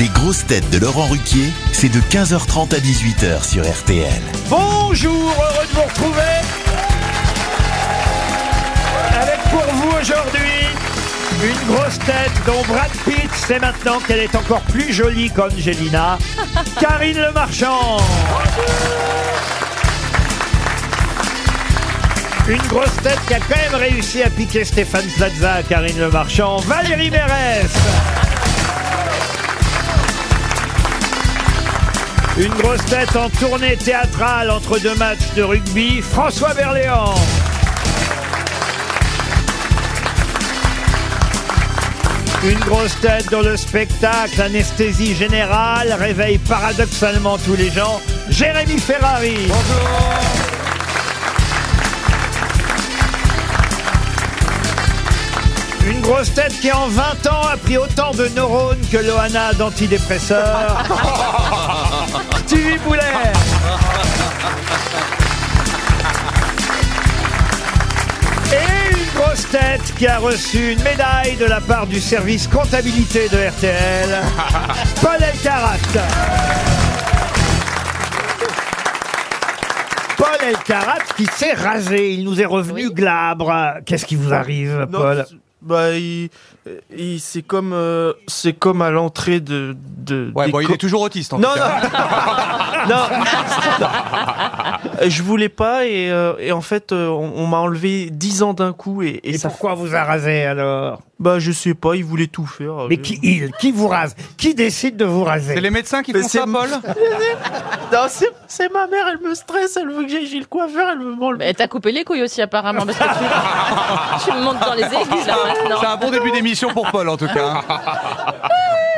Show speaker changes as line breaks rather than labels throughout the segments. Les grosses têtes de Laurent Ruquier, c'est de 15h30 à 18h sur RTL.
Bonjour, heureux de vous retrouver avec pour vous aujourd'hui une grosse tête dont Brad Pitt sait maintenant qu'elle est encore plus jolie qu'Angelina, Karine Le Marchand. Une grosse tête qui a quand même réussi à piquer Stéphane Plaza à Karine Le Marchand, Valérie Mérès. Une grosse tête en tournée théâtrale entre deux matchs de rugby, François Berléand. Une grosse tête dans le spectacle, anesthésie générale, réveille paradoxalement tous les gens, Jérémy Ferrari. Une grosse tête qui en 20 ans a pris autant de neurones que Loana d'antidépresseurs. Stevie Boulet. Et une grosse tête qui a reçu une médaille de la part du service comptabilité de RTL. Paul Elkarat. Paul Elkarat qui s'est rasé, il nous est revenu glabre. Ah, Qu'est-ce qui vous arrive,
Non,
Paul
c'est- Bah, il, il- c'est comme, euh, c'est comme à l'entrée de, de.
Ouais,
des
bon, il
co-
est toujours autiste en
Non,
tout
non,
cas.
non, Euh, je voulais pas et, euh, et en fait, euh, on, on m'a enlevé 10 ans d'un coup et, et
Et
ça.
pourquoi vous a rasé alors
Bah, je sais pas, il voulait tout faire.
Mais qui il Qui vous rase Qui décide de vous raser
C'est les médecins qui
Mais
font
c'est-
ça, Paul
Non, c'est, c'est ma mère, elle me stresse, elle veut que j'aille chez le coiffeur, elle me m'enlève.
Mais t'as coupé les couilles aussi apparemment parce que tu, tu me montes dans les aigus là
C'est
maintenant.
un bon début d'émission pour Paul en tout cas.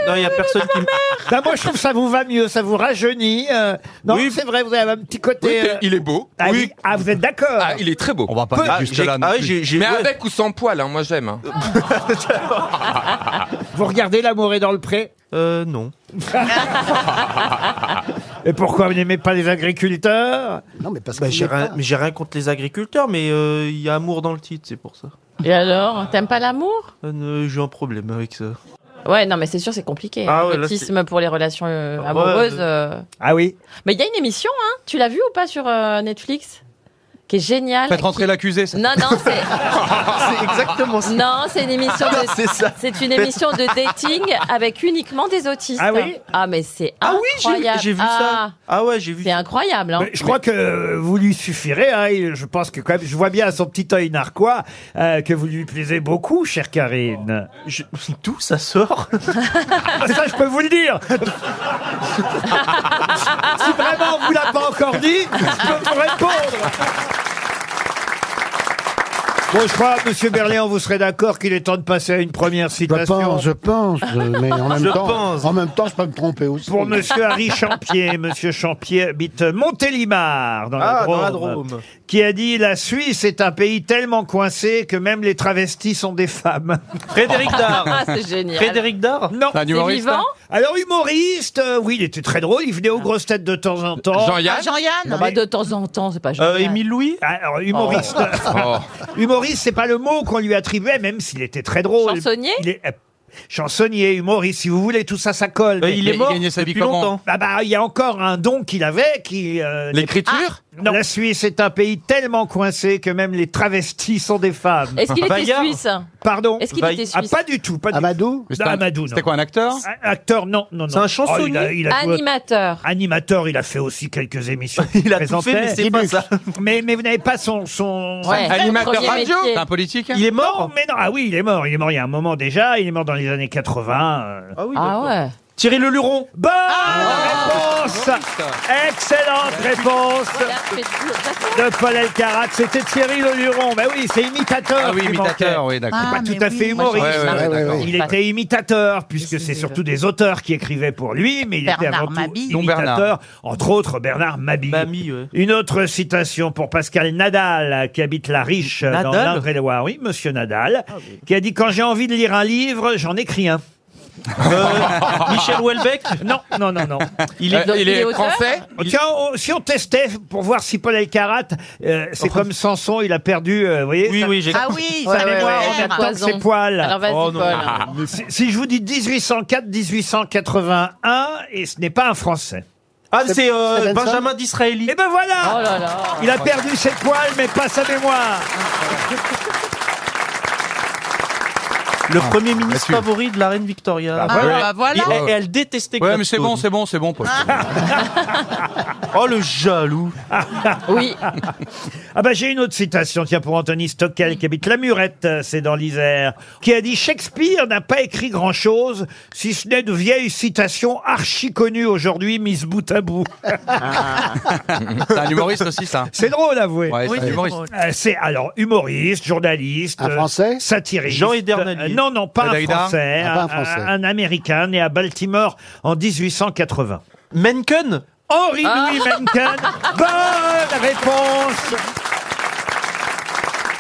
Non, il y a personne qui me.
Bah, moi, je trouve que ça vous va mieux, ça vous rajeunit. euh, non,
Oui.
c'est vrai, vous avez un petit côté. euh,
il est beau.
ah, oui. Ah, vous êtes d'accord
Ah, il est très beau.
On va pas
Ah,
aller
j'ai-
jusque-là. non
ah ouais,
plus.
j'ai, j'ai-
Mais
ouais.
avec ou sans poil, hein, moi j'aime. hein.
Vous regardez L'amour est dans le pré
Euh, non.
Et pourquoi vous n'aimez pas les agriculteurs
Non, mais parce
Bah,
que
j'ai rien, mais j'ai rien contre les agriculteurs, mais euh, il y a amour dans le titre, c'est pour ça.
Et alors, t'aimes pas l'amour
Euh, ne- j'ai un problème avec ça.
Ouais, non mais c'est sûr c'est compliqué.
Ah ouais, là,
L'autisme pour les relations euh,
Ah ouais,
amoureuses.
euh.
euh.
Ah oui
Mais il y a une émission, hein Tu l'as vue ou pas sur euh, Netflix Qui est géniale.
Faites rentrer l'accusé. ça.
Non non c'est
C'est exactement ça.
non c'est une émission de
C'est ça.
c'est une émission de dating avec uniquement des autistes.
Ah oui
Ah mais c'est
Ah oui, j'ai vu-
incroyable.
j'ai vu
Ah,
ça. Ah ouais, j'ai vu.
C'est incroyable hein.
Mais Je crois que euh, vous lui suffirez. hein, et je pense que quand même, je vois bien à son petit œil narquois euh, que vous lui plaisez beaucoup, chère Karine.
Je... D'où ça sort
Ah, ça, je peux vous le dire Si vraiment on vous l'a pas encore dit, je peux vous répondre Bon, je crois, Monsieur Berléand, vous serez d'accord qu'il est temps de passer à une première
je
citation.
pense, je pense, euh, mais en même
Je
temps,
pense.
en même temps, je peux me tromper aussi.
Pour Monsieur Harry Champier, Monsieur Champier habite Montélimar, dans, la
Ah,
Drôme,
dans la Drôme.
qui a dit « La Suisse est un pays tellement coincé que même les travestis sont des femmes
Frédéric Dard.
Ah c'est génial.
Frédéric ». Dard
Non.
C'est un
C'est
humoriste.
vivant
hein
Alors, humoriste, euh, oui, il était très drôle, il venait aux grosses têtes de temps en temps.
Jean-Yann
Non, mais Ah, de temps en temps, c'est pas
euh,
génial.
Émile Louis
Ah, Alors, humoriste.
Oh.
Humoriste, c'est pas le mot qu'on lui attribuait, même s'il était très drôle.
Chansonnier
Il est, euh, Chansonnier, humoriste, si vous voulez, tout ça, ça colle.
Euh,
mais-
Il est
il
mort
gagnait sa vie
depuis
comment
longtemps.
Ah bah, il y a encore un don qu'il avait qui. euh,
L'écriture
non. La Suisse est un pays tellement coincé que même les travestis sont des femmes.
Est-ce qu'il était
Vaillard
suisse
Pardon
Est-ce qu'il
Vaille-
était
Ah,
suisse
pas du tout, pas du
Mais
Amadou,
tout.
c'était
Non,
un-
Amadou, non.
C'était quoi, un acteur
Ah, Acteur, non, non, non.
C'est un chansonnier
Oh, il a- il a joué-
Animateur.
Animateur, il a fait aussi quelques émissions. qu'il
Il a tout
présentait.
fait, mais c'est pas ça.
mais, mais vous n'avez pas son. son...
Ouais.
Animateur
Premier
radio
métier.
C'est un politique
Il est
Non,
mort
mais non. Ah oui, il est mort. Il est mort il y a un moment déjà. Il est mort dans les années 80. euh.
Ah oui,
Ah
d'accord.
ouais. Ah
Thierry Le Luron
Bonne réponse Excellente réponse
Là, je fais tout- d'accord.
de Paul Elkarat. C'était Thierry Le Luron. Ben oui, c'est imitateur.
Ah oui,
qui
imitateur,
manquait.
oui, d'accord.
Pas tout à fait humoriste.
Ouais, ouais, ouais,
Ouais, ouais,
d'accord.
ouais.
Il était imitateur, puisque c'est surtout des auteurs qui écrivaient pour lui, mais il était
Bernard
avant tout
Mabille.
Dont
imitateur,
Bernard.
entre autres Bernard Mabille.
Mamie, ouais.
Une autre citation pour Pascal Nadal, qui habite La Riche euh, dans
Nadal
Ah
l'Indre-et-Loire. Oui, monsieur Nadal, qui a dit « Quand j'ai envie de lire un livre, j'en écris un
Euh, Michel Houellebecq
Non, non, non, non.
Euh, Il est.
Euh,
Donc, il est auteur
français
Oh, Tiens, on- si on testait pour voir si Paul Alcarat, euh, c'est comme Samson, il a perdu, euh, vous voyez
Oh. Oui,
sa-
oui, j'ai.
Ah oui,
sa
ouais,
mémoire
ouais,
en même
t'as
temps que
raison.
ses poils.
Alors vas-y,
Oh, non.
Paul.
si, si je vous dis 1804, 1881, et ce n'est pas un Français.
Ah, c'est euh,
c'est Benson
Benjamin Disraeli.
Et ben
Oh
voilà
là là.
Il a perdu ses poils, mais pas sa mémoire.
Le
Ah,
premier ministre
Mathieu.
favori de la reine Victoria.
Ah, bah
Il-
voilà.
elle, elle détestait
Ouais,
Clapton.
mais c'est bon, c'est bon, c'est bon. Paul.
Oh, le jaloux.
Oui.
Ah bah j'ai une autre citation, tiens, pour Anthony Stockel, qui habite La Murette, euh, c'est dans l'Isère, qui a dit « Shakespeare n'a pas écrit grand-chose, si ce n'est de vieilles citations archi connues aujourd'hui, mises bout à bout.
Ah. C'est un humoriste aussi, ça. »
C'est drôle, avouez.
Ouais,
Oui,
c'est un
c'est
humoriste.
drôle.
Euh, c'est alors humoriste, journaliste,
Un
euh,
Français
satiriste.
Jean Edernalier.
Euh, non, non, pas un
Dalida
français,
Ah,
un,
pas un Français.
un- un américain né à Baltimore en 1880.
Menken
Henri Louis Mencken. Bonne réponse.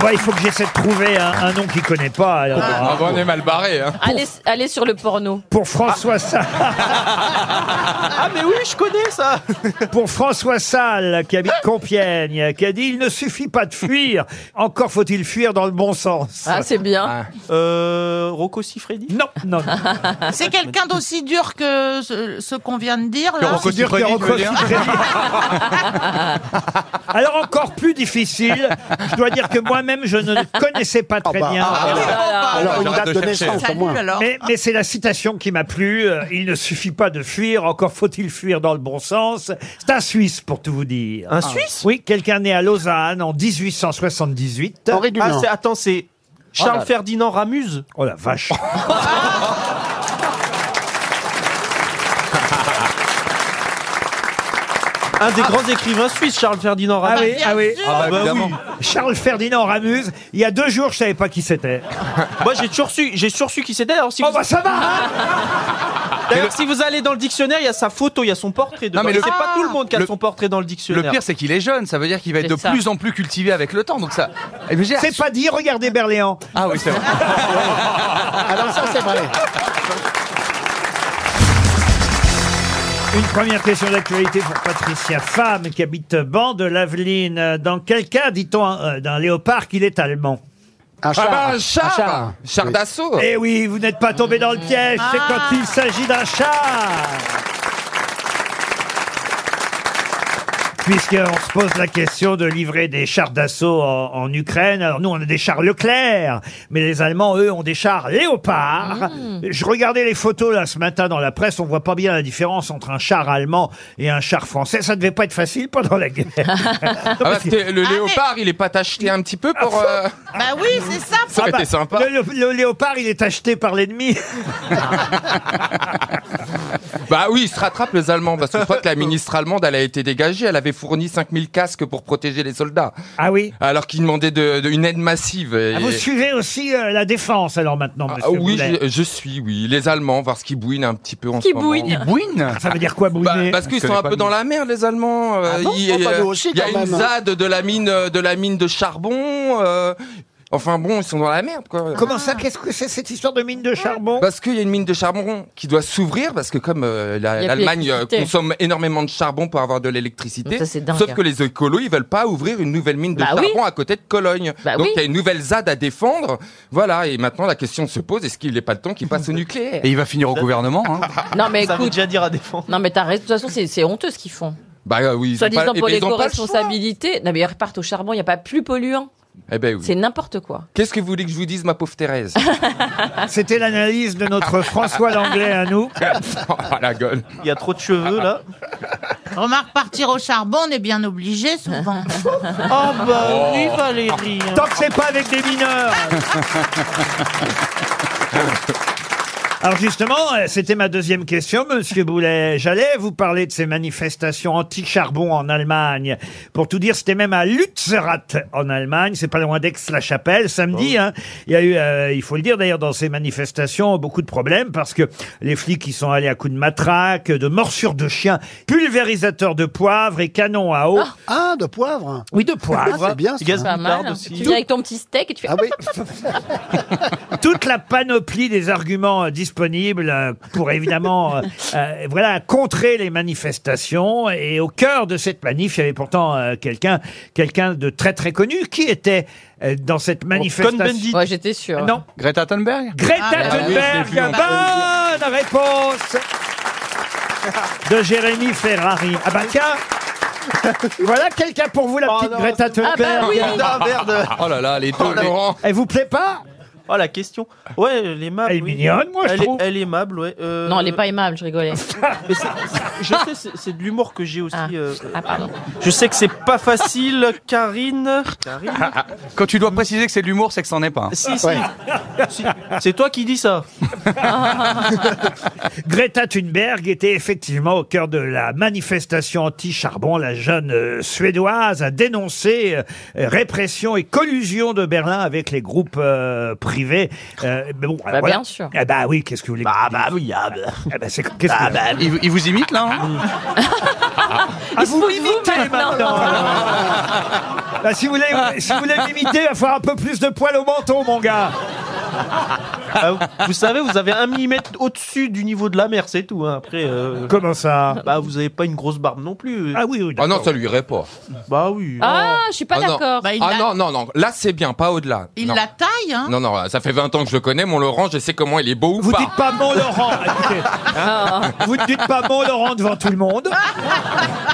Ouais, il faut que j'essaie de trouver un, un nom qu'il connaît pas. alors.
Ah, bah, on est mal barré. Hein.
Allez, allez sur le porno.
Pour François Salle,
Ah, mais oui, je connais ça.
pour François Salle, qui habite Compiègne, qui a dit il ne suffit pas de fuir, encore faut-il fuir dans le bon sens.
Ah, c'est bien.
Euh, Rocco Siffredi
Non, non, non.
Ah.
C'est quelqu'un d'aussi dur que ce, ce qu'on vient de dire là.
Rocco
C'est dur que
Siffredi, tu
Rocco
veux dire
Siffredi. Alors encore plus difficile, je dois dire que moi-même je ne le connaissais pas très
bah,
bien. Euh,
Ah, voilà.
Alors, une
j'arrête
date
de
de
chercher.
naissance, au
Salut
moins.
alors.
Mais, mais c'est la citation qui m'a plu. euh, Il ne suffit pas de fuir, encore faut-il fuir dans le bon sens. C'est un Suisse, pour tout vous dire.
Un Suisse
Oui, quelqu'un né à Lausanne en 1878.
Henri
Ah,
Dunant.
c'est- attends, c'est Charles Ferdinand Ramuse.
Oh la vache
Un des grands écrivains suisses, Charles Ferdinand
Ah
Ramuse.
oui, ah oui.
sûr.
Ah, bah,
bah
évidemment.
Charles Ferdinand Ramuse, il y a deux jours, je savais pas qui c'était.
Moi, j'ai toujours su, j'ai toujours su qui c'était. Alors, si
Oh
vous,
bah ça va hein
d'ailleurs, si vous allez dans le dictionnaire, il y a sa photo, il y a son portrait. dedans.
Non, mais le-
Et c'est pas tout le monde qui a
le-
son portrait dans le
Le
dictionnaire.
pire, c'est qu'il est jeune. Ça veut dire qu'il va être de
C'est ça.
plus en plus cultivé avec le temps. Donc ça. eh Et je veux dire-
C'est pas dit, regardez Berléand.
Ah oui, c'est vrai.
Alors, Ah, ça, c'est vrai.
Une première question d'actualité pour Patricia Femme, qui habite Ban de l'Aveline. Dans quel cas, dit-on, euh, d'un léopard qu'il est allemand
Un char.
bah, un char. Char
Oui.
d'assaut.
Eh oui, vous n'êtes pas tombé dans le piège, c'est
Ah.
quand il s'agit d'un char. Puisqu'on se pose la question de livrer des chars d'assaut en, en Ukraine. Alors nous, on a des chars Leclerc, mais les Allemands, eux, ont des chars Léopard.
Ah.
Je regardais les photos là ce matin dans la presse, on voit pas bien la différence entre un char allemand et un char français. Ça devait pas être facile pendant la guerre.
Ah, bah, t'es- le léopard, il est pas tacheté un petit peu pour. euh,
Bah oui, c'est ça.
Ça aurait été sympa.
Ah, Le, le- le léopard, il est acheté par l'ennemi.
Bah oui, ils se rattrapent les Allemands, parce qu'une fois que la ministre allemande, elle a été dégagée, elle avait fourni 5000 casques pour protéger les soldats,
Ah oui.
alors qu'ils demandaient de, de- une aide massive. Et-
Ah, vous suivez aussi euh, la défense alors maintenant,
Ah,
monsieur
oui,
Boulet.
je, je suis, oui. Les Allemands, parce qu'ils bouinent un petit peu en
Qui
ce moment.
bouinent
Ils bouinent
Ça veut dire quoi,
Bah,
Boulet
parce qu'ils
Je
sont un
connais
peu
pas
dans la merde, les Allemands. euh,
Ah bon
il,
Oh, bah,
euh,
nous aussi,
il y a
quand
une
même.
ZAD de la mine, euh, de la mine de charbon. euh, enfin bon, ils sont dans la merde, quoi.
Comment ça Qu'est-ce que c'est cette histoire de mine de charbon
Parce qu'il y a une mine de charbon qui doit s'ouvrir, parce que comme euh, la-
Il y a plus
l'Allemagne euh,
d'électricité.
consomme énormément de charbon pour avoir de l'électricité,
Ça, c'est dingue,
sauf
hein.
que les écolos, ils veulent pas ouvrir une nouvelle mine de
Bah
charbon
oui.
à côté de Cologne.
Bah
Donc
oui.
il y a une nouvelle ZAD à défendre. Voilà, et maintenant la question se pose, est-ce qu'il n'est pas le temps qu'il passe au nucléaire
Et il va finir au gouvernement. Hein.
Non, mais
Ça veut
écoute.
déjà dire à défendre.
Non, mais t'as raison. De toute façon, c'est c'est honteux ce qu'ils font.
Bah euh, oui, ils
Soit
ont pas-
disant
eh
pour
ben, ils ont pas le choix.
l'éco-responsabilité. Non, mais ils repartent au charbon, il n'y a pas plus polluant.
Eh ben oui.
C'est n'importe quoi.
Qu'est-ce que vous voulez que je vous dise, ma pauvre Thérèse
C'était l'analyse de notre François Langlais à nous.
Oh la gueule.
Il y a trop de cheveux là.
Remarque, partir au charbon, on est bien obligé souvent.
Oh bah oui,
Oh.
Valérie.
Tant que c'est pas avec des mineurs. Alors justement, euh, c'était ma deuxième question, Monsieur Boulet. J'allais vous parler de ces manifestations anti-charbon en Allemagne. Pour tout dire, c'était même à Lützerath en Allemagne, c'est pas loin d'Aix-la-Chapelle, samedi. hein. Il y a eu, euh, il faut le dire d'ailleurs, dans ces manifestations, beaucoup de problèmes parce que les flics y sont allés à coups de matraque, de morsures de chiens, pulvérisateurs de poivre et canons à eau.
Ah, de poivre.
Oui, de
Ah,
poivre.
c'est bien.
Gaz
Ça.
Pas mal.
Picarde
Tu
aussi.
Ah
viens avec ton petit steak et tu fais.
Ah oui.
toute la panoplie des arguments euh, disponibles euh, pour évidemment euh, euh, voilà, contrer les manifestations. Et au cœur de cette manif, il y avait pourtant euh, quelqu'un quelqu'un de très très connu qui était euh, dans cette manifestation.
Ouais, j'étais sûre.
Non,
Greta Thunberg
Greta
Ah, bah
oui,
Thunberg,
je l'ai vu,
bonne réponse de Jérémy Ferrari. Ah bah tiens, voilà quelqu'un pour vous, la
Oh
petite
non,
bah
Greta Thunberg.
Ah, merde.
Oh là là, les deux, Laurent
Elle vous plaît pas
Oh, la question. Ouais, elle est aimable.
Elle est
oui.
mignonne, moi, je
elle est,
trouve.
Elle est aimable, ouais. Euh,
Non, elle est pas aimable, je rigolais.
mais c'est- c'est- je sais, c'est- c'est de l'humour que j'ai aussi.
Ah.
euh, euh,
Ah, pardon.
je sais que c'est pas facile, Karine. Karine
Ah, Quand tu dois préciser que c'est de l'humour, c'est que c'en est pas. hein.
Si, si. Si. C'est toi qui dis ça.
Greta Thunberg était effectivement au cœur de la manifestation anti-charbon. La jeune euh, Suédoise a dénoncé euh, répression et collusion de Berlin avec les groupes euh, privés. Euh, mais bon,
Bah, bien sûr.
Ah bah oui, qu'est-ce que vous voulez Ah bah oui, ah bah. c'est qu'est-ce que-
Il, vous- il vous imite là hein
Ah, vous m'imitez maintenant Bah, si, vous voulez, si vous voulez m'imiter, il va falloir un peu plus de poil au menton, mon gars
Ah, vous- vous savez, vous avez un millimètre au-dessus du niveau de la mer, c'est tout. hein. Après, euh,
Comment ça
bah, vous avez pas une grosse barbe non plus.
Ah oui, oui.
Ah non,
d'accord.
ça lui irait pas.
Bah oui.
Ah, je suis pas
Ah non.
d'accord.
Bah, il
Ah
l'a-
non, non, non, là c'est bien, pas au-delà.
Il
non.
la taille, hein
non, non, ça fait 20 ans que je le connais, mon Laurent, je sais comment il est beau ou
Vous
pas.
dites pas mon Laurent écoutez.
Ah.
Vous ne dites pas mon Laurent devant tout le monde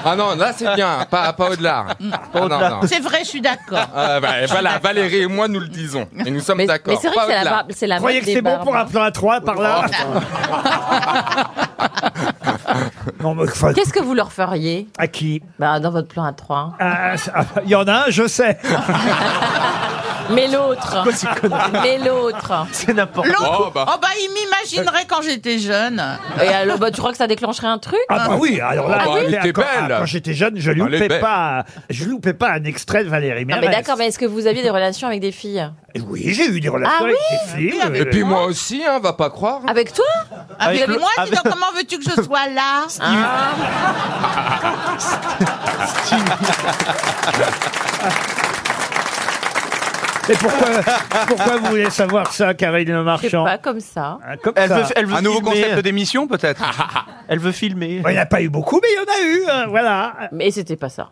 Ah non, là c'est bien, pas, pas au-delà.
Oh.
Ah, non, non.
C'est vrai, je suis d'accord.
Ah, bah, voilà, Valérie et moi nous le disons. Et nous sommes
Mais,
d'accord.
mais c'est vrai
pas
que c'est la
au-delà.
barbe. C'est la
Vous croyez
mode
que
des
c'est bon
barbes.
pour un plan à 3 par
Ah.
là
Oh,
Non, mais enfin,
Qu'est-ce que vous leur feriez
à qui
bah, Dans votre plan à 3.
Ah, ah, Il y en a un, je sais.
Mais l'autre. Mais l'autre.
C'est n'importe quoi.
Oh,
L'autre, oh
bah.
bah. il m'imaginerait quand j'étais jeune.
Et alors, bah, tu crois que ça déclencherait un truc
Ah bah oui, alors là,
Ah bah, elle
écoutez,
était
quand, ah,
belle.
quand j'étais jeune, je
Elle est
loupais
belle.
pas, je loupais pas un extrait de Valérie
Non,
Mérès.
Ah, mais d'accord, mais est-ce que vous aviez des relations avec des filles
Oui, j'ai eu des relations
Ah
avec des filles.
Et puis moi aussi, hein, va pas croire.
Avec toi
Avec,
le-
moi, dis
avec-
donc, comment veux-tu que je sois là hein
Et pourquoi, pourquoi vous voulez savoir ça, Karine Le
Je sais
Marchand
pas, comme ça.
Ah, Comme
Elle
ça.
veut, elle veut
Un nouveau
filmer.
concept d'émission peut-être
Ah, Elle veut filmer.
Bah, il n'y en a pas eu beaucoup, mais il y en a eu. euh, voilà.
Mais c'était pas ça.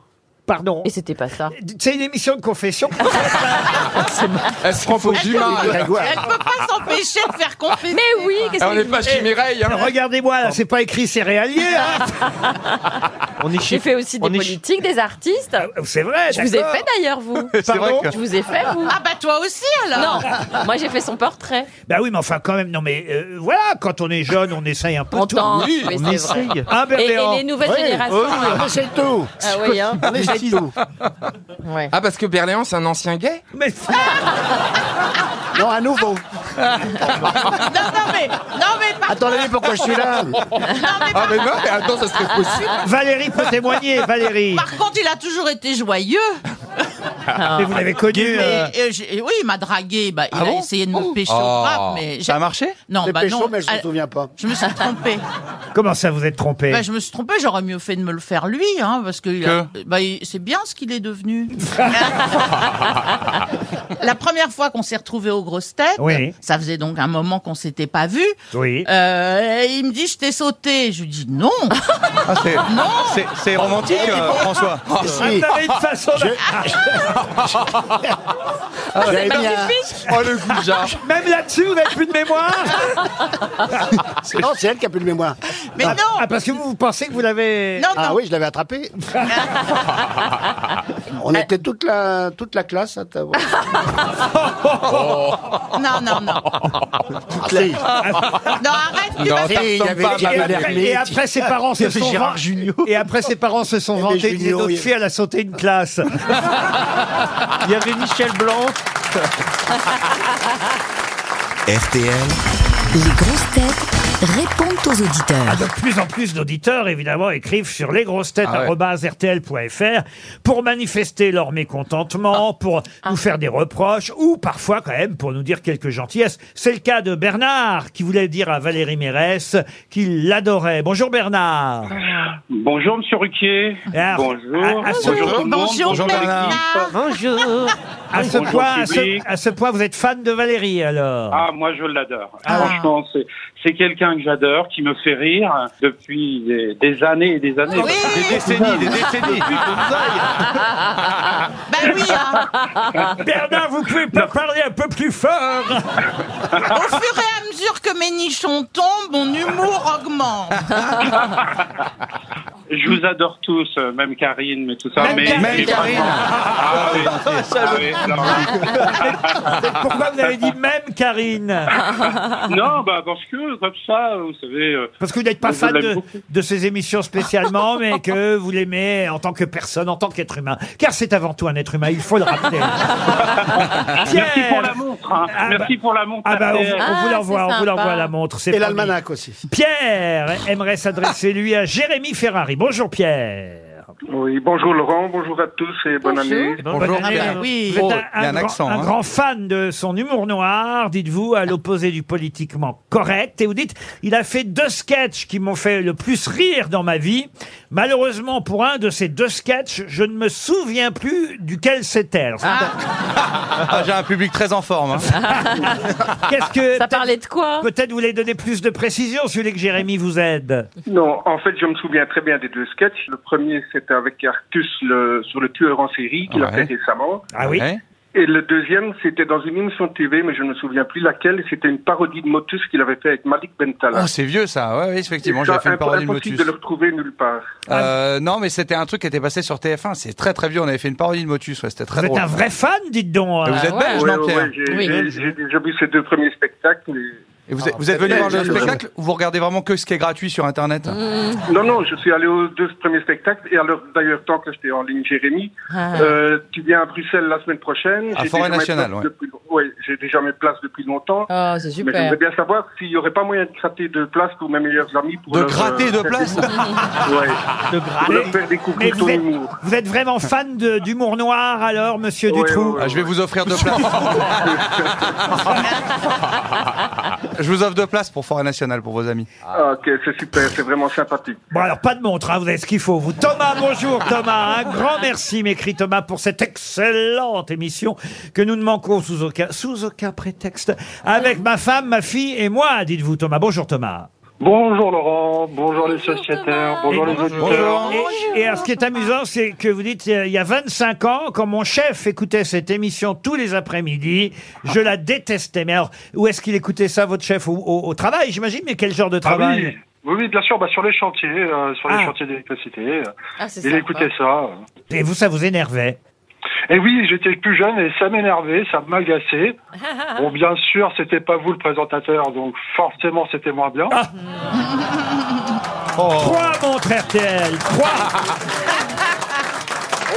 Pardon.
Et c'était pas ça.
C'est une émission de confession.
Elle se prend pour Dumas.
Elle peut pas s'empêcher de faire confier.
Mais oui, qu'est-ce
Ah, on
que
n'est
vous
pas
voulez
chez Mireille. Hein.
Regardez-moi, là, c'est pas écrit céréalier. hein.
On est
Ah, J'ai
chez
fait aussi des
on est chez-
politiques, des artistes.
Oh, C'est vrai.
Je vous ai
Ah, d'accord.
fait d'ailleurs, vous.
C'est vrai
Pardon
que-
Je vous ai fait, vous.
Ah bah toi aussi alors
Non, moi j'ai fait son portrait.
Bah oui, mais enfin, quand même, non, mais euh, voilà, quand on est jeune, on essaye un peu
En
tout.
temps,
oui,
mais
on
c'est
essaye.
vrai.
Ah, ben,
Et, et
ben,
hein.
en-
les nouvelles générations. hein.
On essaie tout.
Ah oui, hein.
On essaie tout.
Ouais.
Ah, parce que Berléand, c'est un ancien gay
mais
Non, à nouveau.
Ah,
Non, non, mais, non, mais par-
Attendez, pourquoi je suis là
Ah, mais non, mais attends, ça serait possible.
Valérie peut témoigner, Valérie.
par contre, il a toujours été joyeux.
Ah.
Ah.
Mais vous l'avez connu.
Et-
euh,
et j'ai- et oui, il m'a dragué. Bah, il a
bon
essayé de me pécho
Ah Oh.
grave, mais j'ai-
Ça a marché
non,
Les
bah non.
pécho, mais je
Ah,
me souviens pas.
je me suis trompée.
Comment ça, vous êtes trompé
Bah, je me suis trompée, j'aurais mieux fait de me le faire lui, hein, parce que, il a- bah, il- c'est bien ce qu'il est devenu. La première fois qu'on s'est retrouvés aux grosses têtes,
Oui.
ça faisait donc un moment qu'on s'était pas vus.
Oui.
Euh, et il me dit je t'ai sauté, je lui dis non.
Ah, c'est- c'est- C'est romantique, euh, François.
Ah,
Ah, Vous
Si.
avez une façon de- Ah.
J'avais mis un-
Magnifique.
Oh, le goujat.
Même là-dessus, vous n'avez plus de mémoire
Non, c'est elle qui a plus de mémoire.
Mais non,
Ah, parce que vous, vous pensez que vous l'avez...
non, non.
Ah oui, je l'avais attrapée. On était toute la, toute la classe à t'avoir.
Non, non, non.
Ah, si.
Non, arrête, tu
Non,
vas-
ça ressemble pas
Et
à ma
après,
Valérie.
et après, ses parents se sont
Gérard
vend-
Jugnot.
Et après, ses parents se sont
Et
vantés.
des
Ils disaient,
Jugnot,
notre
il-
fille, elle a sauté une classe.
Il y avait Michel Blanc.
RTL,
Les grosses têtes répondent aux auditeurs.
De plus en plus d'auditeurs, évidemment, écrivent sur lesgrossetêtes.rtl.fr pour manifester leur mécontentement, pour nous faire des reproches ou parfois quand même pour nous dire quelques gentillesses. C'est le cas de Bernard qui voulait dire à Valérie Mérès qu'il l'adorait. Bonjour Bernard.
Bonjour Monsieur Ruquier.
Et alors,
Bonjour.
à- à ce-
Bonjour tout le monde.
Bonjour,
Bonjour,
Bernard.
Bernard.
Bonjour.
À ce,
Bonjour,
point, à, ce,
public.
à ce point, vous êtes fan de Valérie, alors
Ah, moi je l'adore.
Ah.
Franchement, c'est- c'est quelqu'un que j'adore, qui me fait rire depuis des, des années et des années.
Des décennies, des décennies.
Ben oui, hein.
Bernard, vous pouvez pas parler un peu plus fort
Au fur et à mesure que mes nichons tombent, mon humour augmente.
Je vous adore tous, euh, même Karine, mais tout ça.
Même
mais,
Karine.
mais-
Même Karine.
Ah oui, ah oui,
Pourquoi vous avez dit même Karine
non. Non, bah parce que comme ça, vous savez. euh,
Parce que vous n'êtes pas
je
fan
l'aime
de,
beaucoup.
de ces émissions spécialement, mais que vous l'aimez en tant que personne, en tant qu'être humain. Car c'est avant tout un être humain, il faut le rappeler.
Merci pour
Ah, Pierre
la montre. hein.
Ah
Merci pour la montre.
Ah bah, on, vous-
RTL.
on vous
Ah,
l'envoie,
c'est
on vous l'envoie
sympa.
la montre. c'est
Et
promis.
l'almanach aussi.
Pierre aimerait s'adresser lui à Jérémy Ferrari. Bonjour Pierre.
Oui, bonjour Laurent, bonjour à tous et bonne année.
Bonjour,
Bonne année.
Pierre.
oui.
Vous êtes
Oh,
un,
il y a
un
un
grand,
accent,
un
hein.
grand fan de son humour noir, dites-vous, à l'opposé du politiquement correct. Et vous dites, il a fait deux sketchs qui m'ont fait le plus rire dans ma vie. Malheureusement, pour un de ces deux sketchs, je ne me souviens plus duquel c'était. Alors,
Ah, J'ai un public très en forme.
Ah,
hein.
Qu'est-ce que...
Ça parlait de quoi
Peut-être vous voulez donner plus de précisions, celui que Jérémy vous aide.
Non, en fait, je me souviens très bien des deux sketchs. Le premier, c'était avec Artus le- sur le tueur en série qu'il a
Ouais.
fait récemment.
Ah oui
Ouais.
Et le deuxième, c'était dans une émission de TV, mais je ne me souviens plus laquelle. C'était une parodie de Motus qu'il avait fait avec Malik Bentala.
Oh, c'est vieux ça, ouais, oui, effectivement,
Et
j'ai
ça,
fait une parodie de
impossible
Motus.
de le retrouver nulle part.
Euh, non, mais c'était un truc qui était passé sur TF1, c'est très très vieux, on avait fait une parodie de Motus, ouais, c'était très
Vous êtes
drôle.
un vrai fan, dites donc. euh.
Et vous êtes
Ah,
belge,
Ouais,
non,
ouais,
Pierre
ouais, j'ai
Oui.
j'ai- j'ai déjà vu ces deux premiers spectacles. mais-
Et vous
Ah,
êtes, vous êtes venu
Eh,
voir le
je-
spectacle ou vous regardez vraiment que ce qui est gratuit sur Internet hein
Mm.
Non, non, je suis allé aux deux premiers spectacles. Et alors, d'ailleurs, tant que j'étais en ligne, Jérémy,
Ah.
euh, tu viens à Bruxelles la semaine prochaine.
À
J'ai
Forêt
déjà mes
Nationale,
places
ouais.
depuis- ouais, j'ai déjà mes places depuis longtemps.
Oh, c'est
Mais
super.
j'aimerais bien savoir s'il n'y aurait pas moyen de gratter de place pour mes meilleurs amis. Pour
De
leur,
gratter
euh,
de
faire
place
découvrir- Ouais. Pour leur faire
Mais
découvrir
vous
ton
êtes,
humour.
vous êtes vraiment fan de- d'humour noir, alors, monsieur
Ouais,
Dutroux
ouais, ouais.
Ah, Je vais vous offrir deux places. je vous offre deux places pour Forêt Nationale pour vos amis.
Ah, ok, c'est super, c'est vraiment sympathique.
Bon, alors, pas de montre, hein, vous avez ce qu'il faut. Vous, Thomas, bonjour, Thomas. Un grand merci, m'écrit Thomas, pour cette excellente émission que nous ne manquons sous aucun, sous aucun prétexte avec ma femme, ma fille et moi, dites-vous, Thomas. Bonjour, Thomas.
Bonjour Laurent, bonjour les sociétaires,
Thomas.
bonjour
Et
les auditeurs.
Bonjour.
Et, et alors, ce qui est amusant, c'est que vous dites, euh, il y a 25 ans, quand mon chef écoutait cette émission tous les après-midi, je la détestais. Mais alors, où est-ce qu'il écoutait ça, votre chef au, au- au travail, j'imagine Mais quel genre de
Ah
travail
oui. Oui, oui, bien sûr, bah, sur les chantiers, euh, sur les
Ah.
chantiers d'électricité.
Ah, c'est
Il
sympa.
écoutait ça.
Et vous, ça vous énervait
Et Eh oui, j'étais plus jeune et ça m'énervait, ça m'agaçait. Bon, bien sûr, c'était pas vous le présentateur, donc forcément, c'était moins bien.
Oh.
Trois montres RTL Trois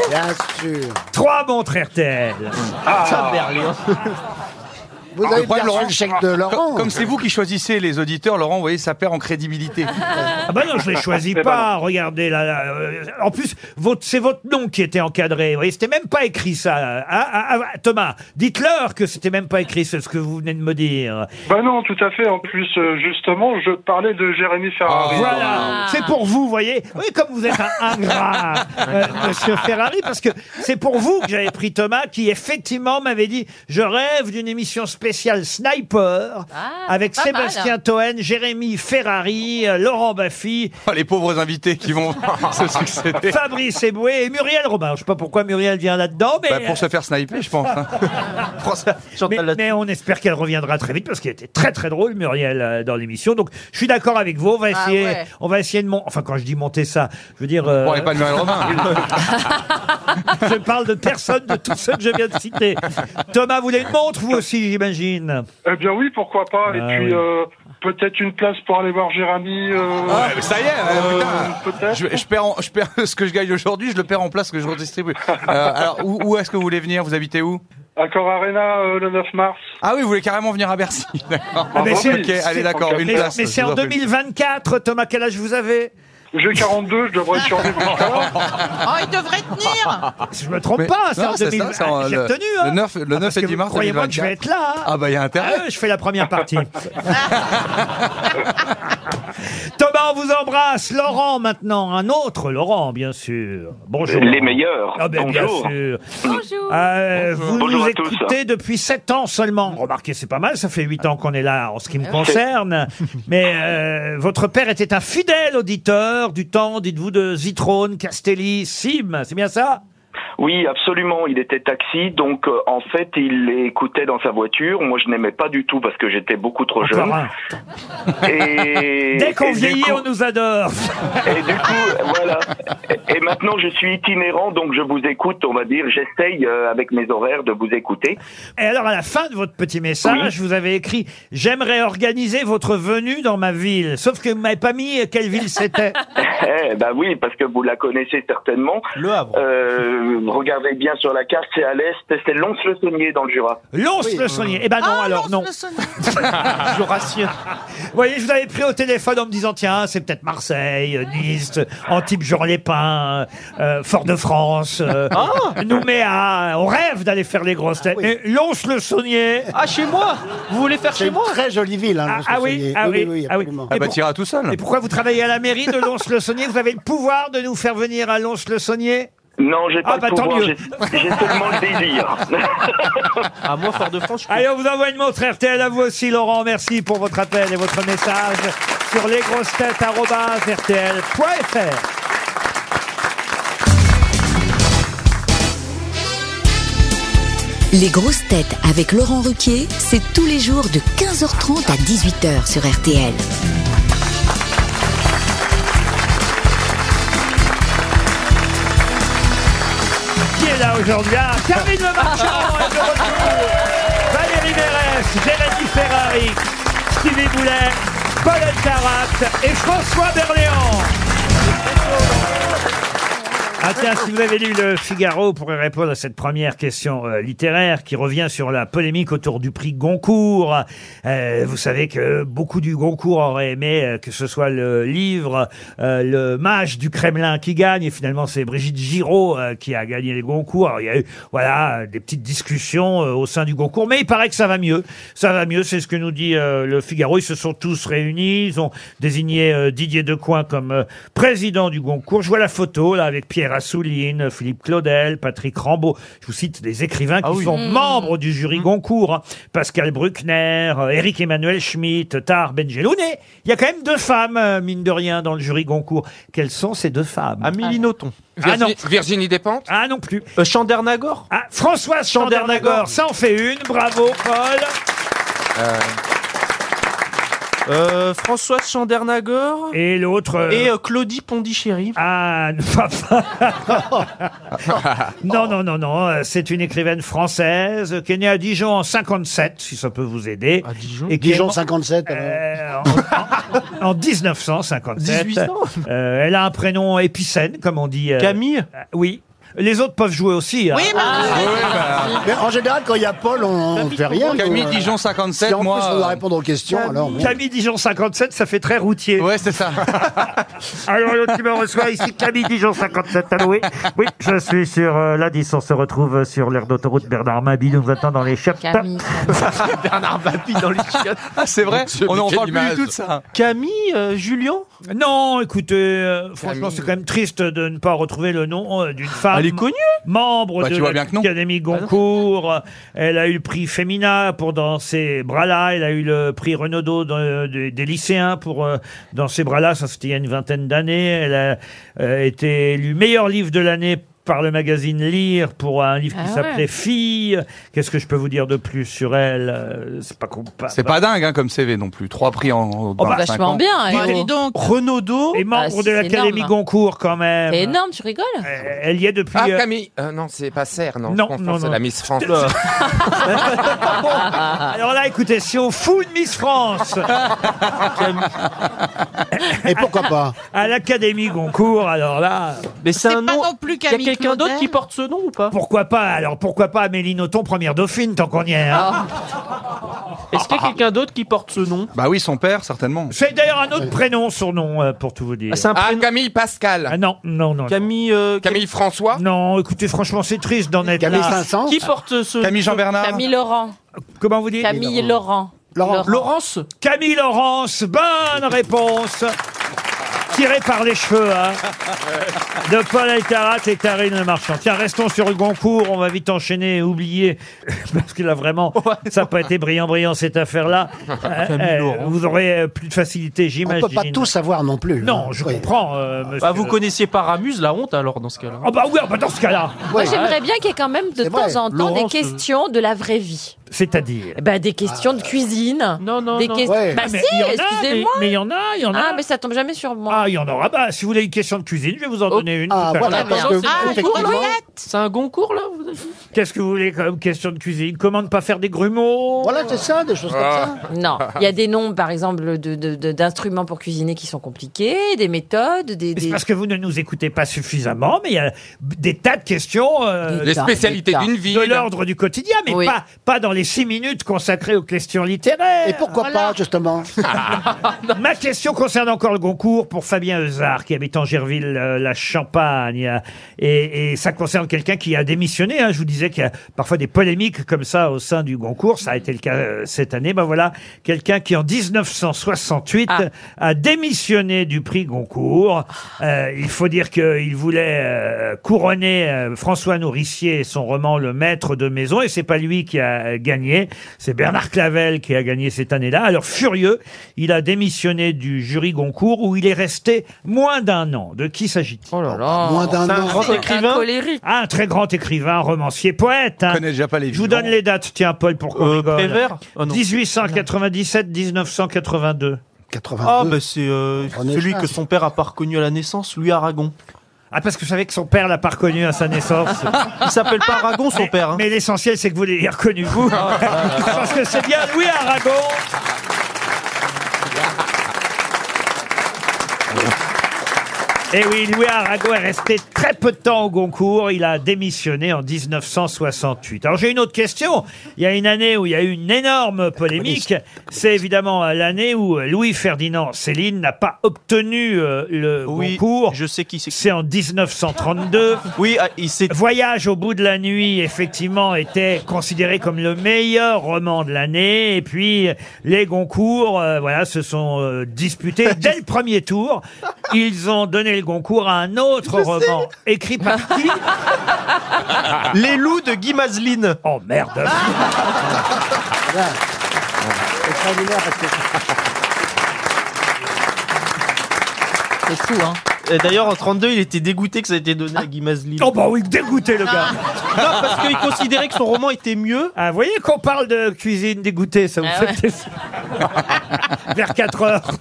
Bien sûr.
Trois montres RTL Ah,
Vous
Le
avez bien
problème, Ah,
reçu
Laurent,
le chèque de Laurent.
Comme comme c'est vous qui choisissez les auditeurs, Laurent, vous voyez, ça perd en crédibilité.
Ah bah non, je ne les choisis
Eh ben
pas, regardez là. là, euh, en plus, votre- c'est votre nom qui était encadré, vous voyez, c'était même pas écrit ça. hein. Ah, ah, ah, Thomas, dites-leur que c'était même pas écrit, c'est ce que vous venez de me dire.
Ben non, tout à fait. En plus, euh, justement, je parlais de Jérémy Ferrari.
Voilà, c'est pour vous, voyez. Oui, comme vous êtes un ingrat, euh, Monsieur Ferrari, parce que c'est pour vous que j'avais pris Thomas, qui effectivement m'avait dit « Je rêve d'une émission spéciale Sniper
Ah,
avec
pas mal.
Sébastien Toen, Jérémy Ferrari, euh, Laurent Baffy,
Oh, les pauvres invités qui vont se succéder.
Fabrice Eboué et Muriel Robin. » Je sais pas pourquoi Muriel vient là-dedans, mais...
Bah, pour se faire sniper, je pense. hein.
Mais, mais on espère qu'elle reviendra très vite parce qu'elle était très très drôle Muriel euh, dans l'émission. Donc je suis d'accord avec vous. On va
Ah
essayer,
ouais.
on va essayer de mon, enfin quand je dis monter ça, je veux dire. euh,
Bon, et pas de Noël Romain.
Je parle de personne de tous ceux que je viens de citer. Thomas, vous voulez une montre, vous aussi, j'imagine
Eh bien oui, pourquoi pas.
Ah
Et puis,
oui.
euh, peut-être une place pour aller voir Jérémy. euh,
Ouais,
Ah.
mais ça y est, euh, putain.
euh, peut-être.
Je, je perds en- je perds ce que je gagne aujourd'hui, je le perds en place que je redistribue. Euh, alors, où, où est-ce que vous voulez venir Vous habitez où
Accor Arena euh, le 9 mars.
Ah oui, vous voulez carrément venir à Bercy. D'accord.
Ah, mais c'est-
ok, allez,
c'est-
d'accord,
ok.
une
Mais,
place.
mais
je
c'est
vous
en
en prie.
2024, Thomas, quel âge vous avez
J'ai 42, je devrais survivre encore.
Oh, il devrait tenir
Je me trompe
Mais-
pas, c'est
non,
en
c'est ça,
2024.
c'est en-
J'ai
le-
retenu, hein.
le 9 le
Ah,
9
parce
et
que
10 mars
Croyez-moi que je vais être là. hein.
Ah bah, il y a
Ah
intérêt.
ouais, je fais la première partie. Thomas, on vous embrasse. Laurent, maintenant, un autre Laurent, bien sûr. Bonjour.
Les
Laurent.
meilleurs.
Ah ben,
Bonjour.
Bien sûr.
Bonjour.
Euh, vous
Bonjour
nous
à tous.
écoutez depuis 7 ans seulement. Remarquez, c'est pas mal, ça fait 8 ans qu'on est là en ce qui me concerne. Mais euh, votre père était un fidèle auditeur du temps, dites-vous, de Zitrone, Castelli, Sim, c'est bien ça
Oui, absolument. Il était taxi, donc euh, en fait, il écoutait dans sa voiture. Moi, je n'aimais pas du tout parce que j'étais beaucoup trop jeune.
Encore un.
Et,
Dès
et
qu'on
du
vieillit,
coup-
on nous adore.
Et du coup, voilà. Et maintenant, je suis itinérant, donc je vous écoute, on va dire. J'essaye, euh, avec mes horaires, de vous écouter.
Et alors, à la fin de votre petit message, vous avez écrit « J'aimerais organiser votre venue dans ma ville ». Sauf que vous m'avez pas mis quelle ville c'était.
Eh ben oui, parce que vous la connaissez certainement.
Le Havre.
Euh, regardez bien sur la carte, c'est à l'est, c'est Lons-le-Saunier dans le Jura.
Lons-le-Saunier. Eh ben non,
Ah,
alors non.
lance le sonnet.
Jurassien.
Vous voyez, je vous avais pris au téléphone en me disant tiens, c'est peut-être Marseille, euh, Nice, euh, Antibes, Jean-les-Pins, euh, Fort-de-France, euh, Nouméa. On rêve d'aller faire les grosses têtes. Mais Lons-le-Saunier.
Ah, chez moi Vous voulez faire
C'est
chez
une
moi
très jolie ville. hein,
Ah,
Lons-le-Saunier.
ah oui, ah oui, ah oui.
absolument.
Ah bah
pour-
t'iras tout seul.
Et pourquoi vous travaillez à la mairie de Lons-le-Saunier Vous avez le pouvoir de nous faire venir à Lons-le-Saunier
Non, j'ai
Ah,
pas
bah,
le
tant
pouvoir,
mieux.
j'ai j'ai seulement le désir.
Ah, moi, Fort-de-France, je peux-
Allez, on vous envoie une montre RTL à vous aussi, Laurent. Merci pour votre appel et votre message sur lesgrossetêtes.rtl.fr.
Les grosses têtes avec Laurent Ruquier, c'est tous les jours de 15h30 à 18h sur RTL.
Qui est là aujourd'hui Ah, Karine Le Marchand est de retour. Valérie Mérès, Jérémy Ferrari, Stevie Boulet, Paulette Tarat et François Berléand. Ah tiens, si vous avez lu le Figaro pour répondre à cette première question euh, littéraire qui revient sur la polémique autour du prix Goncourt, euh, vous savez que beaucoup du Goncourt auraient aimé euh, que ce soit le livre euh, Le mage du Kremlin qui gagne et finalement c'est Brigitte Giraud euh, qui a gagné les Goncourt. Alors, il y a eu voilà euh, des petites discussions euh, au sein du Goncourt, mais il paraît que ça va mieux. Ça va mieux, c'est ce que nous dit euh, le Figaro. Ils se sont tous réunis, ils ont désigné euh, Didier Decoing comme euh, président du Goncourt. Je vois la photo là avec Pierre Assouline, Philippe Claudel, Patrick Rambaud. Je vous cite des écrivains qui
Ah oui. Mmh.
sont membres du jury Goncourt. hein. Pascal Bruckner, euh, Éric Emmanuel Schmitt, Tar Benjeloun. Et Il y a quand même deux femmes, euh, mine de rien, dans le jury Goncourt. Quelles sont ces deux femmes
Amélie Nothomb.
Ah non.
Virginie, Virginie Despentes
Ah non plus.
Euh, Chandernagor
Ah, Françoise Chandernagor,
Chandernagor.
ça en fait une. Bravo, Paul.
Euh, Françoise Chandernagor. Et,
Et l'autre. euh,
euh, Claudie Pondichéry.
Ah, non, enfin, non, non, non, non, euh, c'est une écrivaine française euh, qui est née à Dijon en 57, si ça peut vous aider.
À Dijon.
Et qui est
Dijon
mo-
57. alors.
euh, en, en- en 1957.
18 ans.
Euh, elle a un prénom épicène, comme on dit. euh,
Camille.
euh, oui. Les autres peuvent jouer aussi. hein.
Oui, mais
Ah,
Mais en général, quand il y a Paul, on ne fait rien.
bah. Camille
nous, euh,
Dijon
Si
57,
en plus
moi.
on doit
euh,
répondre aux questions, alors. bon.
Camille Dijon 57, ça fait très routier.
Ouais, c'est ça.
Alors l'autre qui me reçoit ici, Camille Dijon 57. Allô, oui. Oui, je suis sur euh, la 10. On se retrouve sur l'aire d'autoroute Bernard Mabille. On vous attend dans les chiottes.
Camille.
Bernard Babi dans les chiottes.
Ah, c'est vrai.
Dieu,
on
mais
n'en
quelle
parle plus
image.
du tout de ça.
Camille, euh, Julien.
Non, écoutez, euh, franchement, c'est quand même triste de ne pas retrouver le nom euh, d'une femme.
Elle est connue.
Membre
Bah,
de
tu vois bien que non. Bah,
l'Académie Goncourt. Elle a eu le prix Femina pour Dans ces bras-là. Elle a eu le prix Renaudot de- de- des lycéens pour euh, Dans ces bras-là. Ça, c'était il y a une vingtaine d'années. Elle a euh, été élue meilleur livre de l'année par le magazine Lire pour un livre qui
Ah ouais.
s'appelait Fille. Qu'est-ce que je peux vous dire de plus sur elle Euh, C'est pas comparable.
C'est pas dingue hein, comme CV non plus. Trois prix en- en
bah,
25
Oh, Vachement
ans.
bien.
Ah,
Bon,
elle.
dis donc.
Renaudot.
Et membre
Ah,
de
c'est
l'Académie
énorme.
Goncourt quand même.
C'est énorme, tu rigoles
Euh, Elle y est depuis.
Ah,
euh,
Camille euh, Non, c'est pas Serre, non.
Non,
je confonds,
non,
c'est
non.
la Miss France.
alors là, écoutez, si on fout une Miss France
Et pourquoi pas
à l'Académie Goncourt, alors là,
Mais c'est
C'est
un
pas
nom.
non plus
Il y a
Camille
quelqu'un d'autre
Claudel.
qui porte ce nom ou pas
pourquoi pas Alors pourquoi pas Amélie Nothomb, première dauphine, tant qu'on y est. hein.
Est-ce qu'il y a quelqu'un d'autre qui porte ce nom
Bah oui, son père certainement.
C'est d'ailleurs un autre prénom, surnom, euh, pour tout vous dire.
Ah, C'est un
Ah,
prénom.
Camille
Ah
Pascal.
non, non, non.
Camille. euh,
Camille François.
Non, écoutez, franchement, c'est triste d'en être
Camille
là.
Saint-Saëns
Qui porte ce
Camille Jean-Bernard.
Camille Laurent.
Comment vous dites
Camille Laurent.
Laurence
Camille Laurence, bonne réponse Tirée par les cheveux, hein de Paul Alcarat et Karine Le Marchand. Tiens, restons sur le Goncourt, on va vite enchaîner et oublier, parce que là vraiment, ça n'a pas été brillant, brillant cette affaire-là. Eh,
Camille Laurent.
vous aurez euh, plus de facilité,
On
j'imagine.
peut pas tout savoir non plus. hein.
Non, je comprends, euh, monsieur.
Bah, vous connaissiez pas Ramuse, la honte alors dans ce cas-là.
Ah bah oui, ah bah dans ce cas-là.
Moi, j'aimerais bien qu'il y ait quand même de
C'est
temps
vrai.
en temps des
Laurence, euh,
questions de la vraie vie.
C'est-à-dire
Eh ben, des questions
Ah.
de cuisine.
Non, non,
des
non.
questions-
Ouais.
Bah
Ah, mais il
si,
y en a,
excusez-moi.
mais- mais il y en a, il y en a.
Ah, mais ça tombe jamais sur moi.
Ah, il y en aura. Bah, si vous voulez une question de cuisine, je vais vous en donner une. tout à l'heure.
C'est un Goncourt là vous-
Qu'est-ce que vous voulez comme question de cuisine Comment ne pas faire des grumeaux
Voilà, c'est ça,
Ah,
des choses
Ah.
Non, il y a des noms, par exemple, de- de- de- d'instruments pour cuisiner qui sont compliqués, des méthodes, des...
C'est
des-
parce que vous ne nous écoutez pas suffisamment, mais il y a des tas de questions. euh,
Des Les tas, spécialités des tas. d'une ville.
De l'ordre du quotidien, mais
Oui.
pas, pas dans les six minutes consacrées aux questions littéraires. Et pourquoi pas,
justement
Ah.
Ma question concerne encore le Goncourt pour Fabien Euzard, qui habite en Gerville, la Champagne. Et, et ça concerne quelqu'un qui a démissionné. hein. Je vous disais qu'il y a parfois des polémiques comme ça au sein du Goncourt. Ça a été le cas euh, cette année. Ben voilà, quelqu'un qui en 1968
Ah.
a démissionné du prix Goncourt. Euh, il faut dire qu'il voulait euh, couronner euh, François Nourricier et son roman Le Maître de Maison. Et c'est pas lui qui a gagné. C'est Bernard Clavel qui a gagné cette année-là. Alors furieux, il a démissionné du jury Goncourt où il est resté moins d'un an. De qui s'agit-il Oh là là
Moins d'un C'est un an. grand C'est un écrivain
colérique.
Ah, un très grand écrivain, romancier, poète. hein. Je vous donne les dates, tiens Paul, pour qu'on
Euh,
rigole.
Prévert Oh non.
1897, 1982.
Ah bah c'est euh,
René
celui
Char.
que son père a pas reconnu à la naissance, Louis Aragon.
Ah parce que vous savez que son père l'a pas reconnu à sa naissance.
Il s'appelle pas Aragon son père. hein. Ah,
Mais l'essentiel, c'est que vous l'ayez reconnu, vous. Parce que c'est bien Louis Aragon. Et Eh oui, Louis Arago est resté très peu de temps au Goncourt. Il a démissionné en 1968. Alors j'ai une autre question. Il y a une année où il y a eu une énorme polémique. C'est évidemment euh, l'année où euh, Louis-Ferdinand Céline n'a pas obtenu euh, le Goncourt.
Je sais qui c'est.
C'est en 1932.
Oui, ah, il s'est.
Voyage au bout de la nuit, effectivement, était considéré comme le meilleur roman de l'année. Et puis, les Goncourt, euh, voilà, se sont euh, disputés dès le premier tour. Ils ont donné le Goncourt à un autre roman écrit par qui
Les loups de Guy Mazeline.
Ah. Oh merde.
Ah. C'est fou hein. D'ailleurs en 32 il était dégoûté que ça ait été donné à Guy Mazeline.
Oh bah oui, dégoûté le gars.
Non parce qu'il considérait que son roman était mieux.
Ah, vous voyez qu'on parle de cuisine dégoûtée, ça vous
Ah
fait Vers 4 heures.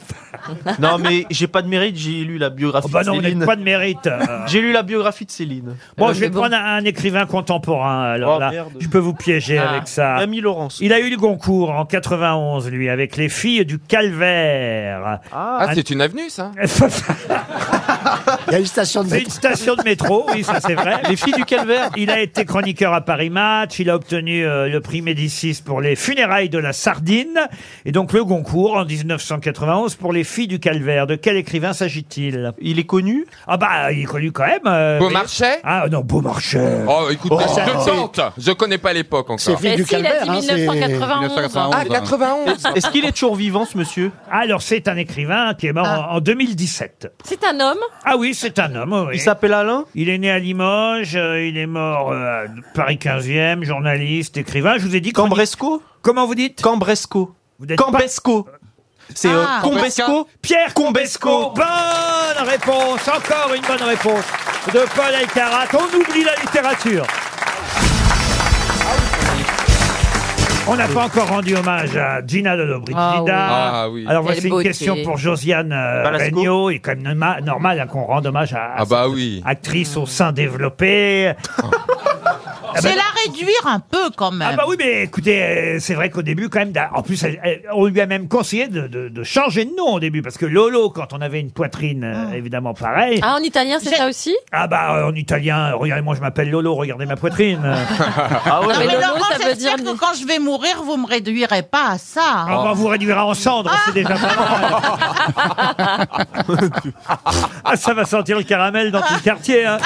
Non mais j'ai pas de mérite, j'ai lu la biographie
bah non,
de
vous n'avez
Céline.
pas de mérite. euh.
J'ai lu la biographie de Céline.
Bon, je vais prendre un, un écrivain contemporain. Alors
Oh,
là,
merde.
je peux vous piéger
Ah.
avec ça.
Camille Laurence.
Il a eu le Goncourt en 91, lui, avec les filles du calvaire.
Ah, c'est une avenue, ça
Il y a une station de métro. Une station de métro, oui, ça c'est vrai.
Les filles du calvaire.
Il a été chroniqueur à Paris Match. Il a obtenu euh, le prix Médicis pour les funérailles de la Sardine. Et donc le Goncourt en 1991 pour les filles du calvaire. De quel écrivain s'agit-il
Il est connu
Ah bah, il est connu quand même. euh,
Beaumarchais
Ah non, Beaumarchais.
Oh, écoute,
Oh, ça-
je tente Je connais pas l'époque encore.
C'est Fille Mais du si, il a Calvaire, dit hein, c'est- 1991.
Ah, 91
Est-ce qu'il est toujours vivant ce monsieur
Alors c'est un écrivain qui est mort
Ah.
en en 2017.
C'est un homme
Ah oui, c'est un homme. oui.
Il s'appelle Alain
Il est né à Limoges, euh, il est mort euh, à Paris 15e, journaliste, écrivain. Je vous ai dit
Cambresco
Comment vous dites
Cambresco. Cambesco. C'est euh,
Ah.
Combesco.
Pierre Combesco. Bonne réponse, encore une bonne réponse de Paul Aycarat. On oublie la littérature. On n'a pas encore rendu hommage à Gina Lollobrigida.
Ah oui. Ah oui.
Alors
Quelle
voici une
beauté.
question pour Josiane euh,
Balasco.
Regnault. Il est quand même norma- normal hein, qu'on rende hommage à, à
Ah bah
cette
oui.
actrice au sein développé.
Ah
C'est la réduire un peu quand même.
Ah bah oui, mais écoutez, euh, c'est vrai qu'au début, quand même, d'a- en plus, elle- elle- on lui a même conseillé de, de- de changer de nom au début, parce que Lolo, quand on avait une poitrine, euh, évidemment, pareil.
Ah, en italien, c'est ça aussi
Ah bah, euh, en italien, euh, regardez, moi je m'appelle Lolo, regardez ma poitrine. ah
Non, mais
mais Lolo,
Laurent,
ça veut
j'espère que quand je vais mourir, vous me réduirez pas à ça. hein.
Ah, bah, on vous réduira en cendres, c'est déjà pas mal. ah, ça va sentir le caramel dans tout le quartier. hein.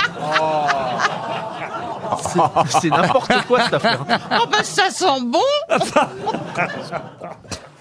C'est n'importe quoi cette affaire.
Oh bah ça sent bon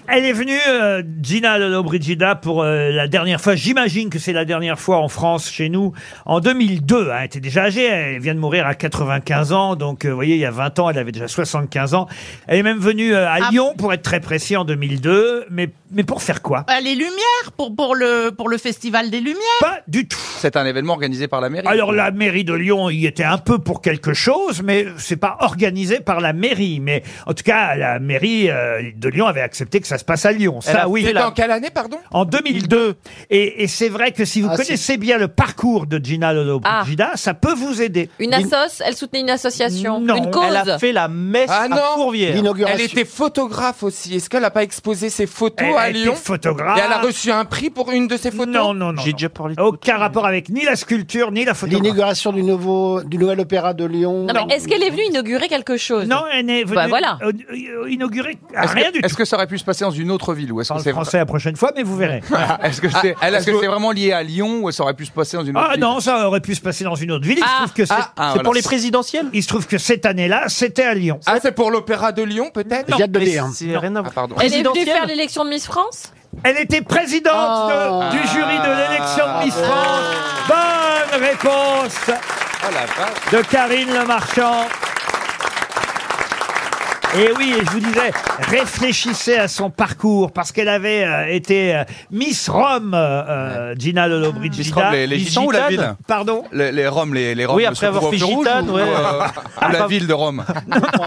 Elle est venue, euh, Gina Lollobrigida, pour euh, la dernière fois. J'imagine que c'est la dernière fois en France, chez nous, en 2002. hein. elle était déjà âgée. Elle vient de mourir à 95 ans. Donc, euh, vous voyez, il y a 20 ans, elle avait déjà 75 ans. Elle est même venue euh, à Lyon, pour être très précis, en 2002. Mais, mais pour faire quoi
Ah, les lumières pour, pour, le, pour le festival des lumières.
Pas du tout.
C'est un événement organisé par la mairie.
Alors la mairie de Lyon y était un peu pour quelque chose, mais c'est pas organisé par la mairie. Mais en tout cas, la mairie euh, de Lyon avait accepté que ça se passe à Lyon.
Elle
Ça,
a
oui.
fait la- C'était en quelle année, pardon
En 2002. Et, et c'est vrai que si vous
Ah,
connaissez bien le parcours de Gina Lollobrigida, ça peut vous aider.
Une assoce, elle soutenait une association, une cause.
ah non. Elle était photographe aussi. Est-ce qu'elle n'a pas exposé ses photos
Elle
à
a été
Lyon
photographe.
Et elle a reçu un prix pour une de ses photos
Non, non, non. non. Aucun rapport avec ni la sculpture, ni la photographie.
L'inauguration du, nouveau, du nouvel opéra de Lyon.
Non, mais est-ce qu'elle est venue inaugurer quelque chose
Non, elle est venue
Bah voilà.
inaugurer
Est-ce
rien
que,
du
Est-ce que ça aurait pu se passer dans une autre ville ou est-ce que c'est
français la prochaine fois, mais vous verrez.
est-ce que c'est
Ah, elle a
est-ce que
joué-
c'est vraiment lié à Lyon ou ça aurait pu se passer dans une autre
Ah
ville
non, ça aurait pu se passer dans une autre ville. Il se trouve que c'est
Ah, ah, C'est voilà. pour les
présidentielles. Il se trouve que cette année-là, c'était à Lyon.
Ah, c'est pour l'opéra de Lyon, peut-être
Non. J'ai hâte de Mais lire. c'est rien à
Ah, pardon.
Elle est venue
Présidentielle.
faire l'élection de Miss France
Elle était présidente de- du jury de l'élection de Miss France. Bonne réponse de Karine Le Marchand. Et oui, et je vous disais, réfléchissez à son parcours parce qu'elle avait euh, été euh, Miss Rome, euh, euh, Gina Lollobrigida.
Miss Rome, les, les gitans ou la ville
Pardon
les, les Roms, les, les Roms.
Oui,
de
après
ce
avoir
couvre-feu
fait
rouge
gitane,
ou,
ouais. Ah,
euh, ou la ville de Rome.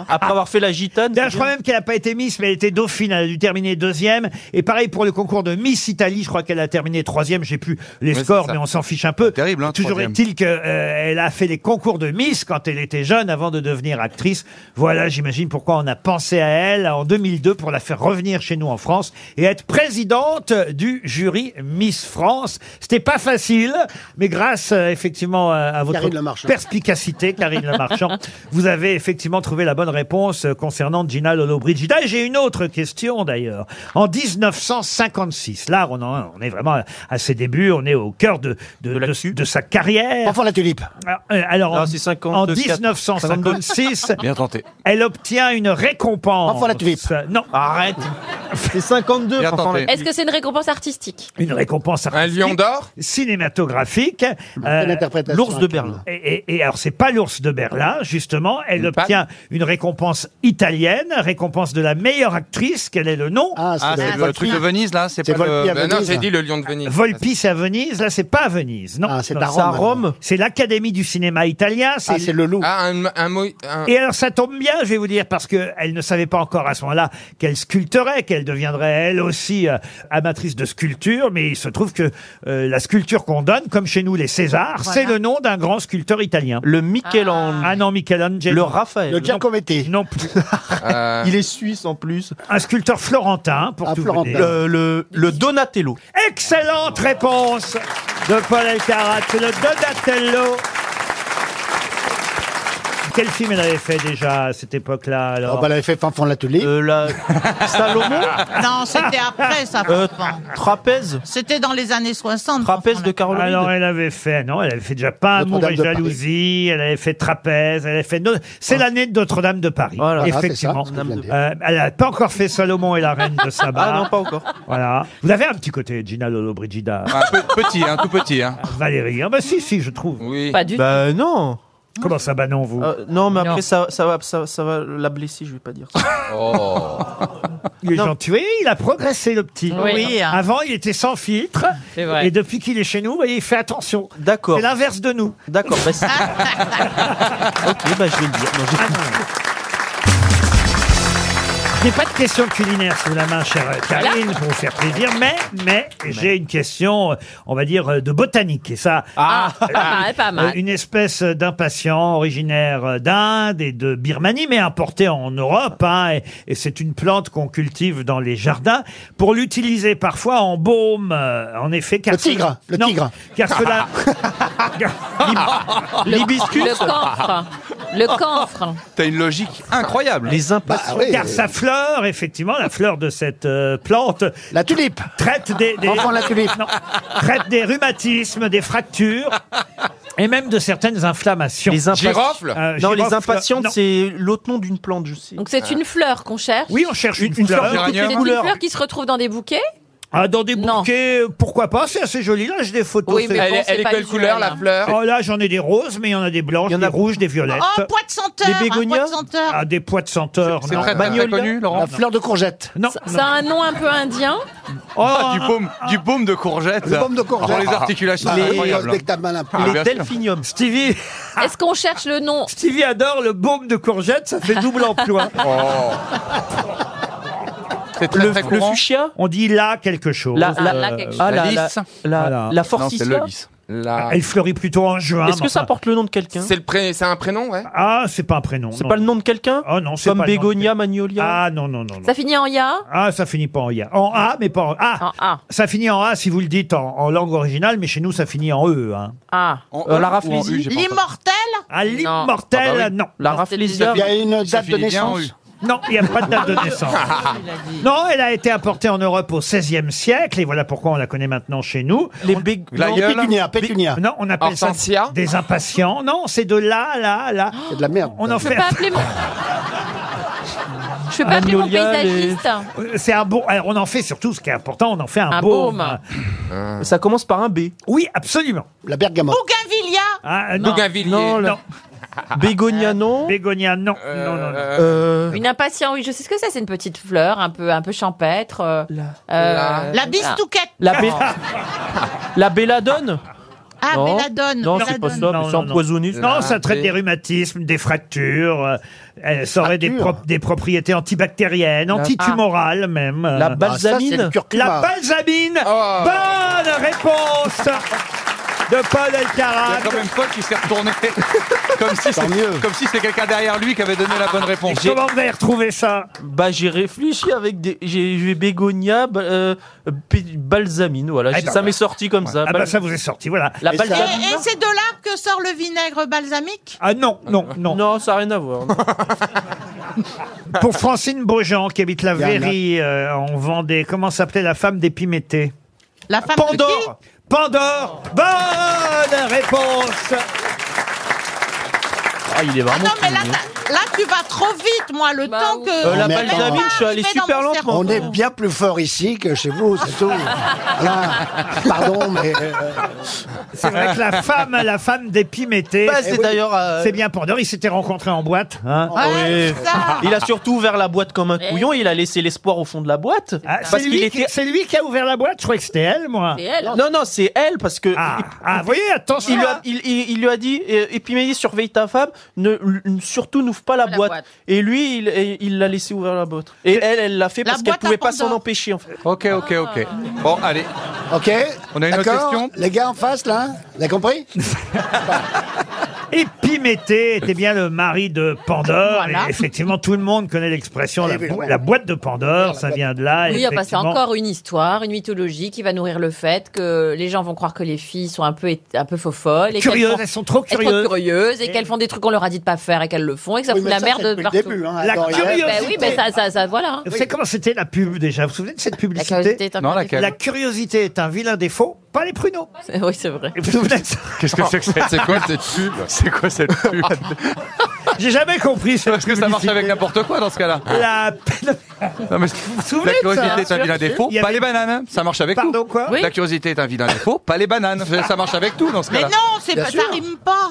Après avoir fait la gitane. je crois même qu'elle n'a pas été Miss, mais elle était dauphine. Elle a dû terminer deuxième. Et pareil pour le concours de Miss Italie. Je crois qu'elle a terminé troisième. J'ai plus les
c'est
scores,
ça.
mais on s'en fiche un peu. Terrible, Toujours
troisième.
est-il qu'elle a fait les concours de Miss quand elle était jeune avant de devenir actrice. Voilà, j'imagine pourquoi on a pensé à elle en 2002 pour la faire revenir chez nous en France et être présidente du jury Miss France. C'était pas facile, mais grâce euh, effectivement euh, à votre
Karine Le Marchand.
perspicacité, Karine Le Marchand, vous avez effectivement trouvé la bonne réponse euh, concernant Gina Lollobrigida. Et j'ai une autre question d'ailleurs. En 1956, là, on, en- on est vraiment à ses débuts, on est au cœur de, de, de- de sa carrière.
Enfant la tulipe.
Alors, euh, alors,
Non,
en,
c'est
en
54,
1956,
Bien tenté.
elle obtient une récompense.
Enfant la
tulipe. Non. Arrête. C'est 52.
Ah,
Est-ce que c'est une récompense artistique
Une récompense Un lion d'or Cinématographique. Euh,
interprétation, L'Ours de hein, Berlin.
Et, et- et alors, c'est pas l'ours de Berlin, justement. Elle obtient une récompense italienne, récompense de la meilleure actrice. Quel est le nom
Ah, c'est le truc de Venise, là C'est pas le.
Ben non, j'ai dit le lion de Venise.
Volpi, c'est à Venise. Là, c'est pas à Venise. Non,
c'est
Non,
à Rome, alors.
C'est l'Académie du cinéma italien. c'est
le loup.
Ah, un, un mot. un-
Et alors ça tombe bien, je vais vous dire, parce que elle ne savait pas encore à ce moment-là qu'elle sculpterait, qu'elle deviendrait elle aussi euh, amatrice de sculpture, mais il se trouve que euh, la sculpture qu'on donne, comme chez nous les Césars,
Voilà.
c'est le nom d'un grand sculpteur italien. Le Michelangelo. Ah non, Michelangelo.
Le Raphaël. Ah. Le
Giacometti.
Non plus.
Il est suisse en plus.
Un sculpteur florentin, pour tout vous dire.
Le, le- le Donatello.
Excellente réponse de Paul Elkarat, c'est le Donatello. Quel film elle avait fait déjà à cette époque-là alors
Oh, bah, elle avait fait Enfant la tulipe.
Euh, Salomon
Non, c'était après ça. franchement.
Trapèze
C'était dans les années 60.
Trapèze de Caroline.
Alors Ah elle avait fait, non, elle avait fait déjà pas
Notre-Dame
Amour et
de Paris. Ah.
jalousie, elle avait fait Trapèze, elle avait fait. No- C'est l'année de Notre-Dame de Paris,
Voilà,
effectivement.
c'est ça, Notre-Dame de-
Euh, elle n'a pas encore fait Salomon et la reine de Saba.
Ah non, pas encore.
Voilà. Vous avez un petit côté Gina Lollobrigida.
Un peu- petit, hein, tout petit. Hein.
Valérie, ah bah si, si, je trouve.
Oui.
Pas du
Bah non.
Comment ça, bah non, vous
Euh, Non, mais
Non.
après, ça, ça, va, ça, ça va la blesser, je vais pas dire ça.
Oh.
Oh.
Il est
Non.
gentil. Oui, il a progressé, le petit.
Oui. Oui, hein.
Avant, il était sans filtre.
C'est vrai.
Et depuis qu'il est chez nous, vous voyez, il fait attention.
D'accord.
C'est l'inverse de nous.
D'accord, bah, c'est- ok, bah je vais le dire. Non, j'ai-
Ah, Je n'ai pas de question culinaire sous la main, chère Karine, pour vous faire plaisir, mais, mais, j'ai une question, euh, on va dire, euh, de botanique. Et ça,
Ah, pas mal, pas mal.
euh, une espèce d'impatient originaire euh, d'Inde et de Birmanie, mais importée en Europe. hein, et et c'est une plante qu'on cultive dans les jardins pour l'utiliser parfois en baume. euh, en effet, car
Le tigre, le
Non,
tigre.
Car cela.
L'hibiscus. Le camphre. Ah, Le camphre.
T'as une logique incroyable.
Bah
Les impatients.
Car sa fleur, effectivement, la fleur de cette euh, plante.
La tulipe.
Traite des. des-
Enfant la tulipe.
Non. traite des rhumatismes, des fractures. Et même de certaines inflammations.
Les impatients-
Euh,
Non,
girofle,
les impatientes,
non.
c'est l'autre nom d'une plante, je sais.
Donc
Ah.
c'est une fleur qu'on cherche.
Oui, on cherche une,
une
fleur.
fleur de
C'est une fleur qui se retrouve dans des bouquets.
Ah, dans des bouquets, euh, pourquoi pas C'est assez joli. Là, j'ai des photos.
Oui, mais
c'est-
bon, Elle est- c'est elle est pas quelle visuel, couleur, la hein. fleur
Oh là, j'en ai des roses, mais il y en a des blanches, des rouges, des violettes.
Oh, poids de senteur
Des
un
bégonias
poids de senteur
Ah, des pois de senteur.
C'est
non.
très, très, très connu, Laurent.
La fleur de courgette. Non.
Ça a un nom un peu indien.
Oh.
Ah, du baume, du baume de courgette.
Le baume de courgette.
Pour les articulations,
Les-
c'est incroyable.
dès que t'as mal un peu.
Ah, bien sûr.
Stevie,
Est-ce qu'on cherche le nom
Stevie adore le baume de courgette, ça fait double emploi.
Oh. C'est très,
Le,
très courant.
fuchsia
On dit là quelque chose.
La- la- la
Euh,
quelque chose. ah, la- la- la- la forsythia Non, c'est le lys.
La-
Elle fleurit plutôt en juin.
Est-ce
mais
que ça
enfin-
porte Ah. le nom de quelqu'un
C'est le pré- c'est un prénom, ouais.
Ah, c'est pas un prénom.
C'est pas le nom de quelqu'un
Oh non, c'est
Comme
pas le nom de
Bégonia, Magnolia
Ah non, non, non. non.
Ça finit en ya
Ah, ça finit pas en IA. En A, mais pas en A.
Ah.
Ça finit en A si vous le dites en, en langue originale, mais chez nous, ça finit en E. Hein.
Ah.
Euh, la Rafflesia
L'immortel
Ah, l'immortel,
Ah bah oui.
non.
La
Non.
Rafflesia
Il y a une
Ça
date de
finit bien en
naissance.
U.
Non, il n'y a pas de date de naissance. Non, elle a été apportée en Europe au XVIe siècle, et voilà pourquoi on la connaît maintenant chez nous.
Les bég-
La
non.
Les
gueule.
pétunia, pétunia.
Non, on appelle
Hortensia
ça des impatients. Non, c'est de là, là, là.
C'est de la merde.
On en
Je peux
fait.
pas appeler mon. Je peux pas appeler mon
Magnolia,
paysagiste.
Ah,
Euh, C'est un bon. Alors, on en fait surtout ce qui est important. On en fait un,
Un
baume.
baume.
Euh, Ça commence par un B.
Oui, absolument.
La bergamote.
Bougainvillia
Ah, non.
Bougainvilliers.
Non, la-
Non.
Bégonia, non.
Bégonia, non. non, non, non.
Euh,
Euh,
Une impatiente, oui, je sais ce que c'est. C'est une petite fleur, un peu, un peu champêtre. euh,
La-
euh, Ah.
La bistouquette
la, bé-
Ah,
la Belladone
Ah,
Non.
Belladone
Non, c'est pas
Belladone.
ça,
Non,
mais c'est
non, non.
empoisonné. ça.
Non, ça traite des rhumatismes, des fractures. euh, euh, ça aurait des,
Fractures.
prop- des propriétés antibactériennes, antitumorales même. euh.
La
Ah, ça, c'est
Bah, balsamine
le curcuma.
La balsamine
Oh.
Bonne réponse de Paul
Il y a
Elkarat.
quand même Paul qui s'est retourné comme si
Tant mieux.
c'est- comme si c'est quelqu'un derrière lui qui avait donné la bonne réponse.
Comment vous avez retrouvé ça
Bah j'ai réfléchi avec des j'ai j'ai bégonia ba- euh, P- balsamine voilà
Eh
J'ai-
ben,
ça m'est sorti comme ça.
Ah
Bal-
bah ça vous est sorti, voilà.
La
Et ça-
Et,
balsamine.
et c'est de là que sort le vinaigre balsamique
Ah non, non, non.
Non, ça n'a rien à voir. non.
Pour Francine Beaujean, qui habite la
Il y en a.
Véry, euh, en Vendée, comment s'appelait la femme d'Épiméthée
La femme de qui
Pandore Pandore Bonne réponse
Ah, il est
Ah
vraiment
non, mais là,
Mmh.
fini, hein.
t'as- là, tu vas trop vite, moi, le
Bah
temps
oui.
que...
Euh, la
mais
Je vais
attends.
balsamine, je suis allé
pas arriver
super
dans mon
lentement.
cerveau.
On est bien plus fort ici que chez vous, c'est tout. Là, Ah, pardon, mais euh,
C'est vrai que la femme, la femme d'Épiméthée, Eh
Bah, c'est d'ailleurs euh, Ah
c'est bien Pandore, ils s'étaient rencontrés en boîte. hein.
Ouais,
Oui.
Ah, c'est ça. Eh.
il a surtout ouvert la boîte comme un couillon, il a laissé l'espoir au fond de la boîte
Ah,
parce
c'est
qu'il
lui, qui-
était
c'est lui qui a ouvert la boîte, je croyais que c'était elle, moi.
Et elle.
Non non, c'est elle parce que
Ah, ah, vous voyez, attention.
il lui, a, il, il- il lui a dit euh, Épiméthée, surveille ta femme, ne, n- surtout n'ouvre pas la,
Pas la
boîte.
boîte.
Et lui, il- il il l'a laissé ouvrir la boîte. Et elle, elle l'a fait
La
parce qu'elle
boîte à
pouvait pas
Pandore.
s'en empêcher. En fait.
Ok, ok, ok. Bon, allez.
ok.
Eh,
On a une autre
D'accord
question
Les gars en face, là, vous avez compris
Épiméthée était bien le mari de Pandore.
Voilà.
Et effectivement, tout le monde connaît l'expression la,
Évidemment.
la boîte de Pandore, ça vient de là.
Oui, ah bah, c'est
effectivement.
encore une histoire, une mythologie qui va nourrir le fait que les gens vont croire que les filles sont un peu, un peu faux folles. Et qu'elles
Curieuses,
font-
elles sont trop
elles sont
curieuses.
curieuses
Et-
et qu'elles font des trucs qu'on leur a dit de pas faire et qu'elles le font et que ça
Oui,
fout
mais
la
ça,
merde
c'est depuis
partout.
le début, hein,
La
Dorian.
curiosité.
Bah oui, mais ça, ça, ça, voilà.
Vous savez comment c'était la pub déjà Vous vous souvenez de cette
La
publicité
curiosité est un
Non,
peu-
laquelle
La curiosité est un vilain défaut, pas les pruneaux.
Oui, c'est vrai.
Et vous vous souvenez de ça
Qu'est-ce que c'est que c'est
C'est quoi cette pub
C'est quoi cette pub
J'ai jamais compris cette
Parce que ça marche
publicité.
avec n'importe quoi dans ce cas-là.
La...
Non, mais
vous souvenez
la
de ça,
curiosité est un
hein,
vilain
sûr,
défaut,
Il y
pas
avait-
les bananes, hein. ça marche avec
Pardon,
tout.
quoi
Oui.
La curiosité est un vilain défaut, pas les bananes, ça ça marche avec tout dans ce
Mais
cas-là.
non, c'est
Bien
pas, ça
sûr.
rime pas.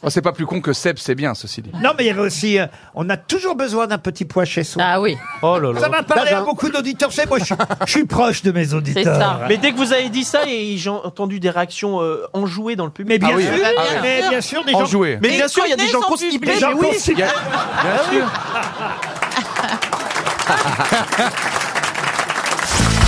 Oh, c'est pas plus con que Seb, c'est bien ceci dit.
Non, mais il y avait aussi... euh, on a toujours besoin d'un petit poids chez soi.
Ah oui.
Oh là
Ça
là.
m'a parlé à
Bazin.
beaucoup d'auditeurs. C'est moi, je suis- je suis proche de mes auditeurs.
ça.
Mais dès que vous avez dit ça, et j'ai entendu des réactions euh, enjouées dans le public.
Mais bien
Ah oui.
sûr,
Ah
oui.
mais bien sûr, des gens.
Enjoué.
Mais
Et
bien
il
sûr, il y a des
connaît
gens
son
constipés.
Des gens
mais oui.
constipés.
Il y a- Bien sûr.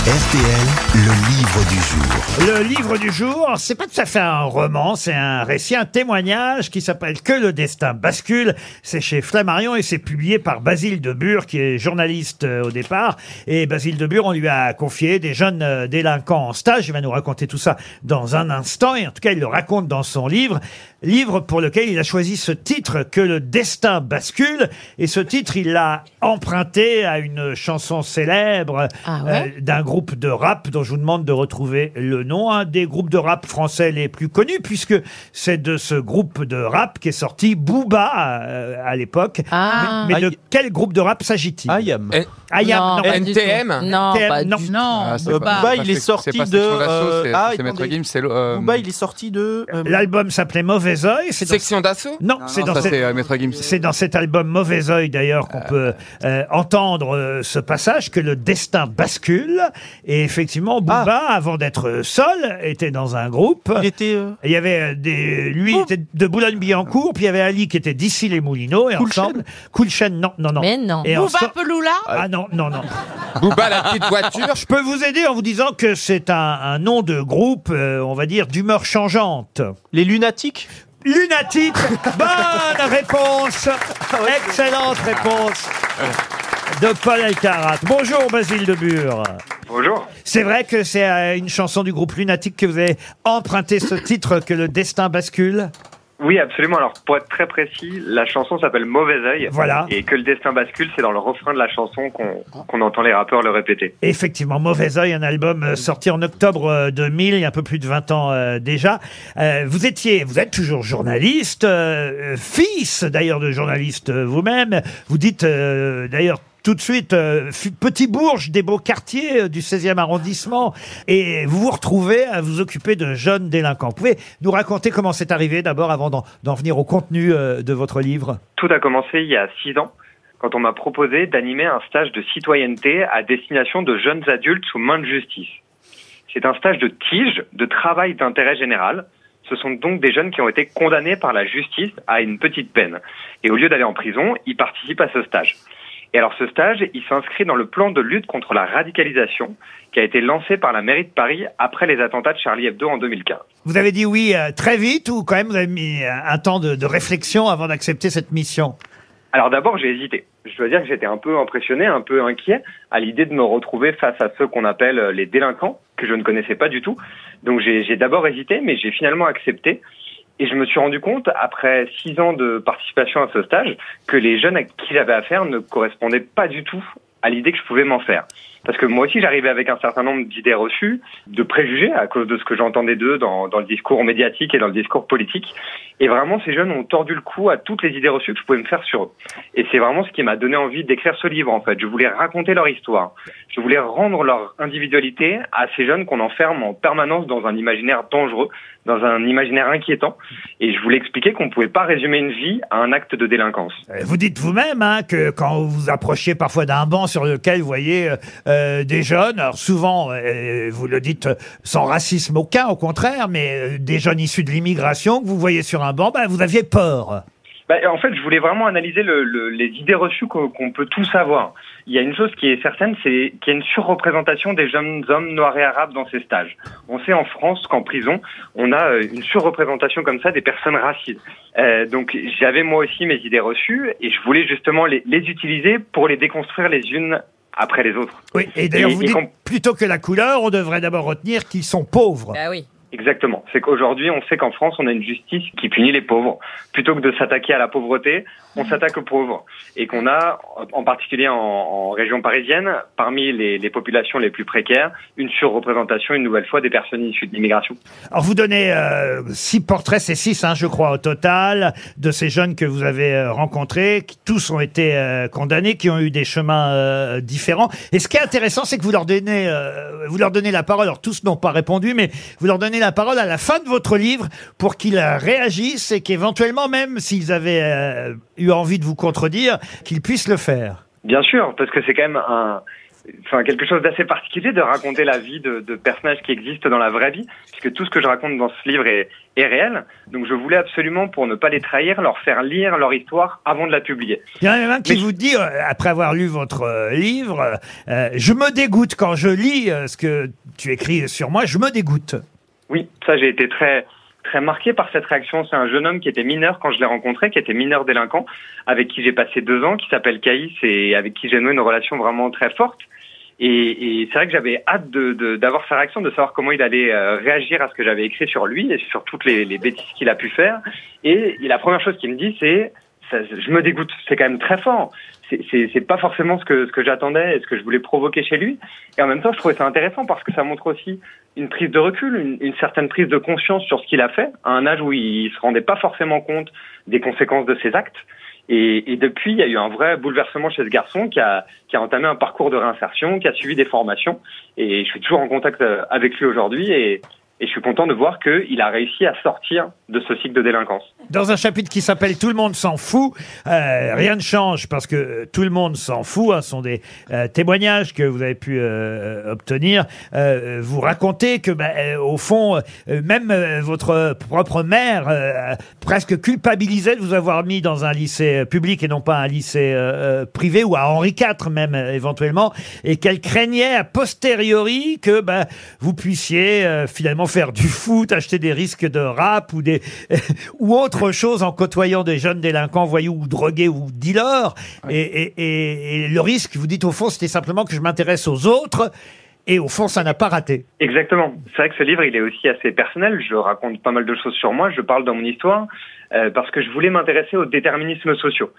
RTL, le livre du jour.
Le livre du jour, c'est pas tout à fait un roman, c'est un récit, un témoignage qui s'appelle Que le destin bascule. C'est chez Flammarion et c'est publié par Basile Debure, qui est journaliste euh, au départ. Et Basile Debure, on lui a confié des jeunes euh, délinquants en stage. Il va nous raconter tout ça dans un instant. Et en tout cas, il le raconte dans son livre. Livre pour lequel il a choisi ce titre, Que le destin bascule. Et ce titre, il l'a emprunté à une chanson célèbre euh,
Ah ouais
d'un groupe de rap dont je vous demande de retrouver le nom. Un des groupes de rap français les plus connus, puisque c'est de ce groupe de rap qu'est sorti Booba euh, à l'époque. Mais, mais de quel groupe de rap s'agit-il IAM.
Ah.
Eh.
Non,
IAM,
pas du tout. Non, pas du tout.
Ah, c'est
Booba,
pas-
il
c'est-
est sorti
c'est pas Section
de,
d'Assaut,
euh,
c'est-
ah,
c'est Maître
attendez.
Gims, c'est le, euh,
Booba,
il est sorti de. euh,
L'album s'appelait Mauvais Oeil. C'est dans-
Section d'assaut
Non,
Non,
c'est
non,
dans,
ça,
cet-
c'est, euh,
c'est dans cet album Mauvais Oeil d'ailleurs qu'on peut euh, entendre euh, ce passage que le destin bascule. Et effectivement,
Ah.
Booba, avant d'être euh, seul, était dans un groupe. Il
était.
Il y avait euh, des. Lui était de Boulogne-Billancourt, puis il y avait Ali qui était d'ici les Moulineaux et ensemble. Coulchen, non, non, non.
Mais non.
Et
Bouba
enso-
Peloula
ah non, non, non.
Booba, la petite voiture.
Je peux vous aider en vous disant que c'est un, un nom de groupe, euh, on va dire, d'humeur changeante.
Les lunatiques
Lunatiques Bonne réponse Excellente réponse de Paul Alcarat. Bonjour Basile de Bure.
Bonjour.
C'est vrai que c'est à une chanson du groupe Lunatique que vous avez emprunté ce titre que le destin bascule
Oui, absolument. Alors, pour être très précis, la chanson s'appelle Mauvais Oeil.
Voilà.
Et que le destin bascule, c'est dans le refrain de la chanson qu'on qu'on entend les rappeurs le répéter.
Effectivement, Mauvais Oeil, un album euh, sorti en octobre euh, 2000, il y a un peu plus de 20 ans euh, déjà. Euh, vous étiez, vous êtes toujours journaliste, euh, euh, fils d'ailleurs de journaliste euh, vous-même. Vous dites euh, d'ailleurs tout de suite, euh, fu- petit bourge des beaux quartiers euh, du 16e arrondissement, et vous vous retrouvez à vous occuper de jeunes délinquants. Vous pouvez nous raconter comment c'est arrivé d'abord avant d'en d'en venir au contenu euh, de votre livre
Tout a commencé il y a six ans, quand on m'a proposé d'animer un stage de citoyenneté à destination de jeunes adultes sous main de justice. C'est un stage de tige, de travail d'intérêt général. Ce sont donc des jeunes qui ont été condamnés par la justice à une petite peine. Et au lieu d'aller en prison, ils participent à ce stage. Et alors ce stage, il s'inscrit dans le plan de lutte contre la radicalisation qui a été lancé par la mairie de Paris après les attentats de Charlie Hebdo en 2015.
Vous avez dit oui euh, très vite ou quand même vous avez mis euh, un temps de, de réflexion avant d'accepter cette mission
Alors d'abord, j'ai hésité. Je dois dire que j'étais un peu impressionné, un peu inquiet à l'idée de me retrouver face à ceux qu'on appelle euh, les délinquants, que je ne connaissais pas du tout. Donc j'ai j'ai d'abord hésité, mais j'ai finalement accepté. Et je me suis rendu compte, après six ans de participation à ce stage, que les jeunes à qui j'avais affaire ne correspondaient pas du tout à l'idée que je pouvais m'en faire. Parce que moi aussi, j'arrivais avec un certain nombre d'idées reçues, de préjugés à cause de ce que j'entendais d'eux dans, dans le discours médiatique et dans le discours politique. Et vraiment, ces jeunes ont tordu le cou à toutes les idées reçues que je pouvais me faire sur eux. Et c'est vraiment ce qui m'a donné envie d'écrire ce livre, en fait. Je voulais raconter leur histoire. Je voulais rendre leur individualité à ces jeunes qu'on enferme en permanence dans un imaginaire dangereux, dans un imaginaire inquiétant. Et je voulais expliquer qu'on ne pouvait pas résumer une vie à un acte de délinquance.
Euh, Vous dites vous-même hein, que quand vous approchiez parfois d'un banc sur lequel vous voyez euh, euh, des jeunes, alors souvent euh, vous le dites euh, sans racisme aucun, au contraire, mais euh, des jeunes issus de l'immigration que vous voyez sur un banc, bah, vous aviez peur.
Bah, en fait, je voulais vraiment analyser le- le- les idées reçues qu'on qu'on peut tous avoir. Il y a une chose qui est certaine, c'est qu'il y a une surreprésentation des jeunes hommes noirs et arabes dans ces stages. On sait en France qu'en prison, on a euh, une surreprésentation comme ça des personnes racistes. Euh, donc j'avais moi aussi mes idées reçues et je voulais justement les, les utiliser pour les déconstruire les unes après les autres.
Oui, et d'ailleurs
Et-
vous
et
dites
qu'on-
plutôt que la couleur, on devrait d'abord retenir qu'ils sont pauvres.
oui.
Exactement. C'est qu'aujourd'hui, on sait qu'en France, on a une justice qui punit les pauvres. Plutôt que de s'attaquer à la pauvreté, on s'attaque aux pauvres. Et qu'on a, en particulier en, en région parisienne, parmi les, les populations les plus précaires, une surreprésentation, une nouvelle fois, des personnes issues de l'immigration.
Alors vous donnez euh, six portraits, c'est six, hein, je crois, au total, de ces jeunes que vous avez euh, rencontrés, qui tous ont été euh, condamnés, qui ont eu des chemins euh, différents. Et ce qui est intéressant, c'est que vous leur donnez, euh, vous leur donnez la parole. Alors tous n'ont pas répondu, mais vous leur donnez la parole à la fin de votre livre pour qu'ils euh, réagissent et qu'éventuellement, même s'ils avaient euh, eu envie de vous contredire, qu'ils puissent le faire.
Bien sûr, parce que c'est quand même un, enfin, quelque chose d'assez particulier de raconter la vie de, de personnages qui existent dans la vraie vie, puisque tout ce que je raconte dans ce livre est, est réel. Donc je voulais absolument, pour ne pas les trahir, leur faire lire leur histoire avant de la publier.
Il y en a même un qui vous dit, euh, après avoir lu votre euh, livre, euh, euh, je me dégoûte quand je lis euh, ce que tu écris sur moi, je me dégoûte.
Oui, ça j'ai été très très marqué par cette réaction. C'est un jeune homme qui était mineur quand je l'ai rencontré, qui était mineur délinquant, avec qui j'ai passé deux ans, qui s'appelle Caïs et avec qui j'ai noué une relation vraiment très forte. Et, et c'est vrai que j'avais hâte de- de- d'avoir sa réaction, de savoir comment il allait euh, réagir à ce que j'avais écrit sur lui et sur toutes les, les bêtises qu'il a pu faire. Et la première chose qu'il me dit, c'est ça- je me dégoûte. C'est quand même très fort. C'est- C'est c'est pas forcément ce que, ce que j'attendais et ce que je voulais provoquer chez lui. Et en même temps, je trouvais ça intéressant parce que ça montre aussi une prise de recul, une, une certaine prise de conscience sur ce qu'il a fait à un âge où il se rendait pas forcément compte des conséquences de ses actes. Et, et depuis, il y a eu un vrai bouleversement chez ce garçon qui a, qui a entamé un parcours de réinsertion, qui a suivi des formations. Et je suis toujours en contact euh, avec lui aujourd'hui et, et je suis content de voir qu'il a réussi à sortir de ce cycle de délinquance.
Dans un chapitre qui s'appelle Tout le monde s'en fout, euh, rien ne change parce que euh, tout le monde s'en fout. hein, Ce sont des euh, témoignages que vous avez pu euh, obtenir. Euh, vous racontez que, bah, euh, au fond, euh, même euh, votre propre mère euh, presque culpabilisait de vous avoir mis dans un lycée euh, public et non pas un lycée euh, euh, privé ou à Henri IV même euh, éventuellement, et qu'elle craignait a posteriori que bah, vous puissiez euh, finalement faire du foot, acheter des risques de rap ou des ou autre chose en côtoyant des jeunes délinquants, voyous ou drogués ou dealers. Et, et- et- et le risque, vous dites au fond, c'était simplement que je m'intéresse aux autres. Et au fond, ça n'a pas raté.
Exactement. C'est vrai que ce livre, il est aussi assez personnel. Je raconte pas mal de choses sur moi, je parle dans mon histoire, euh, parce que je voulais m'intéresser aux déterminismes sociaux.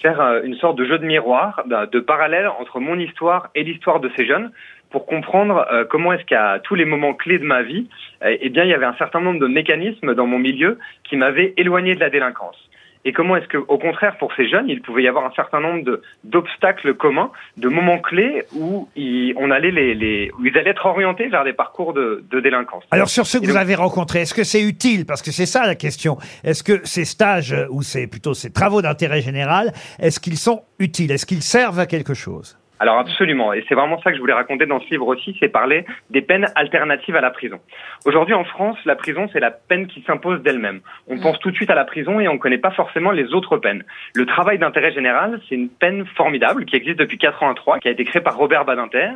Faire euh, une sorte de jeu de miroir, bah, de parallèle entre mon histoire et l'histoire de ces jeunes, pour comprendre euh, comment est-ce qu'à tous les moments clés de ma vie, euh, eh bien, il y avait un certain nombre de mécanismes dans mon milieu qui m'avaient éloigné de la délinquance. Et comment est-ce que, au contraire, pour ces jeunes, il pouvait y avoir un certain nombre de- d'obstacles communs, de moments clés où ils, on allait les, les- où ils allaient être orientés vers des parcours de, de délinquance.
Alors sur ceux que vous avez rencontrés, est-ce que c'est utile Parce que c'est ça la question. Est-ce que ces stages euh, ou c'est plutôt ces travaux d'intérêt général, est-ce qu'ils sont utiles Est-ce qu'ils servent à quelque chose
Alors absolument, et c'est vraiment ça que je voulais raconter dans ce livre aussi, c'est parler des peines alternatives à la prison. Aujourd'hui en France, la prison, c'est la peine qui s'impose d'elle-même. On pense tout de suite à la prison et on ne connaît pas forcément les autres peines. Le travail d'intérêt général, c'est une peine formidable qui existe depuis 83, qui a été créée par Robert Badinter,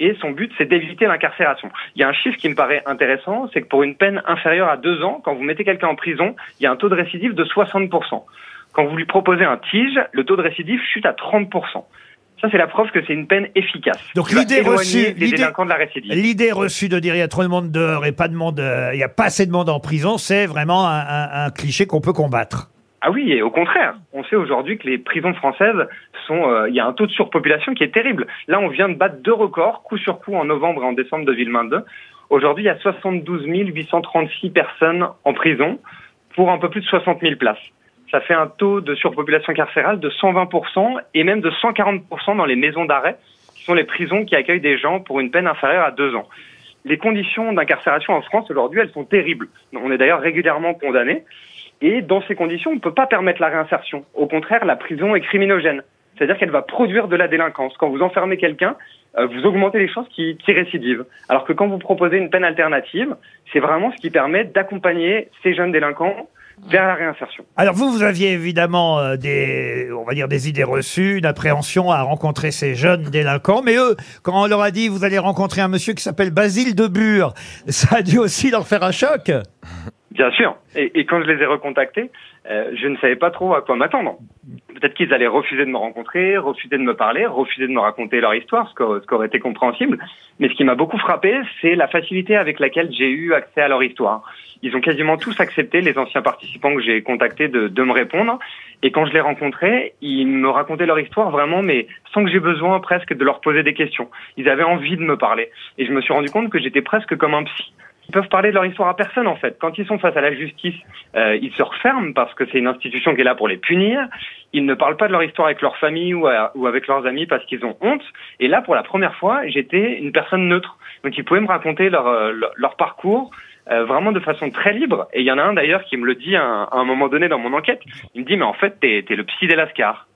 et son but, c'est d'éviter l'incarcération. Il y a un chiffre qui me paraît intéressant, c'est que pour une peine inférieure à deux ans, quand vous mettez quelqu'un en prison, il y a un taux de récidive de 60%. Quand vous lui proposez un tige, le taux de récidive chute à 30%. Ça, c'est la preuve que c'est une peine efficace.
Donc
qui va
l'idée
éloigner
reçue,
Les
l'idée-
délinquants de la récidive.
L'idée reçue de dire il y a trop de monde dehors et pas de monde, euh, il n'y a pas assez de monde en prison, c'est vraiment un- un- un cliché qu'on peut combattre.
Ah oui, et au contraire, on sait aujourd'hui que les prisons françaises sont, euh, il y a un taux de surpopulation qui est terrible. Là, on vient de battre deux records, coup sur coup, en novembre et en décembre de Villemain 2. Aujourd'hui, il y a 72 836 personnes en prison pour un peu plus de 60 000 places. Ça fait un taux de surpopulation carcérale de 120% et même de 140% dans les maisons d'arrêt, qui sont les prisons qui accueillent des gens pour une peine inférieure à deux ans. Les conditions d'incarcération en France aujourd'hui, elles sont terribles. On est d'ailleurs régulièrement condamné. Et dans ces conditions, on ne peut pas permettre la réinsertion. Au contraire, la prison est criminogène. C'est-à-dire qu'elle va produire de la délinquance. Quand vous enfermez quelqu'un, euh, vous augmentez les chances qu'il qu'il récidive. Alors que quand vous proposez une peine alternative, c'est vraiment ce qui permet d'accompagner ces jeunes délinquants vers la réinsertion.
Alors vous, vous aviez évidemment euh, des, on va dire des idées reçues, une appréhension à rencontrer ces jeunes délinquants, mais eux, quand on leur a dit vous allez rencontrer un monsieur qui s'appelle Basile de Bure, ça a dû aussi leur faire un choc.
Bien sûr. Et, et quand je les ai recontactés, euh, je ne savais pas trop à quoi m'attendre. Peut-être qu'ils allaient refuser de me rencontrer, refuser de me parler, refuser de me raconter leur histoire, ce qu'au- ce qui aurait été compréhensible. Mais ce qui m'a beaucoup frappé, c'est la facilité avec laquelle j'ai eu accès à leur histoire. Ils ont quasiment tous accepté, les anciens participants que j'ai contactés, de, de me répondre. Et quand je les rencontrais, ils me racontaient leur histoire vraiment, mais sans que j'ai besoin presque de leur poser des questions. Ils avaient envie de me parler. Et je me suis rendu compte que j'étais presque comme un psy. Ils peuvent parler de leur histoire à personne en fait. Quand ils sont face à la justice, euh, ils se referment parce que c'est une institution qui est là pour les punir. Ils ne parlent pas de leur histoire avec leur famille ou, à- ou avec leurs amis parce qu'ils ont honte. Et là, pour la première fois, j'étais une personne neutre. Donc ils pouvaient me raconter leur, euh, leur- leur parcours euh, vraiment de façon très libre. Et il y en a un d'ailleurs qui me le dit à un, à un moment donné dans mon enquête. Il me dit mais en fait t'es t'es le psy des Lascars.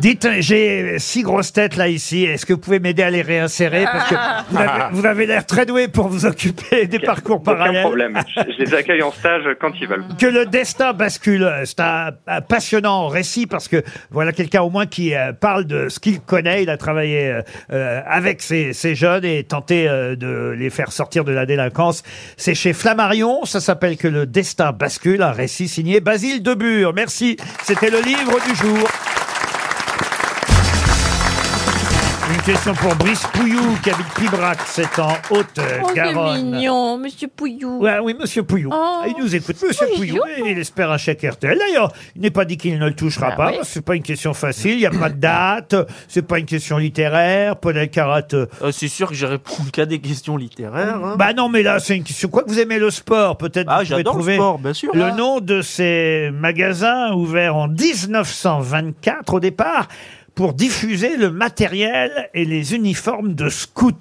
Dites, euh, j'ai six grosses têtes là ici, est-ce que vous pouvez m'aider à les réinsérer parce que vous avez, vous avez l'air très doué pour vous occuper des parcours
Aucun
parallèles.
problème. Je, je les accueille en stage quand ils
Mm-hmm.
veulent.
Que le destin bascule, c'est un, un passionnant récit parce que voilà quelqu'un au moins qui euh, parle de ce qu'il connaît. Il a travaillé euh, euh, avec ces, ces jeunes et tenté euh, de les faire sortir de la délinquance. C'est chez Flammarion, ça s'appelle Que le destin bascule, un récit signé Basile Debure. Merci, c'était le livre du jour. Une question pour Brice Pouillou, qui habite Pibrac, c'est en
Oh, c'est
Haute-Garonne.
mignon, monsieur Pouillou.
Ouais, oui, Monsieur Pouillou. Ah,
Oh.
Il nous écoute, Monsieur Pouillou. et Il espère un chèque RTL. D'ailleurs, il n'est pas dit qu'il ne le touchera
Ah
pas.
oui.
C'est pas une question facile. Il n'y a pas de date. C'est pas une question littéraire. Paul Elkarat. euh,
Euh, c'est sûr que j'ai répondu qu'à des questions littéraires. hein. Ah,
Bah non, mais là, c'est une question. Quoi que vous aimez le sport, peut-être vous pouvez
j'adore le
trouver
sport, bien sûr.
le
Ah.
nom de ces magasins ouverts en 1924 au départ pour diffuser le matériel et les uniformes de scouts.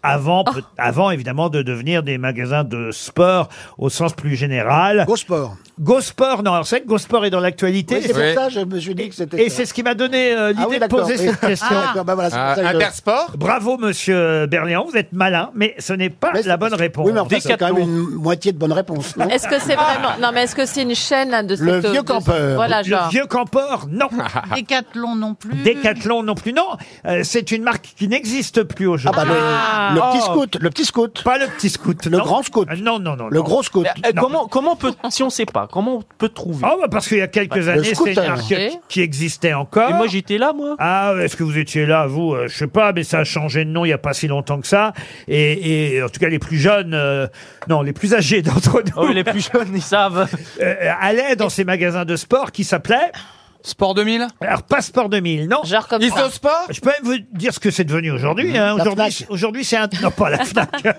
Avant,
Oh.
peut- avant évidemment de devenir des magasins de sport au sens plus général. Go Sport. Go Sport, non, alors c'est vrai que Go Sport est dans l'actualité.
Oui, c'est pour ça, je me suis dit que c'était.
Et c'est ce qui m'a donné euh, l'idée
Ah oui,
de
d'accord,
poser
oui.
cette question.
Ah, d'accord, bah voilà, c'est pour Ah, ça que je- Intersport
Bravo, monsieur Berléand, vous êtes malin, mais ce n'est pas la bonne réponse.
Oui, mais enfin, c'est quand même une moitié de bonne réponse. non Ah.
Est-ce que c'est vraiment. Non, mais est-ce que c'est une chaîne là, de
Le
cette-
vieux
de-
campeur.
Voilà, genre.
Le vieux campeur, non.
Décathlon non plus.
Décathlon non plus, non. Euh, c'est une marque qui n'existe plus aujourd'hui.
Ah, le- le
Oh.
petit scout,
le petit scout. Pas le petit scout. Le
grand
scout. Non, non, non.
Le
non.
gros scout.
Mais, euh, comment, comment peut, si on sait pas, comment on peut trouver
Ah, bah, parce qu'il y a quelques années, c'est une marque qui existait encore.
Et moi, j'étais là, moi.
Ah, est-ce que vous étiez là, vous Euh, Je sais pas, mais ça a changé de nom il n'y a pas si longtemps que ça. Et, et, en tout cas, les plus jeunes, euh, non, les plus âgés d'entre nous.
Oh, les plus jeunes, ils savent.
euh, allaient dans ces magasins de sport qui s'appelaient. Sport 2000 Alors, pas Sport 2000, non. Genre comme
Sport
Je peux même vous dire ce que c'est devenu aujourd'hui. hein. Aujourd'hui, aujourd'hui, c'est un. Non, pas la Fnac.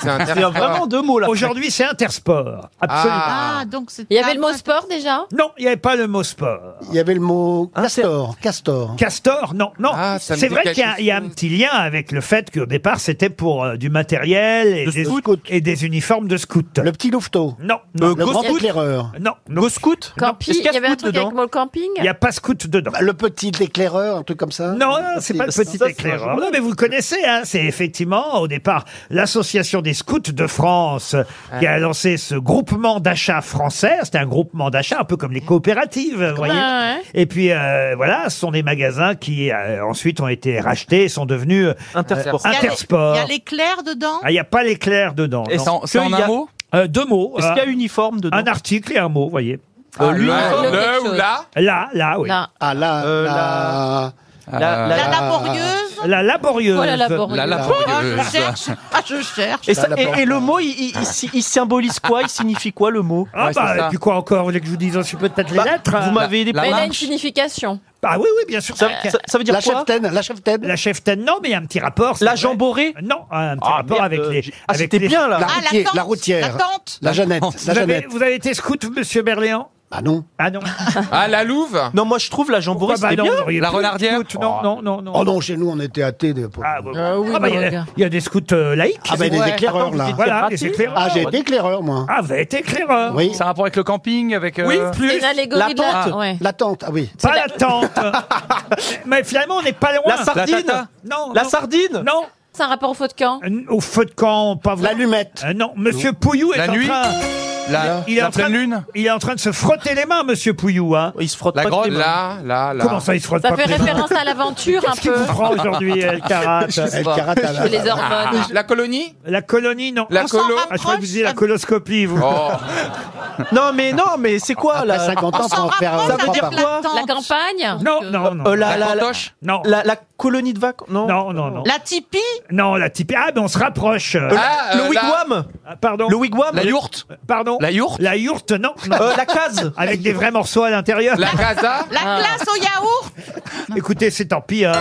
C'est Intersport. C'est vraiment
deux mots, là. Aujourd'hui, c'est Intersport. Absolument.
Ah, donc c'est.
Il y avait le mot sport déjà
Non, il n'y avait pas le mot sport. Hein,
Il y avait le mot castor. Castor.
Castor, non, non.
Ah, ça me
c'est
dit
vrai
quelque
qu'il y a- il y, a un petit lien avec le fait qu'au départ, c'était pour euh, du matériel et, des, et des uniformes de scout. Le petit louveteau. Euh, Non. non.
Le grand éclaireur.
Non. Le scout
Campi, il y avait un truc avec le mot camping
Il n'y a pas scout dedans.
Bah, Le petit éclaireur, un truc comme ça euh,
Non, non, c'est pas le petit
ça, c'est un
éclaireur.
journal.
Non, mais vous le connaissez, hein, c'est effectivement au départ l'association des scouts de France qui a lancé ce groupement d'achat français. C'était un groupement d'achat un peu comme les coopératives, vous voyez.
ouais.
Et puis euh, voilà, ce sont des magasins qui euh, ensuite ont été rachetés, et sont devenus euh,
Intersport. Il y a les-
Intersport.
Il y a l'éclair dedans.
Ah, Il n'y a pas l'éclair dedans.
Et
non.
c'est en- c'est
Que
en
il y a-
un mot
Euh, Deux mots.
Est-ce qu'il y a
Euh,
uniforme dedans
Un article et un mot, vous voyez.
Ah, Euh, l'uniforme. le- le ou la Euh,
Là, là, oui.
Là.
Ah, là,
la-
la- la- La
laborieuse
La laborieuse.
Quoi, la laborieuse La laborieuse.
Ah,
Oh, Je cherche. Ah, je cherche.
Et, ça- et- et le mot, il, il- il si- il symbolise quoi Il signifie quoi le mot
Ah
Bah,
bah, et puis quoi encore Vous voulez que je vous dise aussi peut-être les lettres
vous m'avez aidé
Mais il a une signification.
Ah oui, oui, bien sûr.
Ça- ça- ça veut dire La quoi
cheftaine, la cheftaine. La cheftaine, non, mais il y a un petit rapport. La jamborée Non, un
Ah,
petit rapport avec les. avec
c'était
les-
bien, là. La Ah, la routière, tante, la routière. la tante. La Jeannette, la
Vous avez-
Jeannette.
Vous avez été scout, monsieur Berléand
Ah non.
Ah non.
Ah, la Louve
Non, moi, je trouve la jamborée,
Pourquoi
c'était
bah non, vous auriez
bien.
La pu- renardière scout, non, non, non, non.
Oh non, chez nous, on était athées. De... Ah,
oui, Ah bah, il y a- regarde. il y a des scouts euh, laïcs.
Ah, bah, des
Ouais.
éclaireurs,
Attends,
là.
vous étiez Voilà, des raté. éclaireurs.
Ah, j'ai été éclaireur, moi.
Ah, vous avez été éclaireur.
Oui.
C'est un rapport avec le camping, avec. euh,
Oui, plus. Une allégorie
La
de la-
tente.
Ah, ouais.
Euh, La tente, ah oui.
Pas la tente. Mais finalement, on n'est pas loin.
La sardine. La tata.
Non.
La
sardine Non.
C'est un rapport au faux de camp
Euh, Au feu de camp, pas vrai. L'allumette. non, monsieur Pouillou est
La
en
nuit
train.
La-
il est
la
en train
pleine
de-
lune
Il est en train de se frotter les mains, monsieur Pouillou. Hein.
Il se frotte
La grotte, là, là, là.
Comment ça, il se frotte
Ça
pas
fait
les mains
référence à l'aventure un
Qu'est-ce qui
peu.
vous prend aujourd'hui, El Karat
Je sais pas. El Karat, elle a- Les
Ah,
hormones.
La colonie La colonie, non.
La On s'en colo-
Ah, je crois que vous disiez la coloscopie, vous.
Non, mais non, mais c'est quoi là Ça veut dire quoi
La campagne
Non, non, non.
Euh, la- La la- la-
cantoche Non.
La, la colonie de vacances Non.
Non, non, non. La
tipi
Non, la tipi. Ah, mais on se rapproche.
Euh, Ah, le euh, wigwam
Ah, Pardon.
Le wigwam La
yourte Pardon. La yourte La yourte, non. non.
Euh, la case
Avec des vrais morceaux à l'intérieur. Ah.
La casa
La
Ah.
Ah. classe au yaourt.
Écoutez, c'est tant pis. Hein.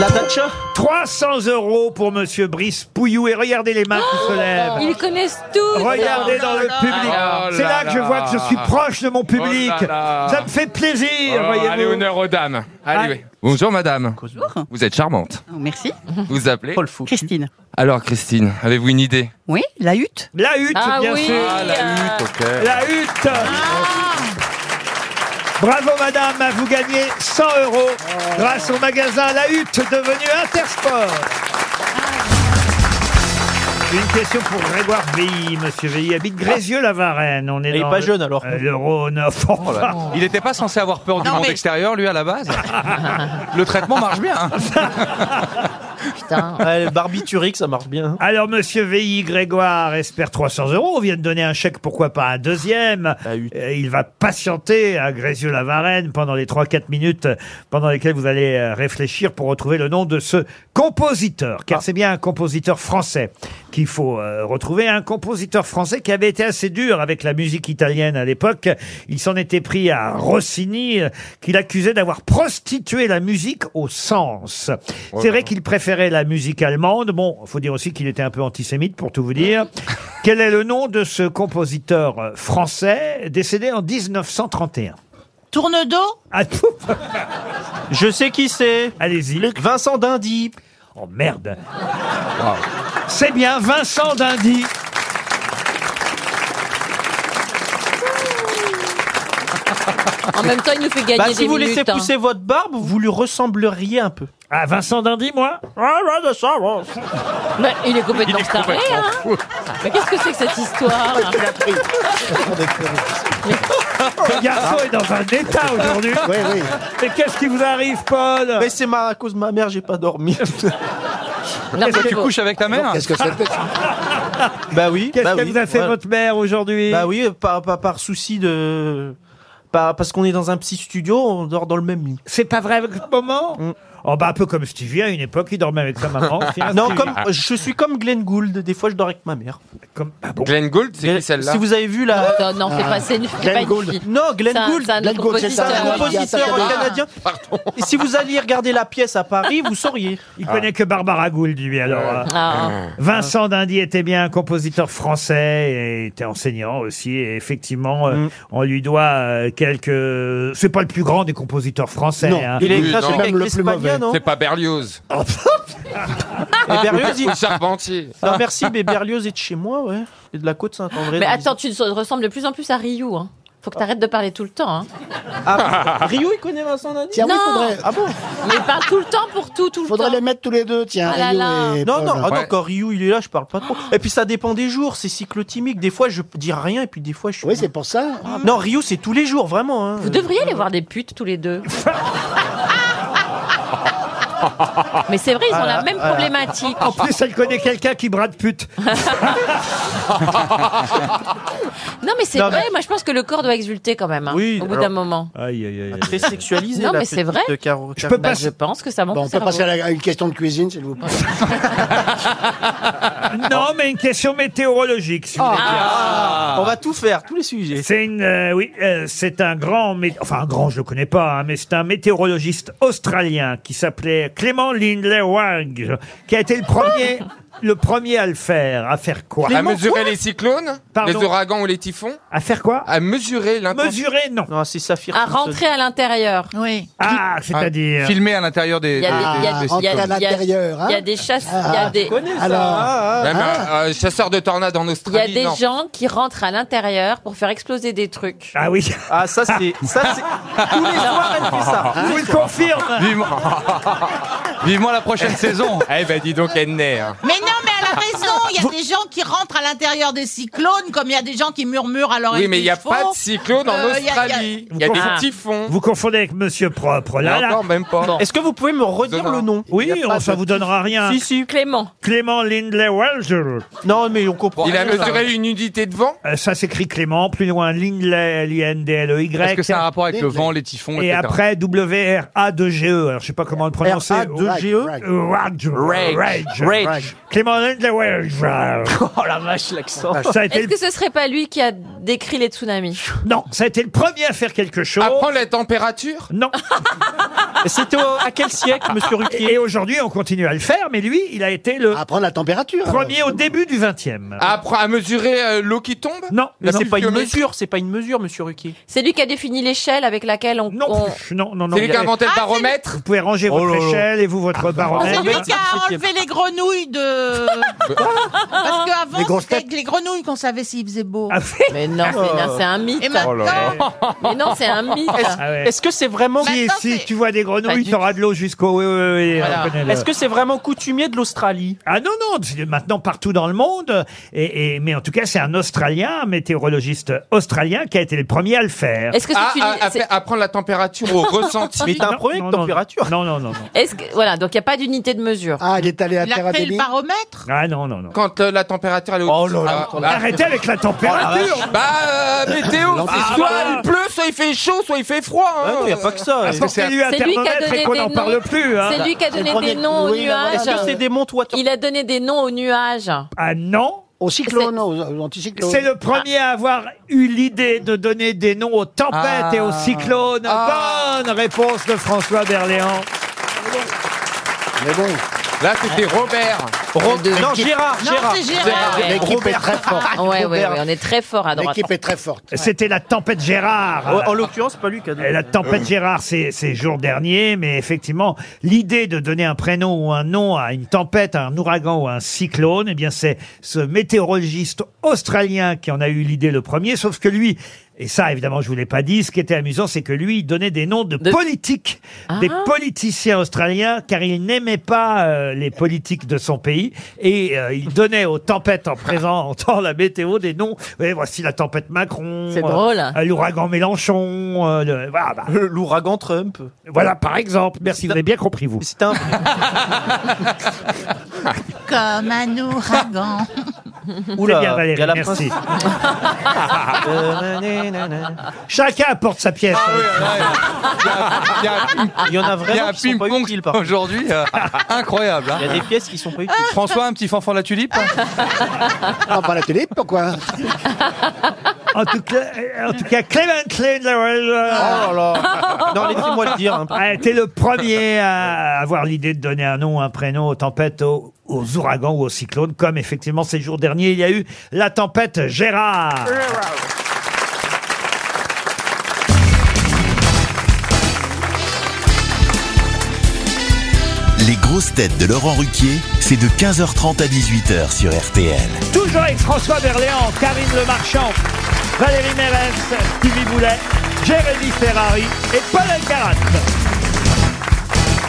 La dacha 300 euros pour Monsieur Brice Pouillou. Et regardez les mains
Oh,
qui se lèvent.
Ils connaissent tout.
Regardez Ah, dans le public. C'est là que je vois que je suis proche de mon public.
Oh là là.
Ça me fait plaisir,
Oh, allez,
voyez-vous. Ah.
honneur aux dames.
Allez.
Allez, oui. Bonjour, madame. Vous êtes charmante.
Oh, Merci.
Vous appelez
Christine.
Alors, Christine, avez-vous une idée
Oui, la hutte.
La hutte,
Ah
bien
oui,
sûr.
Ah, la euh.
hutte, ok.
La hutte. Bravo, madame. Vous gagnez 100 euros grâce au magasin La Hutte, devenu Intersport. Une question pour Grégoire Veilly. Monsieur Veilly habite Grézieux-la-Varenne. On est
Il est
dans
pas
le-
jeune, alors.
euh, Le Rhône.
Oh là là. Il n'était pas censé avoir peur du
Ah, Non,
monde
mais-
extérieur, lui, à la base. Le traitement marche bien. hein.
Putain. Ouais, barbiturique, ça marche bien.
Alors, monsieur VI Grégoire espère 300 euros. On vient de donner un chèque, pourquoi pas un deuxième.
Bah
Euh, Il va patienter à Grézieux-la-Varenne pendant les 3-4 minutes pendant lesquelles vous allez euh, réfléchir pour retrouver le nom de ce compositeur.
Ah.
Car c'est bien un compositeur français qu'il faut euh, retrouver. Un compositeur français qui avait été assez dur avec la musique italienne à l'époque. Il s'en était pris à Rossini, euh, qu'il accusait d'avoir prostitué la musique au sens. C'est
bah.
vrai qu'il préférait la musique allemande. Bon, faut dire aussi qu'il était un peu antisémite pour tout vous dire. Quel est le nom de ce compositeur euh, français décédé en 1931
Tourne d'eau
Je sais qui c'est. Ah, Allez-y. Vincent Dindy. Oh merde. C'est bien Vincent Dindy.
En même temps, il nous fait gagner
Bah, si
des
vous
minutes.
laissez
hein.
pousser votre barbe, vous lui ressembleriez un peu.
Ah, Vincent Dindy, moi
Ah,
Mais Bah, il est complètement taré, hein. Mais qu'est-ce que c'est que cette histoire là
Ce garçon est dans un état aujourd'hui.
Oui, oui.
Mais qu'est-ce qui vous arrive, Paul
Mais c'est ma, à cause de ma mère, j'ai pas dormi.
Est-ce que tu couches avec ta mère
Qu'est-ce que c'était Bah oui.
Qu'est-ce
bah
qu'elle
oui,
vous a fait, votre
mère aujourd'hui
Bah oui, par, par, par souci de. par- parce qu'on est dans un petit studio, on dort dans le même lit. Mm.
C'est pas vrai avec moment Oh bah un peu comme Stevie à une époque, il dormait avec sa maman.
non, comme, je suis comme Glenn Gould, des fois je dors avec ma mère.
Comme,
Ah Glenn Gould, c'est qui celle-là
Si vous avez vu la.
Non, non, c'est pas- c'est une- c'est Glenn pas une Gould. fille.
Non, Glenn
C'est un-
Gould.
c'est un Glenn Gould, c'est
c'est un
un
compositeur
compositeur. Ah,
canadien. Et si vous alliez regarder la pièce à Paris, vous sauriez.
Il connaît que Barbara Gould, lui, alors. hein.
Ah.
Vincent Dindy était bien un compositeur français et était enseignant aussi. Et effectivement,
Mm.
euh, on lui doit euh, quelques. C'est pas le plus grand des compositeurs français.
Non.
hein.
Il a écrit un truc avec l'Espagnol, non C'est pas Berlioz.
Ah, Et Berlioz, il-
Ou Charpentier.
Non, merci, mais Berlioz est de chez moi, ouais. Et de la côte Saint-André. dans les-
Mais attends, tu ressembles de plus en plus à Ryu. Hein. Faut que t'arrêtes de parler tout le temps. Hein.
Ah, Ryu, il connaît Vincent Dindy
Tiens, oui, Non. faudrait-
Ah bon
Mais il parle tout le temps pour tout, tout le
Faudrait
temps.
les mettre tous les deux, tiens.
Ah là
Rio
là.
et
Non,
Paul.
non, ah non, quand Ryu il est là, je parle pas trop. Et puis ça dépend des jours, c'est cyclotimique. Des fois, je dis rien, et puis des fois, je suis. Oui, c'est
pour ça.
Non, Ryu, c'est tous les jours, vraiment. hein.
Vous
Mmh.
devriez aller voir des putes tous les deux. Mais c'est vrai, ils ont
Voilà,
la même
voilà.
problématique.
En plus, elle connaît quelqu'un qui brade pute.
Non, mais c'est
Non,
vrai,
mais-
moi je pense que le corps doit exulter quand même. hein,
Oui,
au bout
alors-
d'un moment.
Aïe, aïe, aïe. aïe.
Très sexualisé.
Non,
la
mais c'est
petite
vrai.
Caro-
Je peux
Bah,
pas- je pense que ça manque
Bon, on
de
peut
cerveau.
passer à, la- à une question de cuisine, s'il vous plaît.
Ah.
Non, mais une question météorologique. si vous voulez bien.
Ah. On va tout faire, tous les sujets.
C'est une, euh, oui, euh, c'est un grand, mé- enfin un grand, je le connais pas, hein, mais c'est un météorologiste australien qui s'appelait Clément Lindley Wang, qui a été le premier, le premier à le faire. À faire quoi
À mesurer les cyclones,
Pardon
les ouragans ou les typhons
À faire quoi
À mesurer l'intensité.
Mesurer, non.
Non, c'est Saphir.
À rentrer à l'intérieur.
Oui.
Ah, c'est-à-dire.
Filmé à l'intérieur des.
Il y a des- il y a-
des- des-
il y a-
des-
il y a-
Ah, l'intérieur, hein.
Il y a des chasses. Il y a des.
hein,
Ouais, mais, euh, chasseur de tornades en
Ah. Il y a
Australie.
des
non.
gens qui rentrent à l'intérieur pour faire exploser des trucs.
Ah oui.
Ah, ça, c'est. Ça, c'est. Tous les soirs, elle fait ça.
Je vous le confirme.
Ah. Vivement, Vivement la prochaine saison.
Eh ben dis donc, elle naît. hein.
Mais non, mais elle a raison. Il y a des gens qui rentrent à l'intérieur des cyclones, comme il y a des gens qui murmurent à l'oreille. Euh,
Oui, mais il
n'y
n'y a pas de cyclone
Euh,
en Australie. Il y a des typhons.
Vous confondez avec Monsieur Propre. Là,
Non,
là.
non, même pas.
Est-ce que vous pouvez me redire le nom
Oui, on- ça vous donnera rien.
Si, si.
Clément.
Clément Lindley Welser.
Non, mais on comprend.
Il a mesuré une unité de vent
Euh, ça s'écrit Clément, plus loin Lindley, L-I-N-D-L-E-Y.
Est-ce que ça a un rapport avec le vent, les typhons,
Et
etc.
après W-R-A-2-G-E. E. Alors, je sais pas comment le prononcer.
R-A-2-G-E?
Euh, Rage.
Rage. Rage.
Clément Lindley Welser.
Oh la vache, l'accent.
Ah, Ça a été
Est-ce
le-
que ce serait pas lui qui a décrit les tsunamis
Non, ça a été le premier à faire quelque chose.
Apprends la température
Non. Ah,
C'était au- à quel siècle, monsieur Ruquier
Et aujourd'hui, on continue à le faire, mais lui, il a été le
À prendre la température.
premier au début du 20e.
Apprends à mesurer euh, l'eau qui tombe
Non,
Là,
non,
c'est pas une
mais-
mesure, c'est pas une mesure, monsieur Ruquier.
C'est lui qui a défini l'échelle avec laquelle on. on-
non, non, non.
C'est lui qui a inventé le baromètre
Vous pouvez ranger
Oh
votre
là là.
échelle et vous votre
C'est
baromètre. Ah,
lui qui a enlevé les grenouilles de. Parce qu'avant,
Bah. les grosses
c'était
têtes.
avec les grenouilles qu'on savait s'il faisait beau.
Ah
Mais non,
Oh.
c'est- c'est un mythe.
Et maintenant,
Mais non, c'est un mythe.
Est-ce
Ah ouais.
est-ce que c'est vraiment.
Si, si tu vois des grenouilles, t'auras de l'eau jusqu'au. Oui, oui, oui,
Voilà.
on connaît le-
Est-ce que c'est vraiment coutumier de l'Australie
Ah non, non, c'est maintenant partout dans le monde. Et, et- mais en tout cas, c'est un Australien, un météorologiste australien, qui a été le premier à le faire.
Est-ce que c'est
Ah,
une-
ah, à,
c'est-
pa- à prendre la température au ressenti.
Mais t'as un
Non,
problème
non,
avec
non.
température
Non, non, non. non.
Est-ce que voilà, donc il n'y a pas d'unité de mesure.
Ah, il est allé à
il a
Terre
fait le
Adélie.
baromètre
Ah non, non, non.
Quand euh, la température elle est au
Oh là là.
Ah, bah,
Arrêtez avec la température
Bah, euh, météo,
Ah,
L'anticipation.
soit
bah.
il pleut, soit il fait chaud, soit il fait froid.
Ah
hein.
non, il n'y a pas que ça. Est-ce
Parce lui un
C'est lui qui a
thermomètre et
donné
qu'on
des
n'en
noms.
parle plus. hein.
C'est lui qui a
le
donné
premier-
des noms aux
oui, non,
nuages.
que c'est des monts toi
Il a donné des noms aux nuages.
Ah non
Au cyclone, aux, aux anticyclones.
c'est le premier à avoir eu l'idée de donner des noms aux tempêtes et aux cyclones. Bonne réponse de François Berléand.
Mais bon,
Là, c'était Robert.
Non, Gérard,
Non,
Gérard.
c'est Gérard.
Ouais,
l'équipe est très forte.
ouais, ouais, ouais, on est très fort à droite.
L'équipe est très forte.
C'était la tempête Gérard.
En en l'occurrence, pas lui qui a donné.
Et Euh, La tempête Gérard, c'est c'est jour dernier, mais effectivement, l'idée de donner un prénom ou un nom à une tempête, à un ouragan ou à un cyclone, eh bien, c'est ce météorologiste australien qui en a eu l'idée le premier, sauf que lui, et ça, évidemment, je vous l'ai pas dit, ce qui était amusant, c'est que lui, il donnait des noms de,
De- Ah.
politiques, des politiciens australiens, car il n'aimait pas euh, les politiques de son pays, et euh, il donnait aux tempêtes en présentant la météo des noms. Vous voyez, voici la tempête Macron.
C'est drôle.
Euh, L'ouragan Mélenchon, euh, le- voilà, bah,
L'ouragan Trump.
voilà, par exemple. Merci, vous avez bien compris, vous.
C'est un.
Comme un ouragan.
C'est bien,
Oula, il y a
Valérie,
la
merci.
princesse. Il
Ah, Chacun apporte sa pièce.
Ah
Il
y
y a-
en a
il y a
vraiment
un
qui sont pas
ping-pong
utiles, par contre.
aujourd'hui. euh, incroyable. hein.
Il y a des pièces qui sont pas utiles.
François, un petit fanfan la tulipe hein.
Ah,
bah,
pas la tulipe, pourquoi
En tout cas, en tout cas Clement Lindley,
Oh
euh,
là là. Non, laissez-moi le dire. hein.
a été le premier à avoir l'idée de donner un nom, un prénom aux tempêtes, aux, aux ouragans ou aux cyclones, comme effectivement ces jours derniers, il y a eu la tempête Gérard.
Les grosses têtes de Laurent Ruquier, c'est de 15h30 à 18h sur RTL.
Toujours avec François Berléand, Karine Le Marchand, Valérie Mérès, Stevie Boulet, Jérémy Ferrari et Paul Alcarat.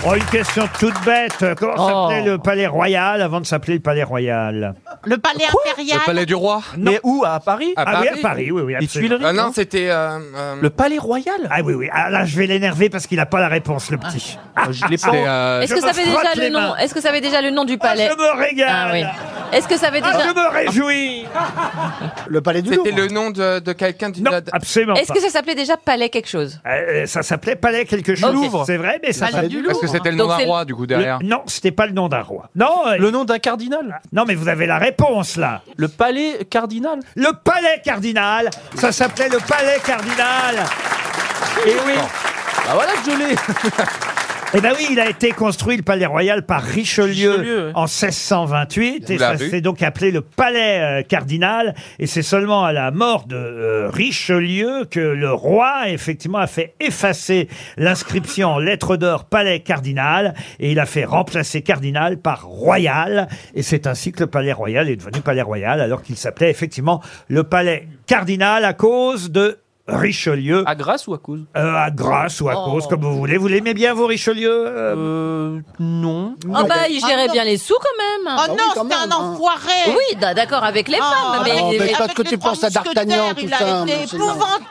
Oh, une question toute bête. Comment
Oh.
s'appelait le Palais Royal avant de s'appeler le Palais Royal
Le palais impérial.
Le palais du roi
Mais où À Paris
Ah oui, à Paris, oui, oui,
Les
absolument.
Tuileries
Ah non,
non
c'était. euh, euh,
Le Palais Royal
Ah oui, oui. Ah, là, je vais l'énerver parce qu'il n'a pas la réponse, le petit.
Ah, Je l'ai
C'était,
pas.
euh,
Est-ce
Ah, je
que ça
me
avait
frotte
déjà le
les
nom
mains.
Est-ce que ça avait déjà le nom du
Ah,
palais
je me régale.
Ah oui. Est-ce que ça avait
Ah,
déjà
je me réjouis.
Le palais du Louvre.
C'était le nom de, de quelqu'un d'une.
Non, absolument
Ah, Est-ce
pas.
que ça s'appelait déjà palais quelque chose
Euh, ça s'appelait Palais quelque chose.
Louvre.
C'est vrai, mais ça
Palais
s'appelait...
du
Parce
Louvre.
que c'était le
Donc
nom d'un
c'est-
roi, du coup, derrière.
Le- Non, c'était pas le nom d'un roi. Non, euh,
Le nom d'un cardinal
Ah. non, mais vous avez la réponse là.
Le Palais Cardinal
Le Palais Cardinal. Ça s'appelait le Palais Cardinal. Et oui.
Eh Bah voilà que je l'ai
Eh ben oui, il a été construit le Palais Royal par Richelieu,
Richelieu, ouais.
en 1628 et
Vous l'avez
ça
eu
s'est donc appelé le Palais euh, Cardinal et c'est seulement à la mort de euh, Richelieu que le roi effectivement a fait effacer l'inscription en lettres d'or Palais Cardinal et il a fait remplacer Cardinal par Royal et c'est ainsi que le Palais Royal est devenu Palais Royal alors qu'il s'appelait effectivement le Palais Cardinal à cause de Richelieu
À grâce ou à cause
euh, à grâce ou à
Oh.
cause, comme vous voulez. Vous l'aimez bien, vous, Richelieu euh,
Euh. Non.
Ah bah, il gérait
Ah,
bien les sous quand même.
Oh
oui,
non,
quand
c'était
même,
un
hein.
enfoiré.
Oui, d- d'accord avec les
Ah,
femmes,
non,
mais,
mais-
avec
parce que
les
tu
trois
penses à D'Artagnan,
mousquetaires,
tout
il a
ça,
été
mais c'est
épouvantable.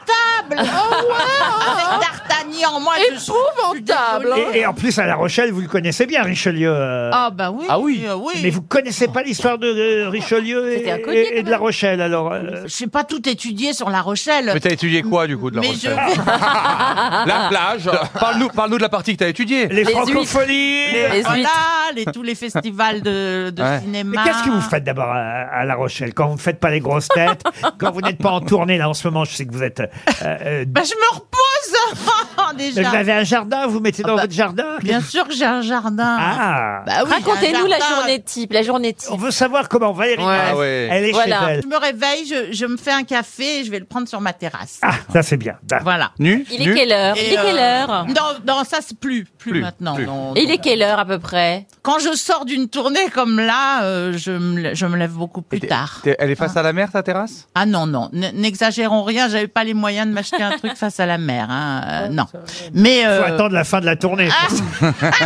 Oh ouais. Avec D'Artagnan, moi, je suis-
épouvantable.
Et, et en plus, à La Rochelle, vous le connaissez bien, Richelieu. euh,
hein. Ah bah oui.
Ah oui.
euh, oui.
Mais vous connaissez pas l'histoire de euh, Richelieu et,
C'était un collier,
et- et de
quand
La
même.
Rochelle, alors. euh,
Je sais pas tout étudié sur La Rochelle.
Mais t'as étudié quoi, du coup, de la
Mais
Rochelle
je vais-
La plage.
Ah, Parle-nous parle de la partie que t'as étudiée.
les,
huîtres.
francophonies
Les huîtres.
voilà, les, tous les festivals de, de
Ouais.
Mais
cinéma.
qu'est-ce que vous faites d'abord à, à La Rochelle Quand vous ne faites pas les grosses têtes, quand vous n'êtes pas en tournée, là, en ce moment, je sais que vous êtes. euh, euh,
Bah, je me repose jardin déjà.
Vous avez un jardin, vous mettez dans votre jardin
Ah bah, Bien sûr que j'ai un jardin.
Ah.
Bah oui, j'ai un
Racontez-nous la
jardin.
journée type, la journée type.
On veut savoir comment on va y
Ouais. Ah
ouais. Elle est chez elle.
Je me réveille, je, je me fais un café et je vais le prendre sur ma terrasse.
Ça, c'est bien. Bah.
Voilà.
Nu
Il est quelle heure
Et,
Il est quelle
euh,
heure
non, non, ça c'est plus, plus,
Plus,
maintenant.
plus.
non,
Il
non.
est quelle heure à peu près
Quand je sors d'une tournée comme là, euh, je, me, lè- je me lève beaucoup plus tard.
T'es- Elle est face à la mer, ta terrasse
Ah non, non, n- n'exagérons rien, j'avais pas les moyens de m'acheter un truc face à la mer. hein, euh, non. Mais,
Faut
euh, Ah.
attendre la fin de la tournée.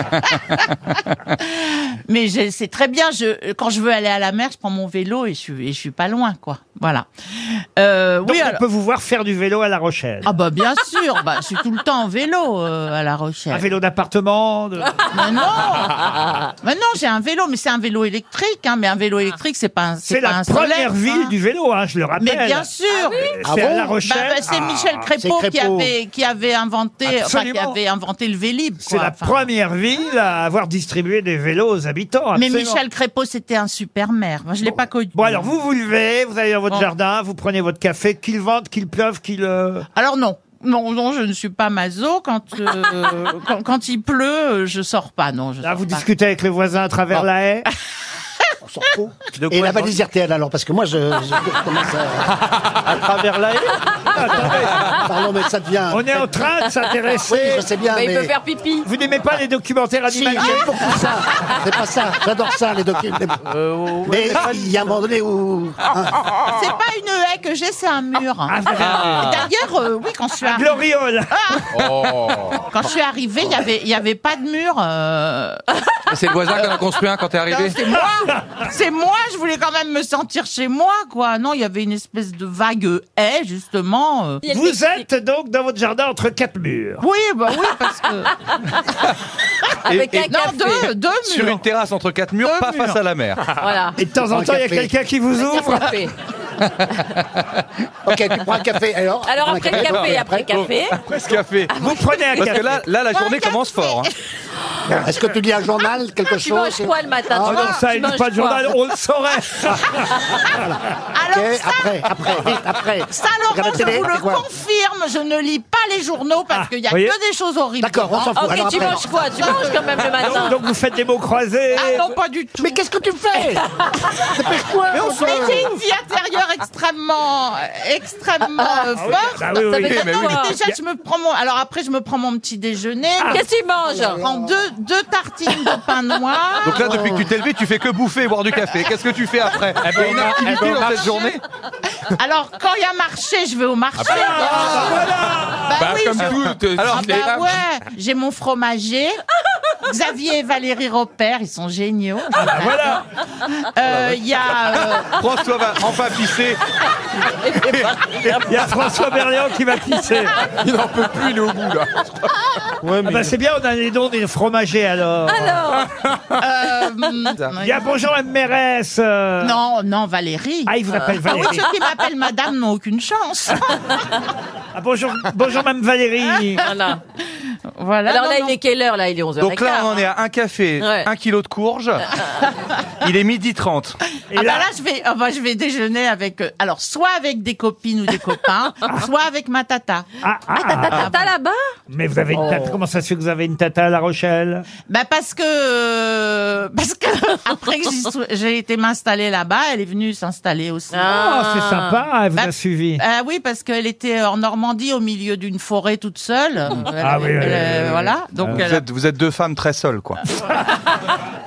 mais j'ai- c'est très bien, je, quand je veux aller à la mer, je prends mon vélo et je, suis- et je suis pas loin, quoi. Voilà. Euh,
Donc,
oui,
on
alors-
peut vous voir faire du vélo à La Rochelle.
Ah bah bien sûr, bah, je suis tout le temps en vélo euh, à La Rochelle. Un
vélo d'appartement
Mais Ah non Mais non, j'ai un vélo, mais c'est un vélo électrique, hein, mais un vélo électrique, c'est pas un
C'est
pas
la
un solaire,
première
ça.
ville du vélo, hein, je le rappelle. Ah
Mais bien sûr
C'est à La Rochelle.
Bah, bah, c'est
Ah,
Michel
c'est
Crépeau, qui,
Crépeau.
avait, qui avait inventé enfin, qui
Absolument.
avait inventé le Vélib.
C'est
quoi,
la
enfin.
première ville à avoir distribué des vélos aux habitants.
Mais
Oh, absolument.
Michel Crépeau, c'était un super maire. Moi, je l'ai pas connu.
Bon, alors vous vous levez, vous allez dans votre
Bon.
jardin, vous prenez votre café, qu'il vente, qu'il pleuve, qu'il. euh,
Alors non. Non, non, je ne suis pas maso. Quand, euh, quand, quand il pleut, euh, je sors pas. Non, je
Ah,
sors
vous
pas.
discutez avec le voisin à travers
Bah.
la haie
Et la valise RTL alors, parce que moi je, je commence à...
à travers la haie
Pardon, mais ça devient...
Ah, On est en train de s'intéresser.
Oui, je sais bien,
Bah,
mais...
pipi.
Vous n'aimez pas les documentaires
Si,
animaliers
j'aime beaucoup ça. C'est pas ça. J'adore ça, les documents.
Euh,
mais il y a un moment donné où...
C'est pas une haie que j'ai, c'est un mur.
Ah.
D'ailleurs, euh, oui, quand je suis arrivée,
Gloriole
Oh.
quand je suis arrivée, il y avait, il y avait pas de mur. euh.
C'est le voisin qui en a construit un quand t'es arrivé
Non, c'est moi. C'est moi. Je voulais quand même me sentir chez moi, quoi. Non, il y avait une espèce de vague haie, justement. euh.
Vous êtes donc dans votre jardin entre quatre murs.
Oui, bah oui, parce que.
Avec
un café.
non, deux, deux
Sur
murs.
une terrasse entre quatre murs, pas
murs.
face à la mer.
Voilà.
Et de temps en temps, il y a quelqu'un qui vous ouvre.
Ok, tu prends un café. Alors,
Alors,
prends un
après le café, après le café.
Presque café.
Vous prenez un
Parce
café.
que là, là, la journée commence fort. hein.
Est-ce que tu lis un journal, quelque
Ah, Tu
chose
manges quoi le matin
Ah
tu
non,
manges-
ça, il
tu
dit
manges
pas de
quoi
journal, on le saurait.
Alors
Ok,
ça,
Après, après, vite, après.
ça, Laurent,
Regarde
je
la télé,
vous le
c'est quoi
confirme, je ne lis pas les journaux parce qu'il y a
voyez
que des choses horribles. Ah,
D'accord, on s'en fout.
Ok,
Alors
tu
après.
manges quoi Tu manges quand même le matin.
Ah, Donc vous faites des mots croisés.
Ah non, pas du tout.
Mais qu'est-ce que tu fais Dépêche-toi
Mais
on
j'ai une vie intérieure extrêmement, extrêmement euh,
oui,
forte.
bah oui, oui,
Ça
oui.
fait
Non,
quoi
mais déjà, je me prends mon... Alors après, je me prends mon petit déjeuner.
Qu'est-ce que tu
Je
manges
prends deux, deux tartines de pain noir.
Donc là, depuis que tu t'es levé, tu fais que bouffer et boire du café. Qu'est-ce que tu fais
Eh
après
ben,
Il y a une activité dans cette journée
Alors, quand il y a marché, je vais au marché. Ah, Bah
Bah,
oui,
comme
je-
tout, euh,
Alors,
Ah
les
bah
femmes.
ouais, j'ai mon fromager. Xavier et Valérie Repère, ils sont géniaux.
Voilà.
Euh, Il y a... euh,
François va enfin pisser.
Il y a François Berléand qui va pisser.
Il n'en peut plus, il est au bout, là.
Ouais,
Ah
mais
bah c'est bien, on a les dons des fromagers alors.
Ah,
Alors,
euh,
Il y a bonjour la mairesse. euh.
Non, non, Valérie.
Ah, il vous appelle
Ah oui,
Valérie.
ceux qui m'appellent madame n'ont aucune chance.
Ah, bonjour, bonjour Mme Valérie.
voilà.
voilà.
Alors
Ah, non,
là,
non.
il est quelle heure Là, il est 11h.
Donc là, on en est à un café,
Ouais.
un kilo de courge. Il est midi 30.
Et
Ah
là,
bah là, je vais, ah bah, je vais déjeuner avec, euh, alors soit avec des copines ou des copains, soit avec ma tata.
ah, ah, ah.
Tata là-bas
mais vous avez une
Oh.
tata. Comment ça se fait que vous avez une tata à La Rochelle
Bah parce que, euh, parce que après que j'y sois- j'ai été m'installer là-bas, elle est venue s'installer aussi.
Ah,
Oh, c'est sympa, elle vous
Ah. Bah,
a suivi.
Ah oui, parce qu'elle était en Normandie au milieu d'une forêt toute seule. Elle
Ah oui, oui, oui,
euh,
oui, Ah, oui.
Voilà. Donc,
Vous
elle a-
êtes, vous êtes deux femmes très seules, quoi.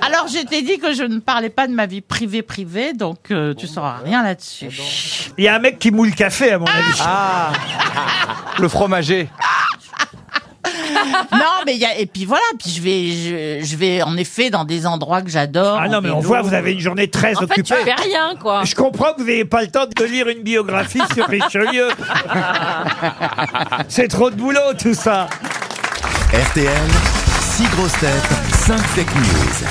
Alors j'étais dit que je ne parlais pas de ma vie privée privée, donc euh, tu sauras
bah,
rien là-dessus.
Il y a un mec qui moule le café à mon avis.
Ah Le fromager.
non, mais il y a et puis voilà, puis je vais je, je vais en effet dans des endroits que j'adore.
Ah
en
non, mais on
vélo.
voit, vous avez une journée très
En fait, tu
occupée.
fais rien, quoi.
Je comprends que vous n'ayez pas le temps de lire une biographie sur Richelieu. C'est trop de boulot tout ça.
RTL, 6 grosses têtes, 5 fake news.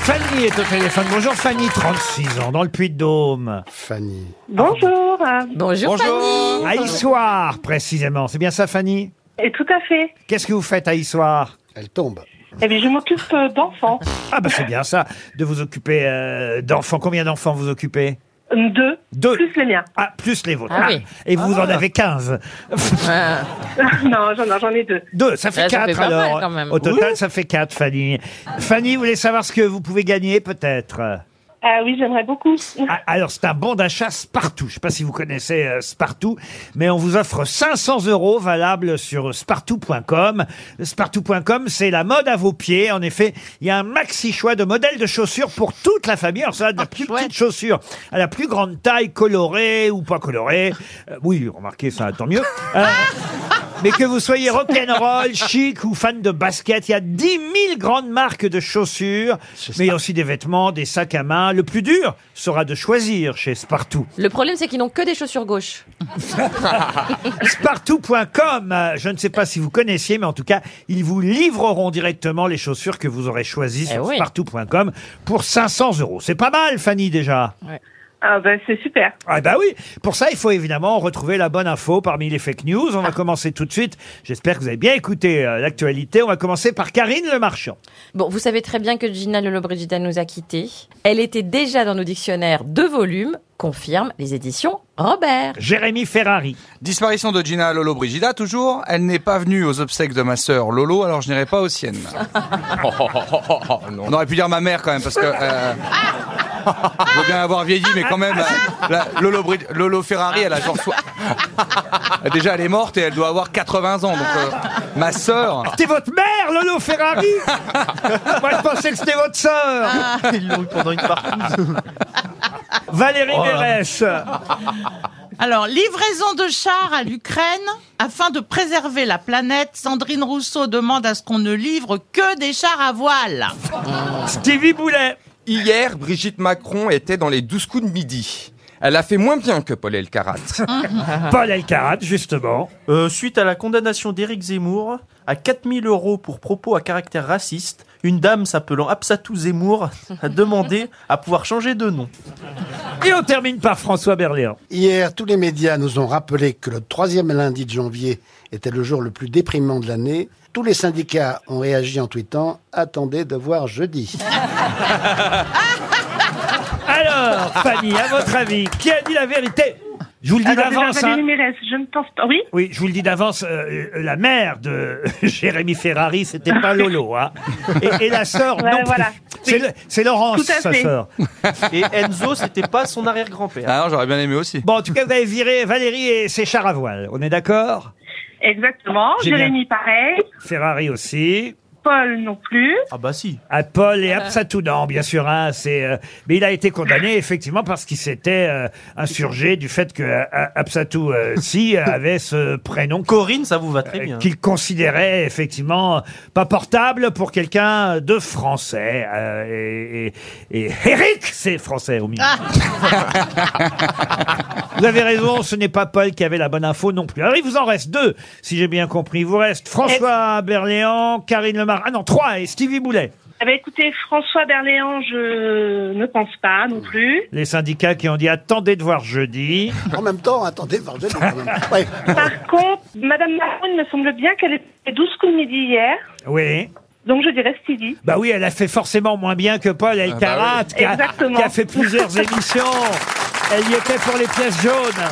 Fanny est au téléphone. Bonjour Fanny, 36 ans, dans le Puy-de-Dôme.
Fanny.
Bonjour.
Bonjour, Fanny.
À Issoire, précisément. C'est bien ça, Fanny
Et tout à fait.
Qu'est-ce que vous faites à Issoire
Elle tombe.
Eh bien, je m'occupe euh, d'enfants.
Ah bah c'est bien ça, de vous occuper euh, d'enfants. Combien d'enfants vous occupez
Deux. Plus les miens.
Ah, plus les vôtres.
Ah oui.
Et vous
Ah.
en avez 15.
non, j'en j'en ai deux.
Deux, ça fait
Ouais, ça
quatre
fait pas mal,
alors. hein.
quand même.
Au total, ça fait quatre, Fanny. Fanny, vous voulez savoir ce que vous pouvez gagner peut-être
Ah oui, j'aimerais beaucoup.
Ah, Alors, c'est un bon d'achat Spartoo. Je ne sais pas si vous connaissez euh, Spartoo, mais on vous offre 500 euros valables sur spartoo.com. Spartoo.com, c'est la mode à vos pieds. En effet, il y a un maxi choix de modèles de chaussures pour toute la famille. Alors, ça va de la plus petite chaussure à la plus grande taille, colorée ou pas colorée. Euh, oui, remarquez, ça, tant mieux. Euh, mais que vous soyez rock'n'roll, chic ou fan de basket, il y a 10 000 grandes marques de chaussures, mais il y a aussi des vêtements, des sacs à main. Le plus dur sera de choisir chez Spartoo.
Le problème, c'est qu'ils n'ont que des chaussures gauches.
Spartoo.com, euh, je ne sais pas si vous connaissiez, mais en tout cas, ils vous livreront directement les chaussures que vous aurez choisies sur Spartoo.com pour 500 euros. C'est pas mal, Fanny, déjà.
Ah ben c'est super.
Ah bah oui, pour ça il faut évidemment retrouver la bonne info parmi les fake news.
Ah.
On va commencer tout de suite. J'espère que vous avez bien écouté euh, l'actualité. On va commencer par Karine Le Marchand.
Bon, vous savez très bien que Gina Lollobrigida nous a quittés. Elle était déjà dans nos dictionnaires de volume, confirme les éditions Robert.
Jérémy Ferrari.
Disparition de Gina Lolo Brigida, toujours. Elle n'est pas venue aux obsèques de ma sœur Lolo, alors je n'irai pas aux siennes.
Oh,
On aurait pu dire ma mère quand même, parce que. Euh, je veux bien avoir vieilli, mais quand même, la- la- Lolo, Bri- Lolo Ferrari, elle a genre. soi- Déjà, elle est morte et elle doit avoir 80 ans. Donc, euh, ma sœur.
C'était votre mère, Lolo Ferrari Moi je pensais que c'était votre sœur
Ils l'ont eu pendant une partie.
Valérie
Oh là.
Mérès.
Alors, livraison de chars à l'Ukraine. Afin de préserver la planète, Sandrine Rousseau demande à ce qu'on ne livre que des chars à voile.
Stevie Boulet.
Hier, Brigitte Macron était dans les 12 coups de midi. Elle a fait moins bien que Paul Elkarat.
Hein
Paul Elkarat, justement.
Euh, suite à la condamnation d'Éric Zemmour à 4000 euros pour propos à caractère raciste, une dame s'appelant Absatou Zemmour a demandé à pouvoir changer de nom.
Et on termine par François Berléand.
Hier, tous les médias nous ont rappelé que le troisième lundi de janvier était le jour le plus déprimant de l'année. Tous les syndicats ont réagi en tweetant « Attendez de voir jeudi
Alors, Fanny, à votre avis, qui a dit la vérité Je vous le dis
Alors, déjà,
d'avance.
Valérie
hein.
Mérès, je ne pense pas. Oui
Oui, je vous le dis d'avance, euh, euh, la mère de Jérémy Ferrari, c'était pas Lolo. Hein. Et, et la sœur,
Ouais,
non plus.
voilà.
C'est le- C'est Laurence,
Tout à
sa
fait.
sœur.
Et Enzo, c'était pas son arrière-grand-père.
Ah non, j'aurais bien aimé aussi.
Bon, en tout cas, vous avez viré Valérie et ses chars à voile. On est d'accord
Exactement.
J'ai bien.
Jérémy, pareil.
Ferrari aussi.
Paul, non plus. Euh.
Ah bah si.
À Paul et Absatou, non, bien sûr. hein, c'est, euh, mais il a été condamné, effectivement, parce qu'il s'était euh, insurgé du fait que euh, Absatou, euh, si, avait ce prénom. euh,
Corinne, ça vous va très bien.
qu'il considérait effectivement pas portable pour quelqu'un de français. Euh, et, et, et Eric, c'est français au milieu.
Ah.
vous avez raison, ce n'est pas Paul qui avait la bonne info non plus. Alors il vous en reste deux, si j'ai bien compris. Il vous reste François Berléand, Karine Lemar. Ah non, trois et Stevie Boulet.
Eh ben, écoutez, François Berléand, je ne pense pas non plus.
Les syndicats qui ont dit attendez de voir jeudi. ».
En même temps, attendez de voir jeudi quand même. Ouais.
Par contre, Madame Macron, il me semble bien qu'elle était 12 coups de midi hier.
Oui.
Donc je dirais Stevie.
Bah oui, elle a fait forcément moins bien que Paul
bah
Elkarat,
oui.
qui, a-
Exactement.
qui a fait plusieurs émissions. Elle y était pour les pièces jaunes.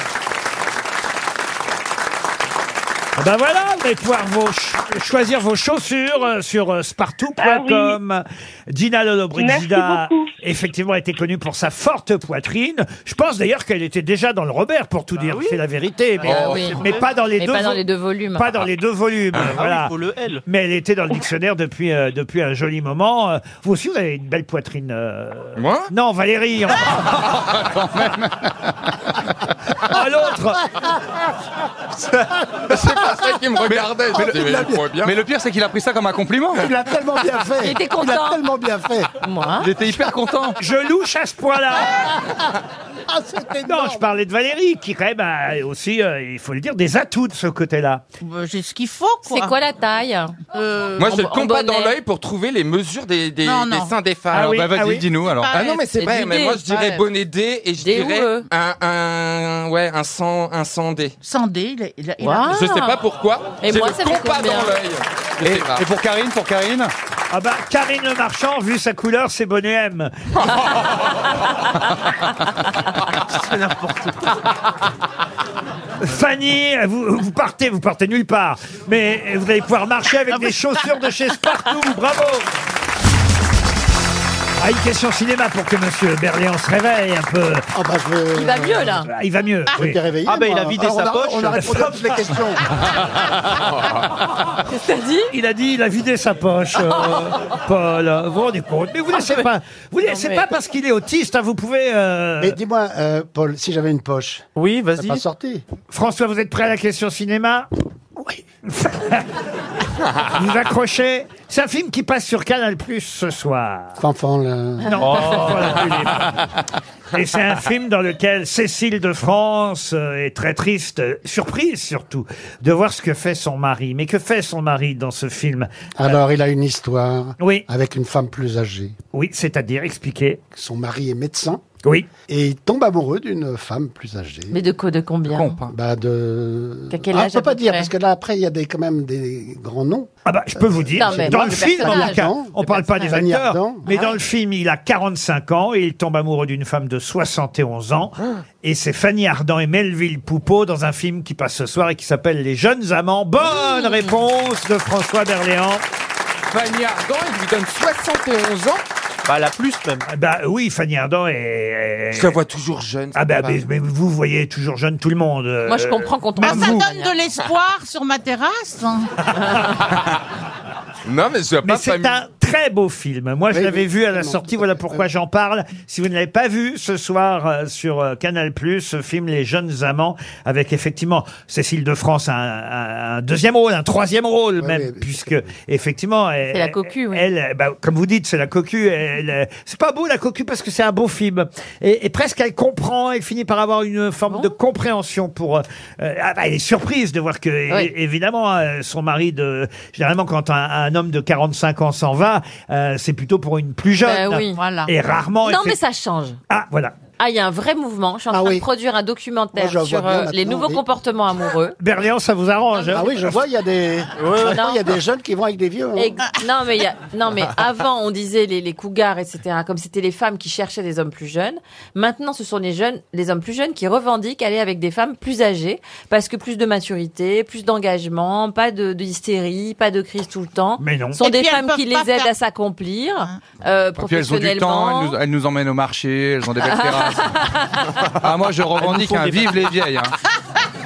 Ah bah voilà, vous allez pouvoir vos ch- choisir vos chaussures euh, sur euh, spartoo.com. Gina Lollobrigida,
Ah Merci beaucoup.
effectivement, était connue pour sa forte poitrine. Je pense d'ailleurs qu'elle était déjà dans le Robert, pour
Bah
tout dire, c'est la vérité. Mais,
Ah oui.
Eh mais pas dans les
Mais
deux
pas dans
vo-
les deux volumes.
Pas dans les deux volumes,
Ah oui,
voilà.
faut le L.
Mais elle était dans le dictionnaire depuis, euh, depuis un joli moment. Euh, Vous aussi, vous avez une belle poitrine. Moi Non, Valérie. hein. Ah, l'autre
C'est pas ça qui me regardait. je me disais, mais il pourrait bien.
Mais le pire, c'est qu'il a pris ça comme un compliment.
Il l'a tellement bien fait
Il était
Il l'a
content.
tellement bien fait
Moi
Il était hyper content.
Je louche à ce point-là
Ah, c'était
Non, je parlais de Valérie, qui quand même a aussi, euh, il faut le dire, des atouts de ce côté-là.
Bah, J'ai ce qu'il faut, quoi.
C'est quoi la taille
Euh,
Moi, je le
en- en
compte pas dans
bonnet.
l'œil pour trouver les mesures des, des,
Non, non.
des seins des femmes.
Ah
Alors,
oui,
bah, vas-y,
ah oui.
dis-nous alors.
Ah non, mais c'est
C'est
vrai,
du
mais
dé,
moi je dirais
ouais.
bonnet D et je
Dé ou
dirais
E
un, un, ouais, un 100, un 100 D.
Sans dé, il a- il a- il a-
Waouh.
Je sais pas pourquoi.
Et
c'est
moi,
le
ça fait
compas
combien
dans l'œil. Je sais pas.
Et pour Karine, pour Karine
Ah bah, Karine Le Marchand, vu sa couleur, c'est bonnet M.
C'est n'importe quoi.
Fanny, vous, vous partez, vous partez nulle part. Mais vous allez pouvoir marcher avec des chaussures de chaise partout. Bravo Ah, une question cinéma pour que Monsieur Berléand se réveille un peu.
Ah, bah,
Il va mieux, là.
Ah, Il va mieux.
Je t'ai réveillé,
ben
moi. Alors, on a- On a répondu à toutes les questions.
Qu'est-ce dit Il a dit il a vidé sa poche, euh, Paul. Vous vous rendez compte Mais vous laissez pas, vous laissez
mais-
pas parce qu'il est autiste, hein, vous pouvez. euh,
Mais dis-moi, euh, Paul, si j'avais une poche.
Oui,
vas-y.
Pas sorti.
François, vous êtes prêt à la question cinéma Oui. vous accrochez. C'est un film qui passe sur Canal Plus ce soir.
Fanfan, le...
Non,
Oh.
pas Fanfan la Tulipe. Et c'est un film dans lequel Cécile de France euh, est très triste, euh, surprise surtout, de voir ce que fait son mari. Mais que fait son mari dans ce film
Alors, il a une histoire
oui.
avec une femme plus âgée.
Oui, c'est-à-dire, expliquer.
Son mari est médecin.
Oui.
Et il tombe amoureux d'une femme plus âgée.
Mais de quoi, de combien
Bah de.
T'as quel
Ah,
âge
je peux
à
pas
peu
dire,
près
parce que là, après, il y a des, quand même des grands noms.
Ah bah, je peux vous dire,
Non, mais
dans
moi,
le
le Ah
film,
personnage.
il a- on parle pas des
Fanny
acteurs,
Ardant.
mais dans le film, il a 45 ans et il tombe amoureux d'une femme de 71 ans.
Ah.
Et c'est Fanny Ardant et Melville Poupeau dans un film qui passe ce soir et qui s'appelle Les Jeunes Amants. Bonne réponse de François Berléand.
Mmh. Fanny Ardant, il lui donne 71 ans.
Bah, la plus même.
Bah oui, Fanny Ardant est...
Je la vois toujours jeune.
Ah bah,
ça
mais,
va.
mais vous voyez toujours jeune tout le monde. euh,
Moi, je comprends qu'on tombe
Bah, ça
amoureux.
donne de l'espoir sur ma terrasse.
Non, mais je vois
Mais
pas
c'est
Fanny.
un très beau film. Moi, je
Oui,
l'avais
oui,
vu à la
vraiment.
sortie. Voilà pourquoi j'en parle. Si vous ne l'avez pas vu ce soir euh, sur euh, Canal+, ce film Les Jeunes Amants, avec effectivement Cécile de France, un, un- un deuxième rôle, un troisième rôle même, puisque effectivement, elle,
la cocu, oui.
elle, bah, comme vous dites, c'est la cocu. elle, euh, c'est pas beau la cocu parce que c'est un beau film et, et presque elle comprend. Elle finit par avoir une forme de compréhension pour. euh, euh, ah bah, elle est surprise de voir que
Oui.
é- évidemment euh, son mari de généralement quand un, un homme de 45 ans s'en va, euh, c'est plutôt pour une plus jeune.
Bah oui.
Et rarement.
Non,
elle fait-
mais ça change.
Ah voilà.
Ah, il y a un vrai mouvement. Je suis en
Ah
train
oui.
de produire un documentaire
Moi, je la
sur
vois bien
euh, les
maintenant,
nouveaux
oui.
comportements amoureux.
Berléand, ça vous arrange. hein
Ah oui, je vois, il y a des. Maintenant, il y a des jeunes qui vont avec des vieux. hein.
Et- non, mais il y a- non, mais avant, on disait les, les cougars, etc., comme c'était les femmes qui cherchaient des hommes plus jeunes. Maintenant, ce sont les jeunes, les hommes plus jeunes qui revendiquent aller avec des femmes plus âgées, parce que plus de maturité, plus d'engagement, pas de, de hystérie, pas de crise tout le temps.
Mais non.
Ce sont
Et
des
puis, elles
femmes qui
peuvent
les
pas
aident
faire- Hein.
à s'accomplir, euh,
Et puis elles ont du temps,
professionnellement.
elles nous, elles nous emmènent au marché, elles ont des belles terrasses. ah, moi, je revendique
font
un
des-
vive les vieilles. hein.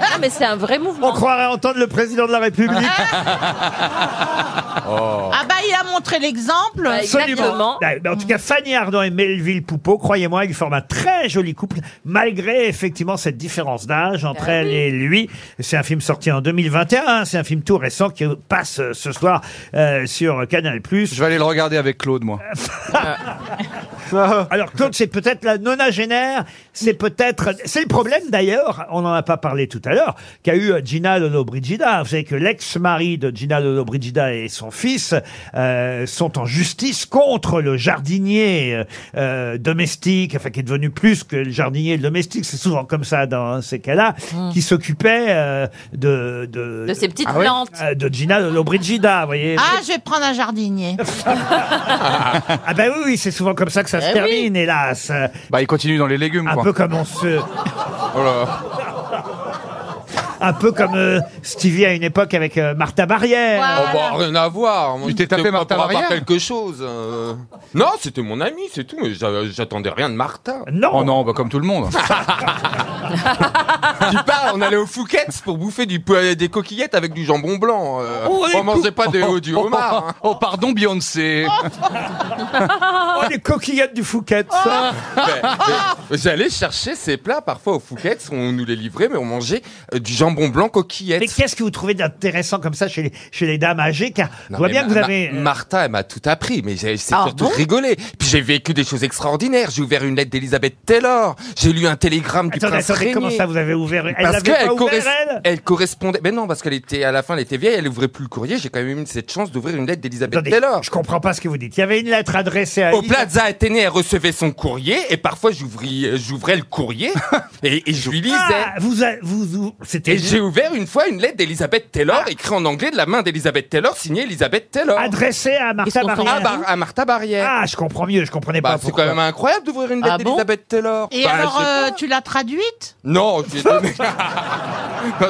Non, mais c'est un vrai
On
mouvement.
croirait entendre le président de la République.
Oh.
Ah bah il a montré l'exemple.
Ouais, bah, Exactement.
Ah, mais En tout cas, Fanny Ardant et Melville Poupeau, croyez-moi, ils forment un très joli couple, malgré effectivement cette différence d'âge entre
Ah
elle
oui.
et lui. C'est un film sorti en 2021, c'est un film tout récent qui passe euh, ce soir euh, sur Canal+.
Je vais aller le regarder avec Claude, moi.
Alors Claude, c'est peut-être la nonagénaire, c'est peut-être... C'est le problème d'ailleurs, on n'en a pas parlé tout à l'heure, qu'a eu Gina Lollobrigida. Vous savez que l'ex-mari de Gina Lollobrigida et son fils euh, sont en justice contre le jardinier euh, euh, domestique, enfin qui est devenu plus que le jardinier domestique, c'est souvent comme ça dans ces cas-là, qui s'occupait euh, de, de...
De ses petites
ouais
plantes.
Euh, De Gina Lollobrigida, vous voyez.
Ah, je vais prendre un jardinier.
Ah ben oui, oui, c'est souvent comme ça que ça se
Eh oui.
termine, hélas. Euh,
Bah, il continue dans les légumes,
Un
quoi.
peu comme on se...
Oh là.
Un peu comme euh, Stevie à une époque avec euh, Martha Barrière.
Ouais.
Oh, bah, rien à voir. Moi,
Tu t'es
c'était
tapé
pas
Martha
pour avoir
Barrière
quelque chose. euh. Non, c'était mon ami, c'est tout. Mais j'a- j'attendais rien de Martha.
Non.
Oh non, bah, comme tout le monde.
tu parles, on allait au Fouquet's pour bouffer du, po- des coquillettes avec du jambon blanc. euh.
Oh,
on mangeait pas des, du homard. hein.
Oh, pardon, Beyoncé.
Oh, les coquillettes du Fouquet.
Ah.
ça.
Mais- mais Ben, J'allais chercher ces plats parfois au Fouquet's, on nous les livrait, mais on mangeait euh, du jambon blanc coquillette.
Mais qu'est-ce que vous trouvez d'intéressant comme ça chez les, chez les dames âgées Car je vois bien que vous avez... euh,
Martha, elle m'a tout appris, mais j'ai c'est surtout rigolé. Puis j'ai vécu des choses extraordinaires. J'ai ouvert une lettre d'Elisabeth Taylor. J'ai lu un télégramme du
Attendez,
prince
attendez,
Régnier.
comment ça vous avez ouvert l'avait, elle
Parce
l'avait
qu'elle
pas ouvert,
corres-
elle
elle correspondait. Mais non, parce qu'elle était à la fin, elle était vieille, elle ouvrait plus le courrier. J'ai quand même eu cette chance d'ouvrir une lettre d'Elisabeth
Attendez,
Taylor.
Je comprends pas ce que vous dites. Il y avait une lettre adressée à
Au Plaza Athénée, elle recevait son courrier et parfois j'ouvris- euh, j'ouvrais le courrier et, et je lui lisais.
Ah, vous, vous, Ah. c'était.
Et j'ai ouvert une fois une lettre d'Elisabeth Taylor écrite en anglais de la main d'Elisabeth Taylor, signée Elisabeth Taylor. bah,
Adressée à Martha Barrière.
À, Oh. Ah, Bar- à Martha Barrière.
Ah, je comprends mieux, je comprenais
pas. C'est quand même incroyable d'ouvrir une lettre
Ah bon
d'Elisabeth Taylor.
Et
Bah,
alors,
je-
euh, tu l'as traduite
Non, j'ai donné-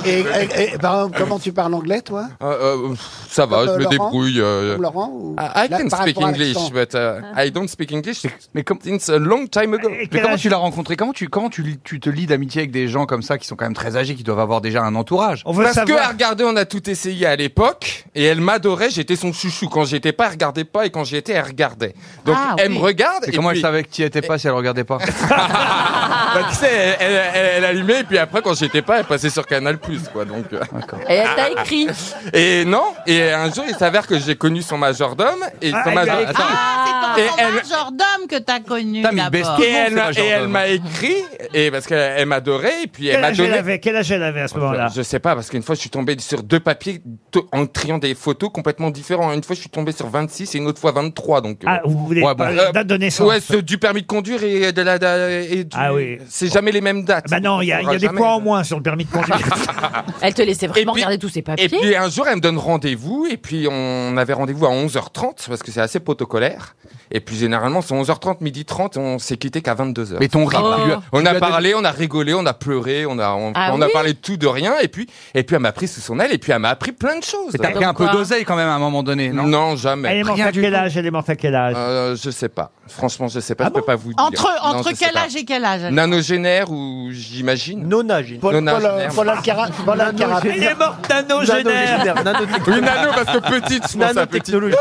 Et, et- et, par exemple, comment tu parles anglais, toi
Euh, euh, ça va,
Comme,
je
euh,
me
Laurent
débrouille. euh,
Ou Laurent ou-
Ah,
I I
Là,
can
par
speak
rapport à
English,
l'accent.
but uh, I don't speak English. Mais comme it's a long time ago.
Mais comment tu l'as rencontré Comment tu comment tu, li- tu te lis d'amitié avec des gens comme ça qui sont quand même très âgés, qui doivent avoir déjà un entourage
On veut
Parce que à
savoir.
regarder, on a tout essayé à l'époque, et elle m'adorait. J'étais son chouchou. Quand j'étais pas, elle regardait pas, et quand j'y étais, elle regardait. Donc
Ah,
elle
oui.
me regarde.
Et comment elle savait que tu y étais pas si elle regardait pas
Bah, tu sais, elle, elle- elle- elle allumait, et puis après, quand j'y étais pas, elle passait sur Canal Plus, quoi. Donc. euh.
Et elle t'a écrit.
Et non. Et un jour, il s'avère que j'ai connu son majordome, et son majordome.
Ah, c'est
Et
ton
elle-
majordome que t'as connu d'abord.
Et elle, et elle m'a écrit, et parce qu'elle elle m'adorait, et puis elle
Quel
m'a
âge elle
donné.
avait Quel âge elle avait à ce moment-là
Je sais pas, parce qu'une fois, je suis tombé sur deux papiers t- en triant des photos complètement différents. Une fois, je suis tombé sur 26 et une autre fois 23. Donc, euh,
Ah, vous voulez pas la date de naissance.
Ouais, c'est du permis de conduire et de la. de- et du-
Ah oui.
C'est jamais les mêmes dates.
Bah non, il y a, il y a des points en moins sur le permis de conduire.
Elle te laissait vraiment regarder tous ses papiers.
Et puis un jour, elle me donne rendez-vous, et puis on avait rendez-vous à 11h30, parce que c'est assez protocolaire. Et puis généralement, c'est 11h30, midi 30, on s'est quitté qu'à 22h.
Mais ton rire, tu lui as-
On
tu lui
a
as
parlé, on a rigolé, on a pleuré, on a, on,
Ah
on a
oui
parlé de tout de rien, et puis, et puis elle m'a pris sous son aile, et puis elle m'a appris plein de choses.
Mais t'as pris un peu d'oseille quand même à un moment donné, non
Non, jamais.
Elle est morte à quel âge Elle est morte à quel âge
Euh, je sais pas. Franchement, je sais pas, je peux pas vous dire.
Entre,
Non,
entre
je sais
quel
pas.
âge et quel âge
Nanogénaire ou j'imagine
Nonagénaire.
Paul- Paul- Paul Alcara- Paul Alcara-
Elle est morte nanogénaire.
Nanogénaire, nanotechnologie.
Oui, nano, parce que petite, je pense à petite.
Nanotechnologie.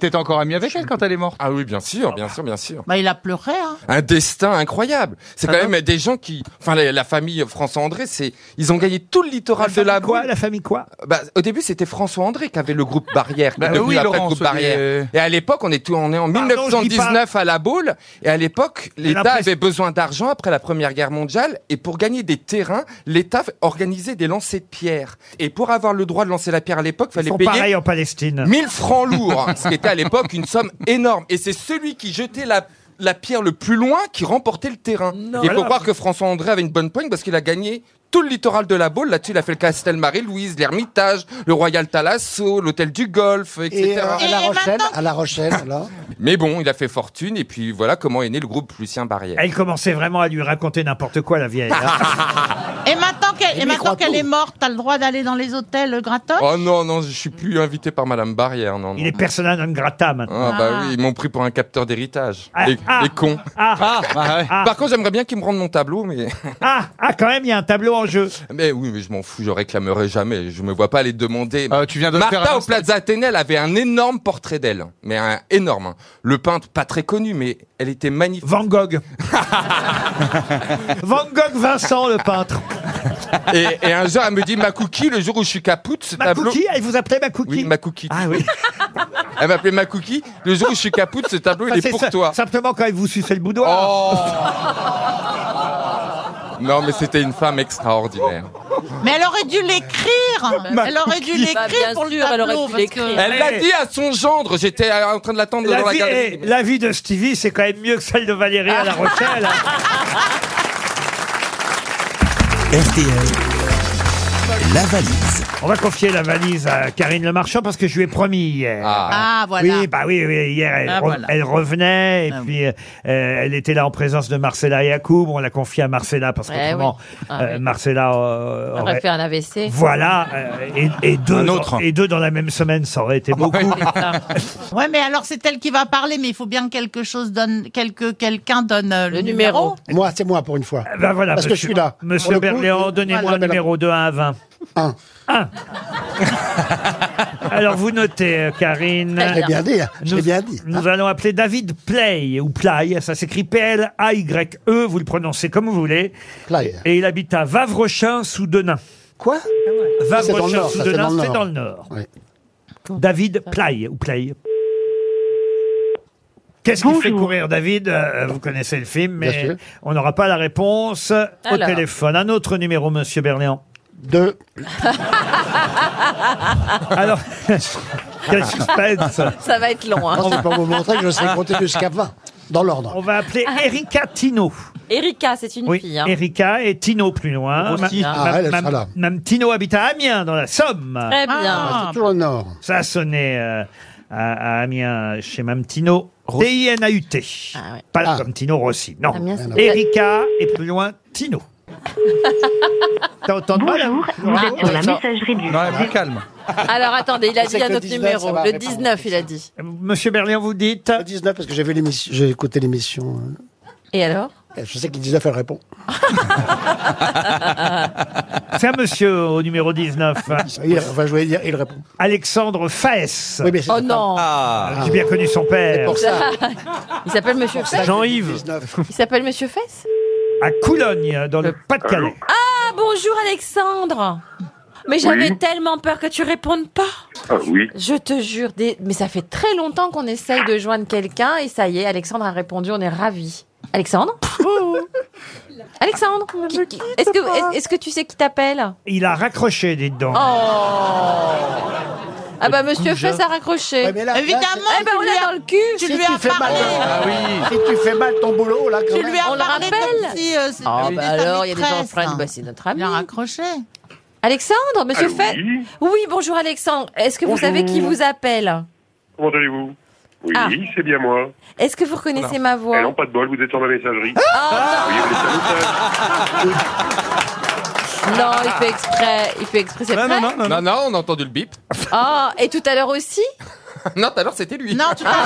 T'étais encore ami avec elle quand elle est morte Ah oui, bien sûr, bien sûr, bien sûr.
Bah, il a pleuré, hein.
Un destin incroyable. C'est quand
Ah
même des gens qui, enfin la, la famille François André, c'est ils ont gagné tout le littoral de la
quoi La famille quoi
bah, Au début, c'était François André qui avait le groupe Barrière, qui
Bah
est devenu
oui,
après
Laurent,
le groupe
celui,
Barrière.
euh,
Et à l'époque, on est tout, on est en
Pardon, je dis pas.
1919 à la Baule. Et à l'époque, l'État
l'impression-
avait besoin d'argent après la Première Guerre mondiale. Et pour gagner des terrains, l'État organisait des lancers de pierre. Et pour avoir le droit de lancer la pierre à l'époque,
Ils
fallait
sont
payer
pareils en Palestine.
1000 francs lourds, hein, ce qui était à l'époque une somme énorme. Et c'est celui qui jetait la la pierre le plus loin qui remportait le terrain. Et Il faut
Voilà.
croire que François André avait une bonne poigne parce qu'il a gagné tout le littoral de la Baule. Là-dessus, il a fait le Castelmarie, Louise, l'Ermitage, le Royal Talasso, l'Hôtel du Golfe,
Et,
etc.
euh, à La Rochelle, à La Rochelle, alors
euh,
Mais bon, il a fait fortune et puis voilà comment est né le groupe Lucien Barrière.
Elle commençait vraiment à lui raconter n'importe quoi, la vieille. hein.
Et maintenant qu'elle et maintenant qu'elle est morte, t'as le droit d'aller dans les hôtels gratos
Oh non, non, je suis plus invité par Madame Barrière, non, non.
Il est persona non grata maintenant.
Ah, bah
Ah.
oui, ils m'ont pris pour un capteur d'héritage.
Ah,
les,
ah,
les cons.
ah, ah.
bah Par contre, j'aimerais bien qu'ils me rendent mon tableau, mais.
Ah, ah, quand même, il y a un tableau en jeu.
Mais oui, mais je m'en fous, je réclamerai jamais. Je me vois pas les demander.
Euh, tu viens de
Martha
faire un
au Plaza Athénée, elle avait un énorme portrait d'elle. Mais un énorme. hein. Le peintre, pas très connu, mais elle était magnifique.
Van Gogh. Van Gogh Vincent, le peintre.
Et, et un jour, elle me dit, ma cookie, le jour où je suis capoute, ce tableau.
Cookie, elle vous appelait ma cookie.
Oui, ma cookie.
Ah oui.
Elle m'appelait ma cookie. Le jour où je suis capoute, ce tableau,
Enfin,
il est
c'est
pour
ça-
toi.
Simplement quand elle vous suçait le boudoir.
Oh, Non, mais c'était une femme extraordinaire.
Mais elle aurait dû l'écrire
Ma
Elle aurait dû
cookie. Bah,
l'écrire
bien
pour lui
sûr, elle aurait dû l'écrire.
Elle l'a dit à son gendre. J'étais euh, en train de l'attendre
La
dans la
vie,
galerie.
eh, la vie de Stevie, c'est quand même mieux que celle de Valérie à La Rochelle. hein.
RTL, la valise.
On va confier la valise à Karine Le Marchand parce que je lui ai promis hier.
Ah, voilà.
Oui, bah oui, oui, hier elle,
Ah,
re-
voilà.
elle revenait et
Ah,
puis euh, elle était là en présence de Marcella Yacoub. On l'a confiée à Marcella parce
Ouais,
qu'autrement
oui. Ah,
euh,
oui.
Marcella euh,
Elle
aurait-
aurait fait un AVC.
Voilà, euh, et, et deux,
Un
dans-
autre. Ah, bah
et deux dans la même semaine, ça aurait été beaucoup.
Ouais, mais alors c'est elle qui va parler, mais il faut bien que quelque chose donne, quelque, quelqu'un donne euh, le, numéro.
Moi, c'est moi pour une fois.
Ben voilà,
Parce que je
monsieur-
suis là. Pour
Monsieur
le coup,
Berléand,
je-
donnez-moi
voilà.
un numéro de 1 à 20.
1.
1. Alors vous notez, euh, Karine.
Je l'ai bien dit, hein. je l'ai bien dit.
Nous allons appeler David Play, ou Play, ça s'écrit P-L-A-Y-E, E. vous le prononcez comme vous voulez.
Play.
Et il habite à Vavrochin, sous Denain.
Quoi C'est dans le
Vavrochin,
Nord,
sous
ça, c'est
Denain,
dans le
c'est
Nord.
dans le Nord.
Oui.
David Play, ou Play. Qu'est-ce qui fait courir David Euh, Vous connaissez le film,
Bien
mais
sûr.
on n'aura pas la réponse au
Alors.
téléphone. Un autre numéro, Monsieur Berléand.
Deux.
Alors, quel suspense
Ça va être long. hein.
Non, c'est pour vous montrer que je sais compter jusqu'à 20, dans l'ordre.
On va appeler
Ah.
Erika Tino.
Erika, c'est une
Oui,
fille. hein.
Erika et Tino plus loin.
Aussi. Ah,
elle, elle sera là.
Mme Tino habite à Amiens, dans la Somme.
Très bien. Ah,
c'est toujours au nord.
Ça a sonné euh, à, à Amiens chez Mme Tino. T-I-N-A-U-T. Pas
Ah.
comme Tino Rossi, non.
Ah, Amiens, c'est-
Erika et plus loin Tino. T'entends pas là
messagerie du.
Non, elle calme.
Alors attendez, il a
Je sais
dit un
que le
autre
19,
numéro.
ça va
Le
répondre.
19, il a dit.
Monsieur Berlin, vous dites
Le 19, parce que j'ai vu l'émission- j'ai écouté l'émission.
Et alors
euh, Je sais que le 19, elle répond.
C'est un monsieur au numéro 19.
Ah, Il, enfin, je voulais dire, il répond.
Alexandre Faes.
Oui, mais c'est
Oh non
Ah.
J'ai bien connu son père.
pour ça.
Il s'appelle Monsieur Fess
Jean-Yves.
Il s'appelle Monsieur Fess
À Coulogne, dans le Pas-de-Calais.
Ah, bonjour Alexandre Mais j'avais tellement peur que tu répondes pas
Ah oui.
Je te jure, des- mais ça fait très longtemps qu'on essaye de joindre quelqu'un et ça y est, Alexandre a répondu, on est ravis. Alexandre Alexandre qui- qui- Est-ce que, est- est-ce que tu sais qui t'appelle
Il a raccroché, dites donc.
Oh Ah bah monsieur Fess a raccroché.
Ouais, mais là- là,
Évidemment,
eh ben on l'a dans le cul
tu
Si
lui as
fais mal, euh,
parlé.
Ah oui.
si tu fais mal ton boulot, là, quand
Tu
même.
lui as
On le
parlé
rappelle
comme si, euh, c'était
Ah
sa
bah alors, il y a des gens
maîtresse.
friends, bah c'est notre ami.
Il a raccroché.
Alexandre, monsieur
Allô,
Fess
oui.
Oui, bonjour Alexandre. Est-ce que vous
Bonjour.
savez qui vous appelle
Comment allez-vous Oui,
Ah.
c'est bien moi.
Est-ce que vous reconnaissez ma voix
Et non, pas de bol, vous êtes sur ma messagerie.
Ah,
Vous voyez, vous laissez un message.
non, il fait exprès, il fait exprès, c'est
Non,
vrai
non, non, non.
Non, non, on a entendu le bip.
Ah, et tout à l'heure aussi
non, tout à l'heure, c'était lui.
Non, tu parles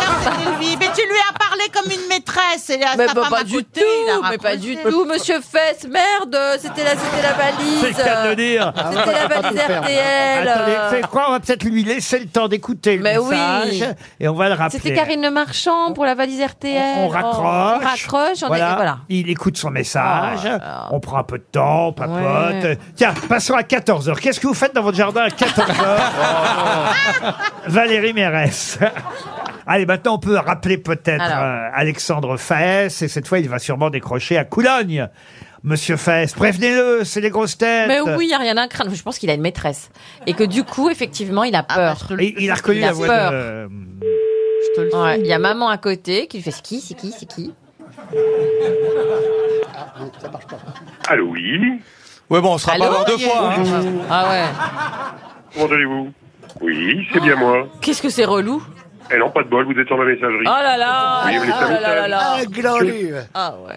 lui. Mais tu lui as parlé comme une maîtresse. Et là,
Mais
sa
bah,
femme à
pas du
côté,
tout,
il a
mais pas du
raccroché.
tout, monsieur Fess, merde, c'était la, c'était la
C'est le
valise.
cas de le dire.
Ah ouais,
C'était la
faut pas
valise
tout faire.
RTL.
Attendez,
euh,
vous savez quoi On va peut-être lui laisser le temps d'écouter le
Mais oui.
message et on va le rappeler.
C'était Karine Le Marchand pour la valise RTL.
On raccroche.
On raccroche, on est-
voilà.
voilà.
Il écoute son message.
Ah, ah.
On prend un peu de temps, on papote.
Ouais.
Tiens, passons à 14h. Qu'est-ce que vous faites dans votre jardin à 14h
Oh,
Valérie Mérès. Allez, maintenant on peut rappeler peut-être
Alors.
euh, Alexandre Faes, et cette fois il va sûrement décrocher à Coulogne. Monsieur Faes, prévenez-le, c'est les grosses têtes.
Mais oui, il n'y a rien à craindre. Je pense qu'il a une maîtresse. Et que du coup, effectivement, il a
Ah, bah,
peur.
je te le-
Et il a reconnu
Il a
la voix
peur.
de. euh,
je te le dis.
Ouais, Il y a maman à côté qui lui fait c'est qui, c'est qui, c'est qui.
Ah,
Ah,
Allô, oui.
Ouais, bon, on sera
Allô
pas voir deux fois. hein.
Ah ouais.
Comment allez-vous Oui, c'est bien moi.
Qu'est-ce que c'est relou
Et non, pas de bol, vous êtes sur ma
Oh
messagerie.
là là
Oui,
Oh
mais ça
là là là là là.
Ah, glorieux.
Ah ouais.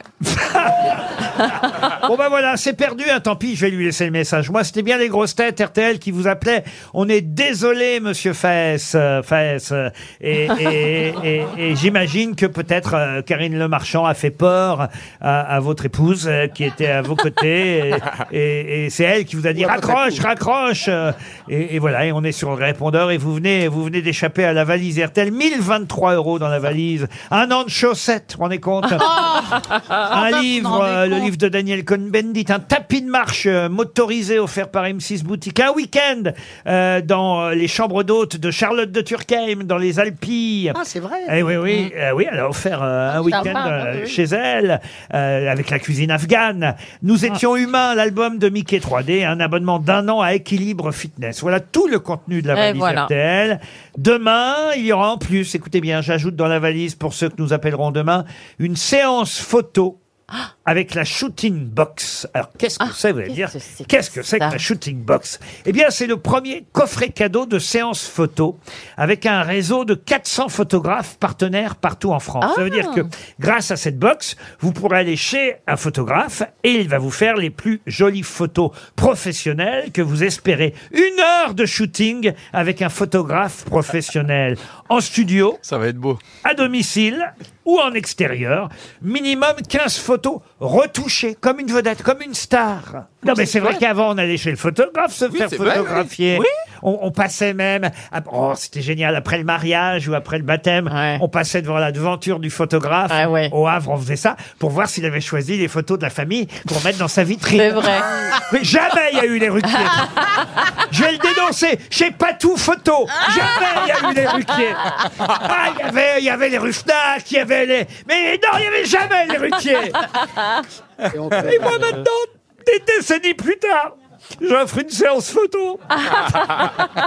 Bon ben voilà, c'est perdu, hein, tant pis, je vais lui laisser le message. Moi, c'était bien les grosses têtes RTL qui vous appelaient. On est désolé, monsieur Fess. euh, Fess, euh, et et- et- et j'imagine que peut-être euh, Karine Le Marchand a fait peur à, à votre épouse euh, qui était à vos côtés. Et, et- et c'est elle qui vous a dit
Ou à votre
raccroche,
épouse.
raccroche. euh, et, et voilà, et on est sur le répondeur et vous venez, vous venez d'échapper à la valise RTL. 1023 euros dans la valise. Un an de chaussettes, vous vous rendez compte
Ah, bah,
un livre,
rendez
euh, le
compte.
livre de Daniel Cohn-Bendit, un tapis de marche euh, motorisé offert par M6 Boutique, un week-end euh, dans euh, les chambres d'hôtes de Charlotte de Turckheim, dans les Alpilles.
Ah, c'est vrai. Mmh.
Eh oui, oui, euh, oui, elle a offert euh, un week-end
sympa,
euh,
oui, oui.
chez elle, euh, avec la cuisine afghane. Nous étions humains, l'album de Mickey 3D, un abonnement d'un an à Équilibre Fitness. Voilà tout le contenu de la
Et
valise
voilà.
RTL. Demain, il y aura en plus, écoutez bien, j'ajoute dans la valise, pour ceux que nous appellerons demain, une séance photo avec la shooting box. Alors, qu'est-ce que c'est, vous allez
Ah, qu'est-ce
dire
que c'est que
Qu'est-ce que c'est que
ça
la shooting box Eh bien, c'est le premier coffret cadeau de séance photo avec un réseau de 400 photographes partenaires partout en France. Ça veut
Ah.
dire que grâce à cette box, vous pourrez aller chez un photographe et il va vous faire les plus jolies photos professionnelles que vous espérez. Une heure de shooting avec un photographe professionnel en studio
Ça va être beau.
à domicile ou en extérieur, minimum 15 photos retouchées, comme une vedette, comme une star. Non mais c'est vrai qu'avant on allait chez le photographe se faire
c'est vrai,
photographier. On, on passait même, à- oh, c'était génial, après le mariage ou après le baptême, on passait devant la devanture du photographe. Au Havre, on faisait ça pour voir s'il avait choisi les photos de la famille pour mettre dans sa vitrine.
C'est vrai.
Mais jamais il y a eu les Ruquier. Je vais le dénoncer. Chez Patou Photo, jamais il y a eu les Ruquier. Ah, il y avait, il y avait les Ruffnac, il y avait les. Mais non, il n'y avait jamais les Ruquier. Et moi maintenant, des décennies plus tard, j'offre une séance photo.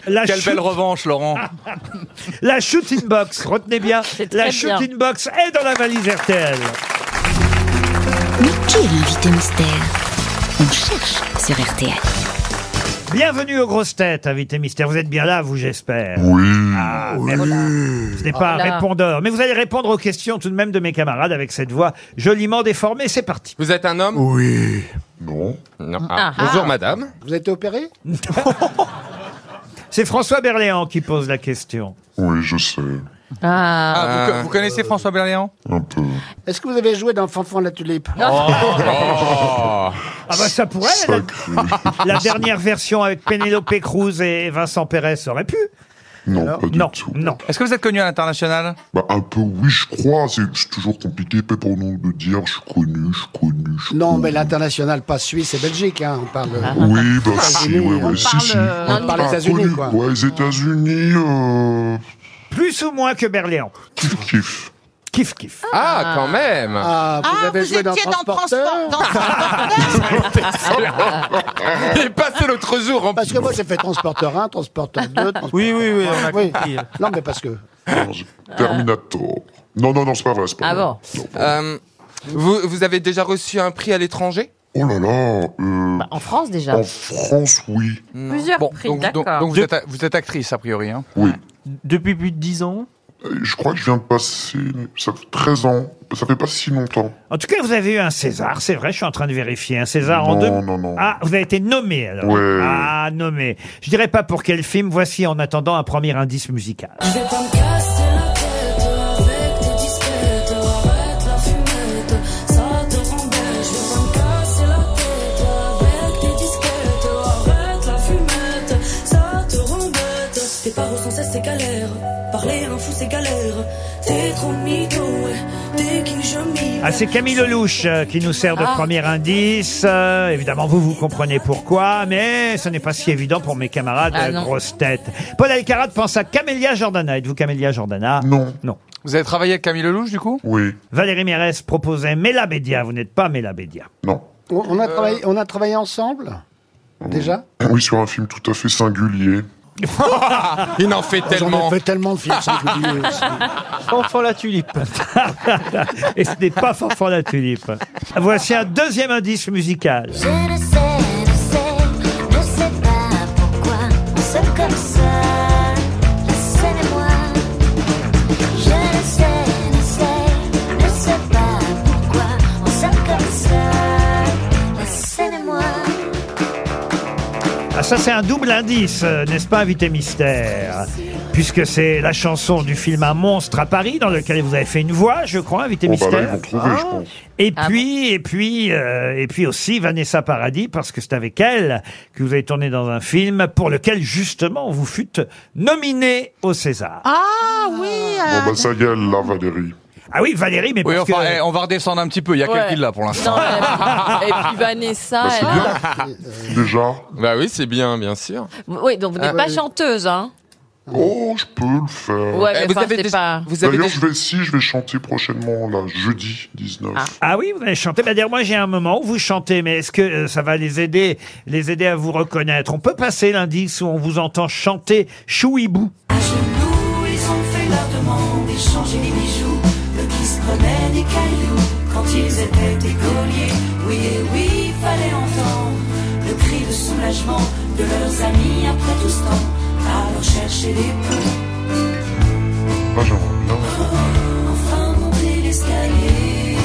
Quelle
chute.
belle revanche, Laurent.
La shooting box, retenez bien, la
très
shooting box est dans la valise RTL.
Mais qui est l'invité mystère On cherche sur RTL.
Bienvenue aux grosses têtes, invité mystère. Vous êtes bien là, vous, j'espère.
Oui.
Ah, merde. Ce n'est pas
Oh là.
un répondeur. Mais vous allez répondre aux questions tout de même de mes camarades avec cette voix joliment déformée. C'est parti.
Vous êtes un homme Oui. Non. Ah.
Ah.
Bonjour madame.
Vous avez été opéré
C'est François Berléand qui pose la question.
Oui, je sais.
Ah, vous, co- vous connaissez François Berléand
Euh, Est-ce que vous avez joué dans Fanfan la Tulipe
Oh.
Oh.
Ah bah ça pourrait. La, la dernière version avec Penelope Cruz et Vincent Perez ça aurait pu.
Non, pas du
non,
tout.
non.
Est-ce que vous êtes connu à l'international
Bah, un peu, oui, je crois. C'est c'est toujours compliqué pas pour nous de dire je suis connu, je suis connu. je suis
Non,
connu.
mais l'international, pas Suisse et Belgique, hein, on parle.
Oui, bah si, ouais, ouais,
Ah, on
si,
parle,
si.
euh, on
Un-
parle
un
États-Unis,
connu.
quoi.
Ouais, les États-Unis, euh,
Plus ou moins que Berléand.
kiff, kiff.
Kiff, kiff.
Ah, quand même.
Ah, vous avez joué dans Transporteur
Ah,
Il est passé l'autre jour en
Parce que moi, j'ai fait Transporteur 1, Transporteur 2, Transporteur Oui, oui, oui,
Ah,
on a compris. Non, mais parce que...
Terminator. Non, non, non, c'est pas vrai, c'est
Ah
Ah
pas vrai.
Euh, vous, vous avez déjà reçu un prix à l'étranger
Oh là là. euh,
Bah,
En France déjà.
En France, oui.
Mmh.
Plusieurs prix,
donc, donc-
d'accord.
donc vous,
De-
êtes, vous êtes actrice, a priori. hein.
Oui.
Depuis plus de 10 ans
Euh, Je crois que je viens de passer. Ça fait 13 ans. Ça fait pas si longtemps.
En tout cas, vous avez eu un César, c'est vrai, je suis en train de vérifier. Un César en
Non,
deux.
non, non.
Ah, vous avez été nommé alors.
Ouais.
Ah, nommé. Je dirais pas pour quel film, voici en attendant un premier indice musical.
Je vais pas me casser la tête avec tes disquettes. Arrête la fumette, ça te embête. Je vais pas me casser la tête avec tes disquettes. Arrête la fumette, ça te embête. Tes paroles sans cesse, c'est galère. Parler un fou, c'est galère. T'es trop mytho, ouais. T'es qui je m'y
Ah, c'est Camille Lelouch euh, qui nous sert de
Ah.
premier indice. Euh, évidemment, vous, vous comprenez pourquoi, mais ce n'est pas si évident pour mes camarades
Ah,
euh,
non.
grosses têtes. Paul Alcarat pense à Camélia Jordana. Êtes-vous Camélia Jordana
Non.
Non.
Vous avez travaillé avec Camille Lelouch, du coup
Oui.
Valérie Mérès proposait Mela Bédia. Vous n'êtes pas Mela Bédia.
Non.
On, on a,
Euh.
travaillé, on a travaillé ensemble Déjà
Mmh. Oui, sur un film tout à fait singulier.
Il en fait
Ah, J'en ai
tellement.
fait tellement de films singuliers aussi.
Enfant la tulipe.
Et ce n'est pas Fanfan la Tulipe. Voici un deuxième indice musical.
Je le sais, je sais, je sais pas pourquoi on s'aime comme ça, la scène et moi. Je le sais, je sais, je sais pas pourquoi on s'aime comme ça, la scène et moi.
Ah, ça, c'est un double indice, euh, n'est-ce pas, invité mystère Puisque c'est la chanson du film Un monstre à Paris, dans lequel vous avez fait une voix, je crois, invité
Oh, bah
mystère. Hein
là, ils vont trouver, je pense.
Et puis, et puis, euh, et puis aussi Vanessa Paradis, parce que c'est avec elle que vous avez tourné dans un film pour lequel justement vous fûtes nominé au César.
Ah oui euh,
Bon, bah, ça y est, elle l'a, Valérie.
Ah oui, Valérie, mais
Oui,
parce
enfin,
que-
eh, on va redescendre un petit peu. Il y a
Ouais.
quelqu'un là pour l'instant.
Non, mais- Et puis Vanessa.
Bah, c'est
elle-
bien.
Déjà.
Bah oui, c'est bien, bien sûr.
Oui, donc vous n'êtes
Ah.
pas
Oui.
chanteuse, hein
Oh, je peux le faire.
Ouais, mais
Eh, vous
enfin,
avez
c'est
des-
pas.
vous avez
D'ailleurs,
des-
je vais, si, je vais chanter prochainement, là, jeudi 19.
Ah oui, vous allez chanter. Bah, d'ailleurs, moi, j'ai un moment où vous chantez, mais est-ce que euh, ça va les aider, les aider à vous reconnaître On peut passer l'indice où on vous entend chanter Chouibou.
Nous, ils ont fait leur demande, échangé les bijoux, eux qui se prenaient des cailloux quand ils étaient écoliers. Oui, et oui, fallait entendre le cri de soulagement de leurs amis après tout ce temps. Alors chercher les poux,
Ah, j'aimerais bien.
enfin monter l'escalier.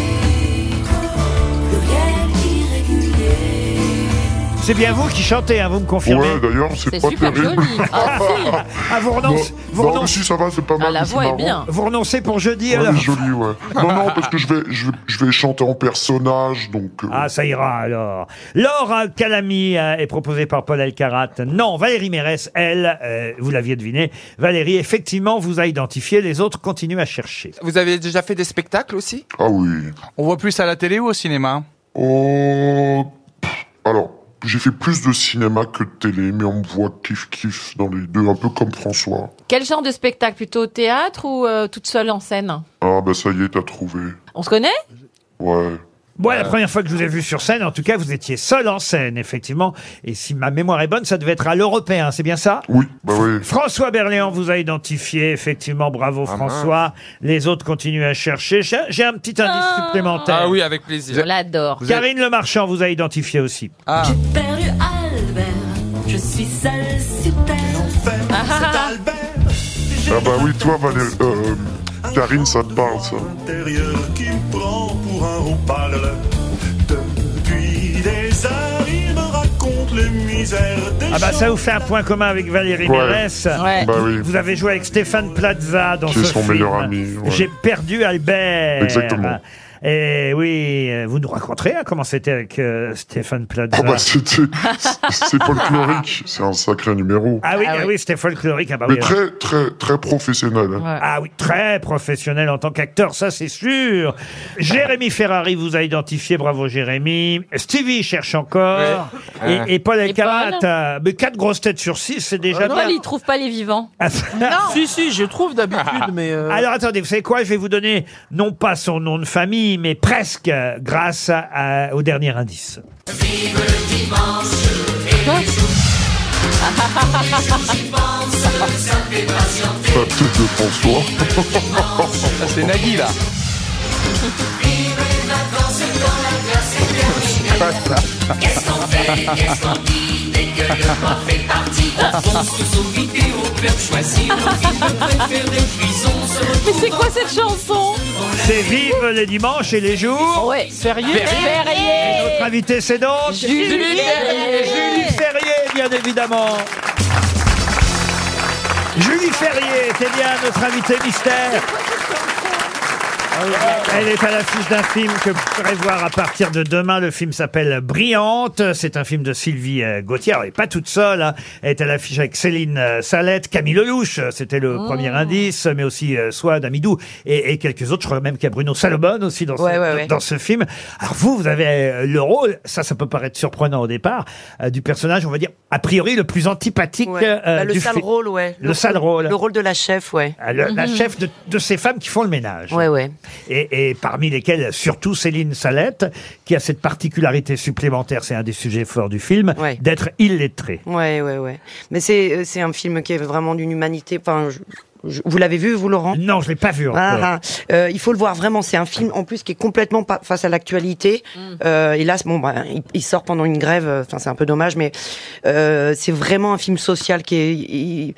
Pluriel irrégulier,
C'est bien vous qui chantez, hein, vous me confirmez
Ouais, d'ailleurs, c'est C'est pas super terrible. joli. Ah, si.
Ah, vous renoncez
Non,
vous
non,
renoncez-
mais si, ça va, c'est pas mal, Ah, la c'est voix est marrant. bien.
Vous renoncez pour jeudi,
Ouais,
alors
mais joli, ouais. Non, non, parce que je vais, je vais, je vais chanter en personnage, donc. euh,
Ah, ça ira alors. Laure Calami euh, est proposée par Paul Elkarat. Non, Valérie Mérès, elle, euh, vous l'aviez deviné, Valérie, effectivement, vous a identifié. Les autres continuent à chercher.
Vous avez déjà fait des spectacles aussi
Ah oui.
On voit plus à la télé ou au cinéma
Oh. pff, Alors, j'ai fait plus de cinéma que de télé, mais on me voit kiff-kiff dans les deux, un peu comme François.
Quel genre de spectacle Plutôt au théâtre ou euh, toute seule en scène
Ah, bah ça y est, t'as trouvé.
On se connaît
Ouais.
Bon,
Euh.
la première fois que je vous ai vu sur scène, en tout cas, vous étiez seul en scène, effectivement. Et si ma mémoire est bonne, ça devait être à l'européen, c'est bien ça
Oui, bah oui. Ah,
François Berléand vous a identifié, effectivement, bravo François. Les autres continuent à chercher. J'ai j'ai un petit indice supplémentaire.
Ah oui, avec plaisir.
On l'adore.
Karine Le Marchand vous a identifié aussi.
J'ai perdu Albert, je suis seule sur terre.
ah,
C'est Albert.
Ah, bah oui, toi, Valérie. Euh, Karine, ça te parle, ça.
Ah
intérieur qui me prend pour un roupal. Depuis des heures, il me raconte les misères des
Ah bah ça vous fait un point commun avec Valérie
Ouais.
Mérès.
Ouais. Bah oui.
Vous avez joué avec Stéphane Plaza dans ce
Qui est son
film.
meilleur ami, ouais.
J'ai perdu Albert.
Exactement.
Et oui, euh, vous nous raconterez hein, comment c'était avec euh, Stéphane Plaza.
Ah, bah c'était. C'est folklorique, c'est un sacré numéro.
Ah oui, ah oui, c'était folklorique. Ah bah
Mais
oui,
très, très, très professionnel. hein.
Ah oui, très professionnel en tant qu'acteur, ça c'est sûr. Jérémy Ferrari vous a identifié, bravo Jérémy. Stevie cherche encore.
Ouais.
Et, et Paul Elkarat,
Paul
euh, mais quatre grosses têtes sur six, c'est déjà
Paul,
bien.
il trouve pas les vivants.
Non. Ah, Si, si, je trouve d'habitude, mais. euh,
Alors attendez, vous savez quoi Je vais vous donner non pas son nom de famille, mais presque euh, grâce à- au dernier indice.
Vive le dimanche et les jours. J'y pense, ça fait patienter.
Pas peut-être de François.
C'est Nagui, là.
Vive les vacances quand la glace est terminée. Qu'est-ce qu'on fait, qu'est-ce qu'on dit dès que le mois fait partie On fonce tous aux vidéoclubs, choisis nos films préférés, puis on se
Mais c'est quoi cette chanson
C'est vive les dimanches et les
Oh,
jours.
Ouais. Férié
Et Notre invité, c'est donc
Julie Ferrier.
Julie Ferrier, bien évidemment. Julie Ferrier était bien notre invitée mystère. Elle est à l'affiche d'un film que vous pourrez voir à partir de demain. Le film s'appelle Brillante. C'est un film de Sylvie euh, Gauthier. Elle n'est pas toute seule. hein. Elle est à l'affiche avec Céline euh, Salette, Camille Lelouch, euh, c'était le
Oh.
premier indice, mais aussi euh, Swad Amidou et, et quelques autres. Je crois même qu'il y a Bruno Salomon aussi dans, ce, dans ce film. Alors vous, vous avez euh, le rôle, ça, ça peut paraître surprenant au départ, euh, du personnage, on va dire, a priori, le plus antipathique
Ouais.
euh,
Bah, le
du
sale
fi-
rôle, ouais.
Le sale rôle.
Le rôle de la chef, ouais.
Ah, le- La
Mhm.
chef de, de ces femmes qui font le ménage.
Ouais, ouais.
Et, et parmi lesquelles, surtout Céline Salette, qui a cette particularité supplémentaire, c'est un des sujets forts du film, d'être illettrée.
Ouais, ouais, ouais. Mais c'est euh, c'est un film qui est vraiment d'une humanité. Enfin, je- je- vous l'avez vu, vous, Laurent
Non, je l'ai pas vu encore.
Ah, ah. Euh, il faut le voir vraiment. C'est un film en plus qui est complètement pas face à l'actualité. Euh, hélas, bon, bah, il, il sort pendant une grève. euh, Enfin, c'est un peu dommage, mais euh, c'est vraiment un film social qui est. Il,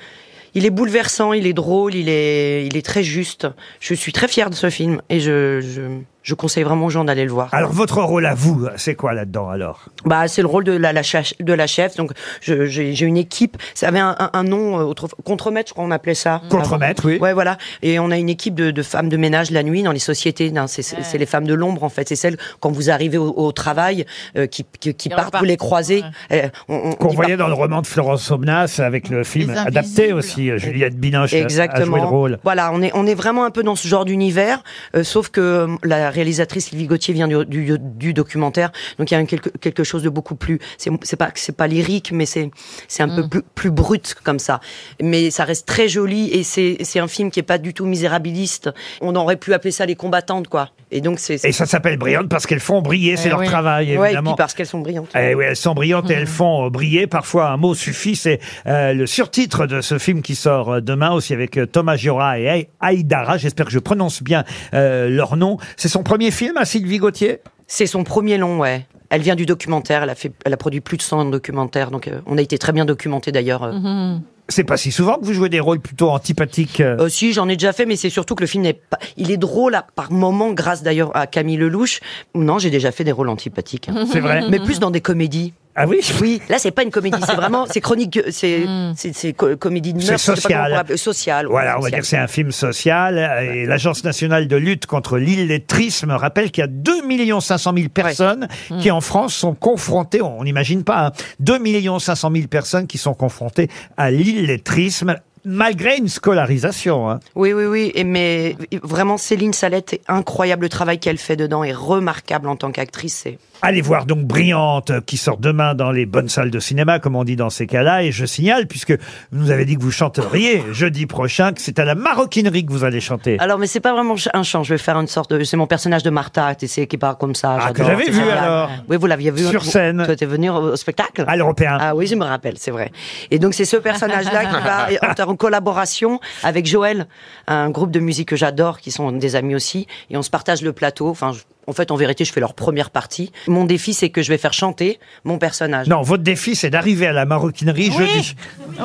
il est bouleversant, il est drôle, il est, il est très juste. Je suis très fière de ce film et je, je, je conseille vraiment aux gens d'aller le voir.
Alors votre rôle à vous, c'est quoi là-dedans alors
Bah, c'est le rôle de la, la chef, de la chef. Donc, je- j'ai j'ai une équipe. Ça avait un, un- un nom euh, autre contremaître, je crois, on appelait ça.
Contremaître, oui.
Ah Ouais, voilà. Et on a une équipe de, de femmes de ménage la nuit dans les sociétés. Non, C'est c'est- c'est les femmes de l'ombre en fait. C'est celles quand vous arrivez au, au travail euh, qui, qui, qui partent, vous les croisez. Euh, on- on-
Qu'on
ils
voyait
partent-
dans le roman de Florence Somnas avec le film
Les
adapté aussi, euh, Juliette Binoche a- a joué le rôle.
Voilà, on est on est vraiment un peu dans ce genre d'univers, euh, sauf que euh, la réalisatrice Sylvie Gauthier vient du, du, du documentaire, donc il y a un quelque quelque chose de beaucoup plus. C'est c'est pas c'est pas lyrique, mais c'est c'est un peu plus, plus brut comme ça. Mais ça reste très joli et c'est c'est un film qui est pas du tout misérabiliste. On aurait pu appeler ça les combattantes quoi. Et donc c'est
Et ça s'appelle Brillante parce qu'elles font briller, c'est
Eh
leur
oui.
travail
Ouais, et
évidemment.
puis parce qu'elles sont brillantes.
Eh oui, elles sont brillantes et elles font euh, briller. Parfois, un mot suffit. C'est euh, le surtitre de ce film qui sort euh, demain aussi avec euh, Thomas Giora et Aï- Aïdara. J'espère que je prononce bien euh, leur nom. C'est son premier film à Eh ben, Sylvie Gauthier
C'est son premier long, ouais. Elle vient du documentaire, elle a, fait, elle a produit plus de 100 documentaires, donc euh, on a été très bien documenté d'ailleurs. euh.
Mm. C'est pas si souvent que vous jouez des rôles plutôt antipathiques. euh.
Euh, si, j'en ai déjà fait, mais c'est surtout que le film n'est pas. Il est drôle à- par moments, grâce d'ailleurs à Camille Lelouch. Non, j'ai déjà fait des rôles antipathiques. hein.
C'est vrai.
Mais plus dans des comédies.
Ah oui
Oui, là c'est pas une comédie, c'est vraiment c'est chronique, c'est c'est c'est co- comédie de
C'est
mœurs, je sais pas comment on
social.
pourrait- euh, social. ouais,
Voilà, Ah, on va
social.
dire que c'est un film social. euh, Et l'Agence nationale de lutte contre l'illettrisme rappelle qu'il y a 2 500 000 personnes qui, en France, sont confrontées, on on n'imagine pas, hein, 2 500 000 personnes qui sont confrontées à l'illettrisme malgré une scolarisation. hein.
Oui, oui, oui. Et mais vraiment, Céline Salette, est incroyable le travail qu'elle fait dedans et remarquable en tant qu'actrice. c'est-
Allez voir donc Brillante euh, qui sort demain dans les bonnes salles de cinéma, comme on dit dans ces cas-là. Et je signale, puisque vous nous avez dit que vous chanteriez jeudi prochain, que c'est à la maroquinerie que vous allez chanter.
Alors, mais c'est pas vraiment ch- un chant. Je vais faire une sorte de. C'est mon personnage de Martha, tu sais, qui parle comme ça.
Ah, que
j'adore,
j'avais
c'est
vu,
génial.
alors.
Oui, vous l'aviez vu.
Sur
Vous-
scène.
Toi, t'es venu au au spectacle.
À l'européen.
Ah oui, je me rappelle, c'est vrai. Et donc, c'est ce personnage-là qui va être en collaboration avec Joël, un groupe de musique que j'adore, qui sont des amis aussi. Et on se partage le plateau. Enfin, je- en fait, en vérité, je fais leur première partie. Mon défi, c'est que je vais faire chanter mon personnage.
Non, votre défi, c'est d'arriver à la maroquinerie jeudi.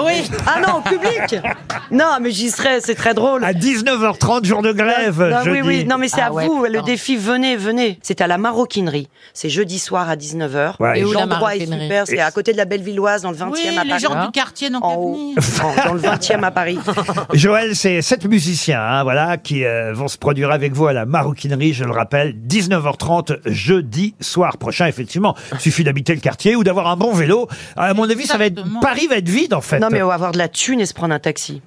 Oui. Ah non, au public. Non, mais j'y serai, c'est très drôle.
À 19h30, jour de grève.
Non, oui,
Bah, jeudi.
oui, non, mais c'est
Ah
à
ouais,
vous, le
putain.
défi, venez, venez. C'est à la maroquinerie. C'est jeudi soir à 19h.
Ouais, Et où la
L'endroit est
maroquinerie
super, c'est à côté de la Bellevilloise, dans le 20e
Oui,
à Paris.
les gens du quartier n'ont qu'à venir.
En- dans le 20e à Paris.
Joël, c'est sept musiciens, hein, voilà, qui euh, vont se produire avec vous à la maroquinerie, je le rappelle, 19h30 jeudi soir prochain. Effectivement, suffit d'habiter le quartier ou d'avoir un bon vélo. À mon avis, ça va être Paris va être vide en fait.
Non, mais on va avoir de la thune et se prendre un taxi.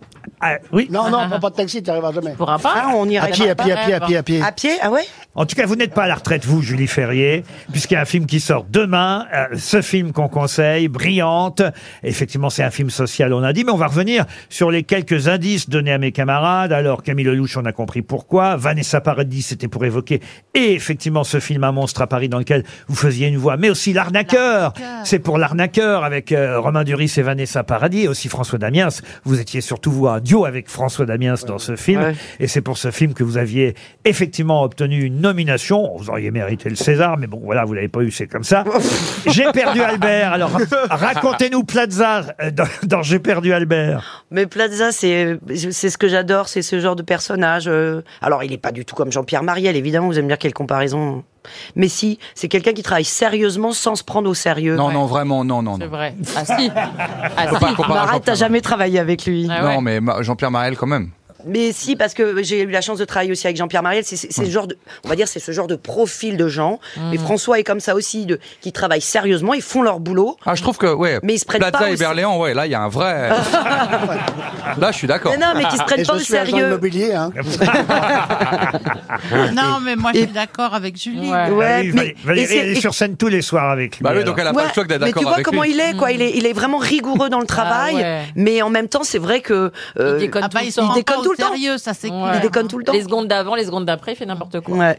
oui.
Non, non, on prend pas de taxi, tu arriveras jamais.
pourra pas. Ah, on ira
À pied, à
pas.
pied, à pied, à pied, à pied.
À pied, ah ouais
En tout cas, vous n'êtes pas à la retraite, vous, Julie Ferrier, puisqu'il y a un film qui sort demain, euh, ce film qu'on conseille, Brillante. Effectivement, c'est un film social, on a dit, mais on va revenir sur les quelques indices donnés à mes camarades. Alors, Camille Lelouch, on a compris pourquoi. Vanessa Paradis, c'était pour évoquer, et effectivement, ce film Un monstre à Paris, dans lequel vous faisiez une voix, mais aussi L'arnaqueur. C'est pour L'arnaqueur, avec euh, Romain Duris et Vanessa Paradis, et aussi François Damiens. Vous étiez surtout, vous, un duo avec François Damiens dans ce film.
Ouais.
Et c'est pour ce film que vous aviez effectivement obtenu une nomination. Vous auriez mérité le César, mais bon, voilà, vous l'avez pas eu, c'est comme ça. J'ai perdu Albert. Alors, ra- racontez-nous Plaza euh, dans, dans J'ai perdu Albert.
Mais Plaza, c'est c'est ce que j'adore, c'est ce genre de personnage. euh. Alors, il n'est pas du tout comme Jean-Pierre Mariel, évidemment, vous allez me dire quelle comparaison. Mais si, c'est quelqu'un qui travaille sérieusement sans se prendre au sérieux.
Non, non, vraiment, non, non. non.
vrai. Ah si. Ah,
Faut
si. Ah
pas comparer à
Arrête, t'as jamais travaillé avec lui.
Non, mais Ma- Jean-Pierre Marel quand même.
Mais si, parce que j'ai eu la chance de travailler aussi avec Jean-Pierre Mariel. C'est c'est- c'est ce genre de, on va dire, c'est ce genre de profil de gens.
Mm.
Mais François est comme ça aussi, de, qui travaillent sérieusement, ils font leur boulot.
Ah, je trouve que, ouais.
Mais ils se prennent
Plaza
pas
et
au-
Berléand, ouais, là, il y a un vrai. là, je suis d'accord.
Mais non, mais qu'ils se prennent
Et
pas
je
au
suis agent
sérieux.
immobilier, hein.
Non, mais moi, je suis d'accord avec Julie.
Ah oui, Valé- Valérie, elle est sur scène tous les soirs avec lui.
Bah oui, donc elle a pas
Ouais,
le choix d'être
mais
d'accord
tu vois
avec
comment
lui. Mm.
il est, quoi. Il est, il est vraiment rigoureux dans le travail,
ouais.
mais en même temps, c'est vrai que euh,
déconne
ah bah,
tout le
il
temps.
déconne tout le temps.
ça c'est
Il déconne tout le temps.
Les secondes d'avant, les secondes d'après, il fait n'importe quoi.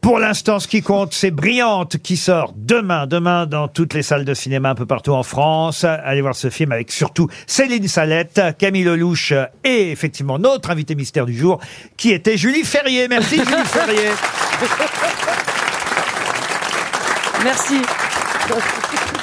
Pour l'instant, ce qui compte, c'est Brillante qui sort demain, demain dans toutes les salles de cinéma un peu partout en France. Allez voir ce film avec surtout Céline Salette, Camille Lelouch et effectivement notre invité mystère du jour qui était Julie Ferrier. Merci Julie Ferrier.
Merci.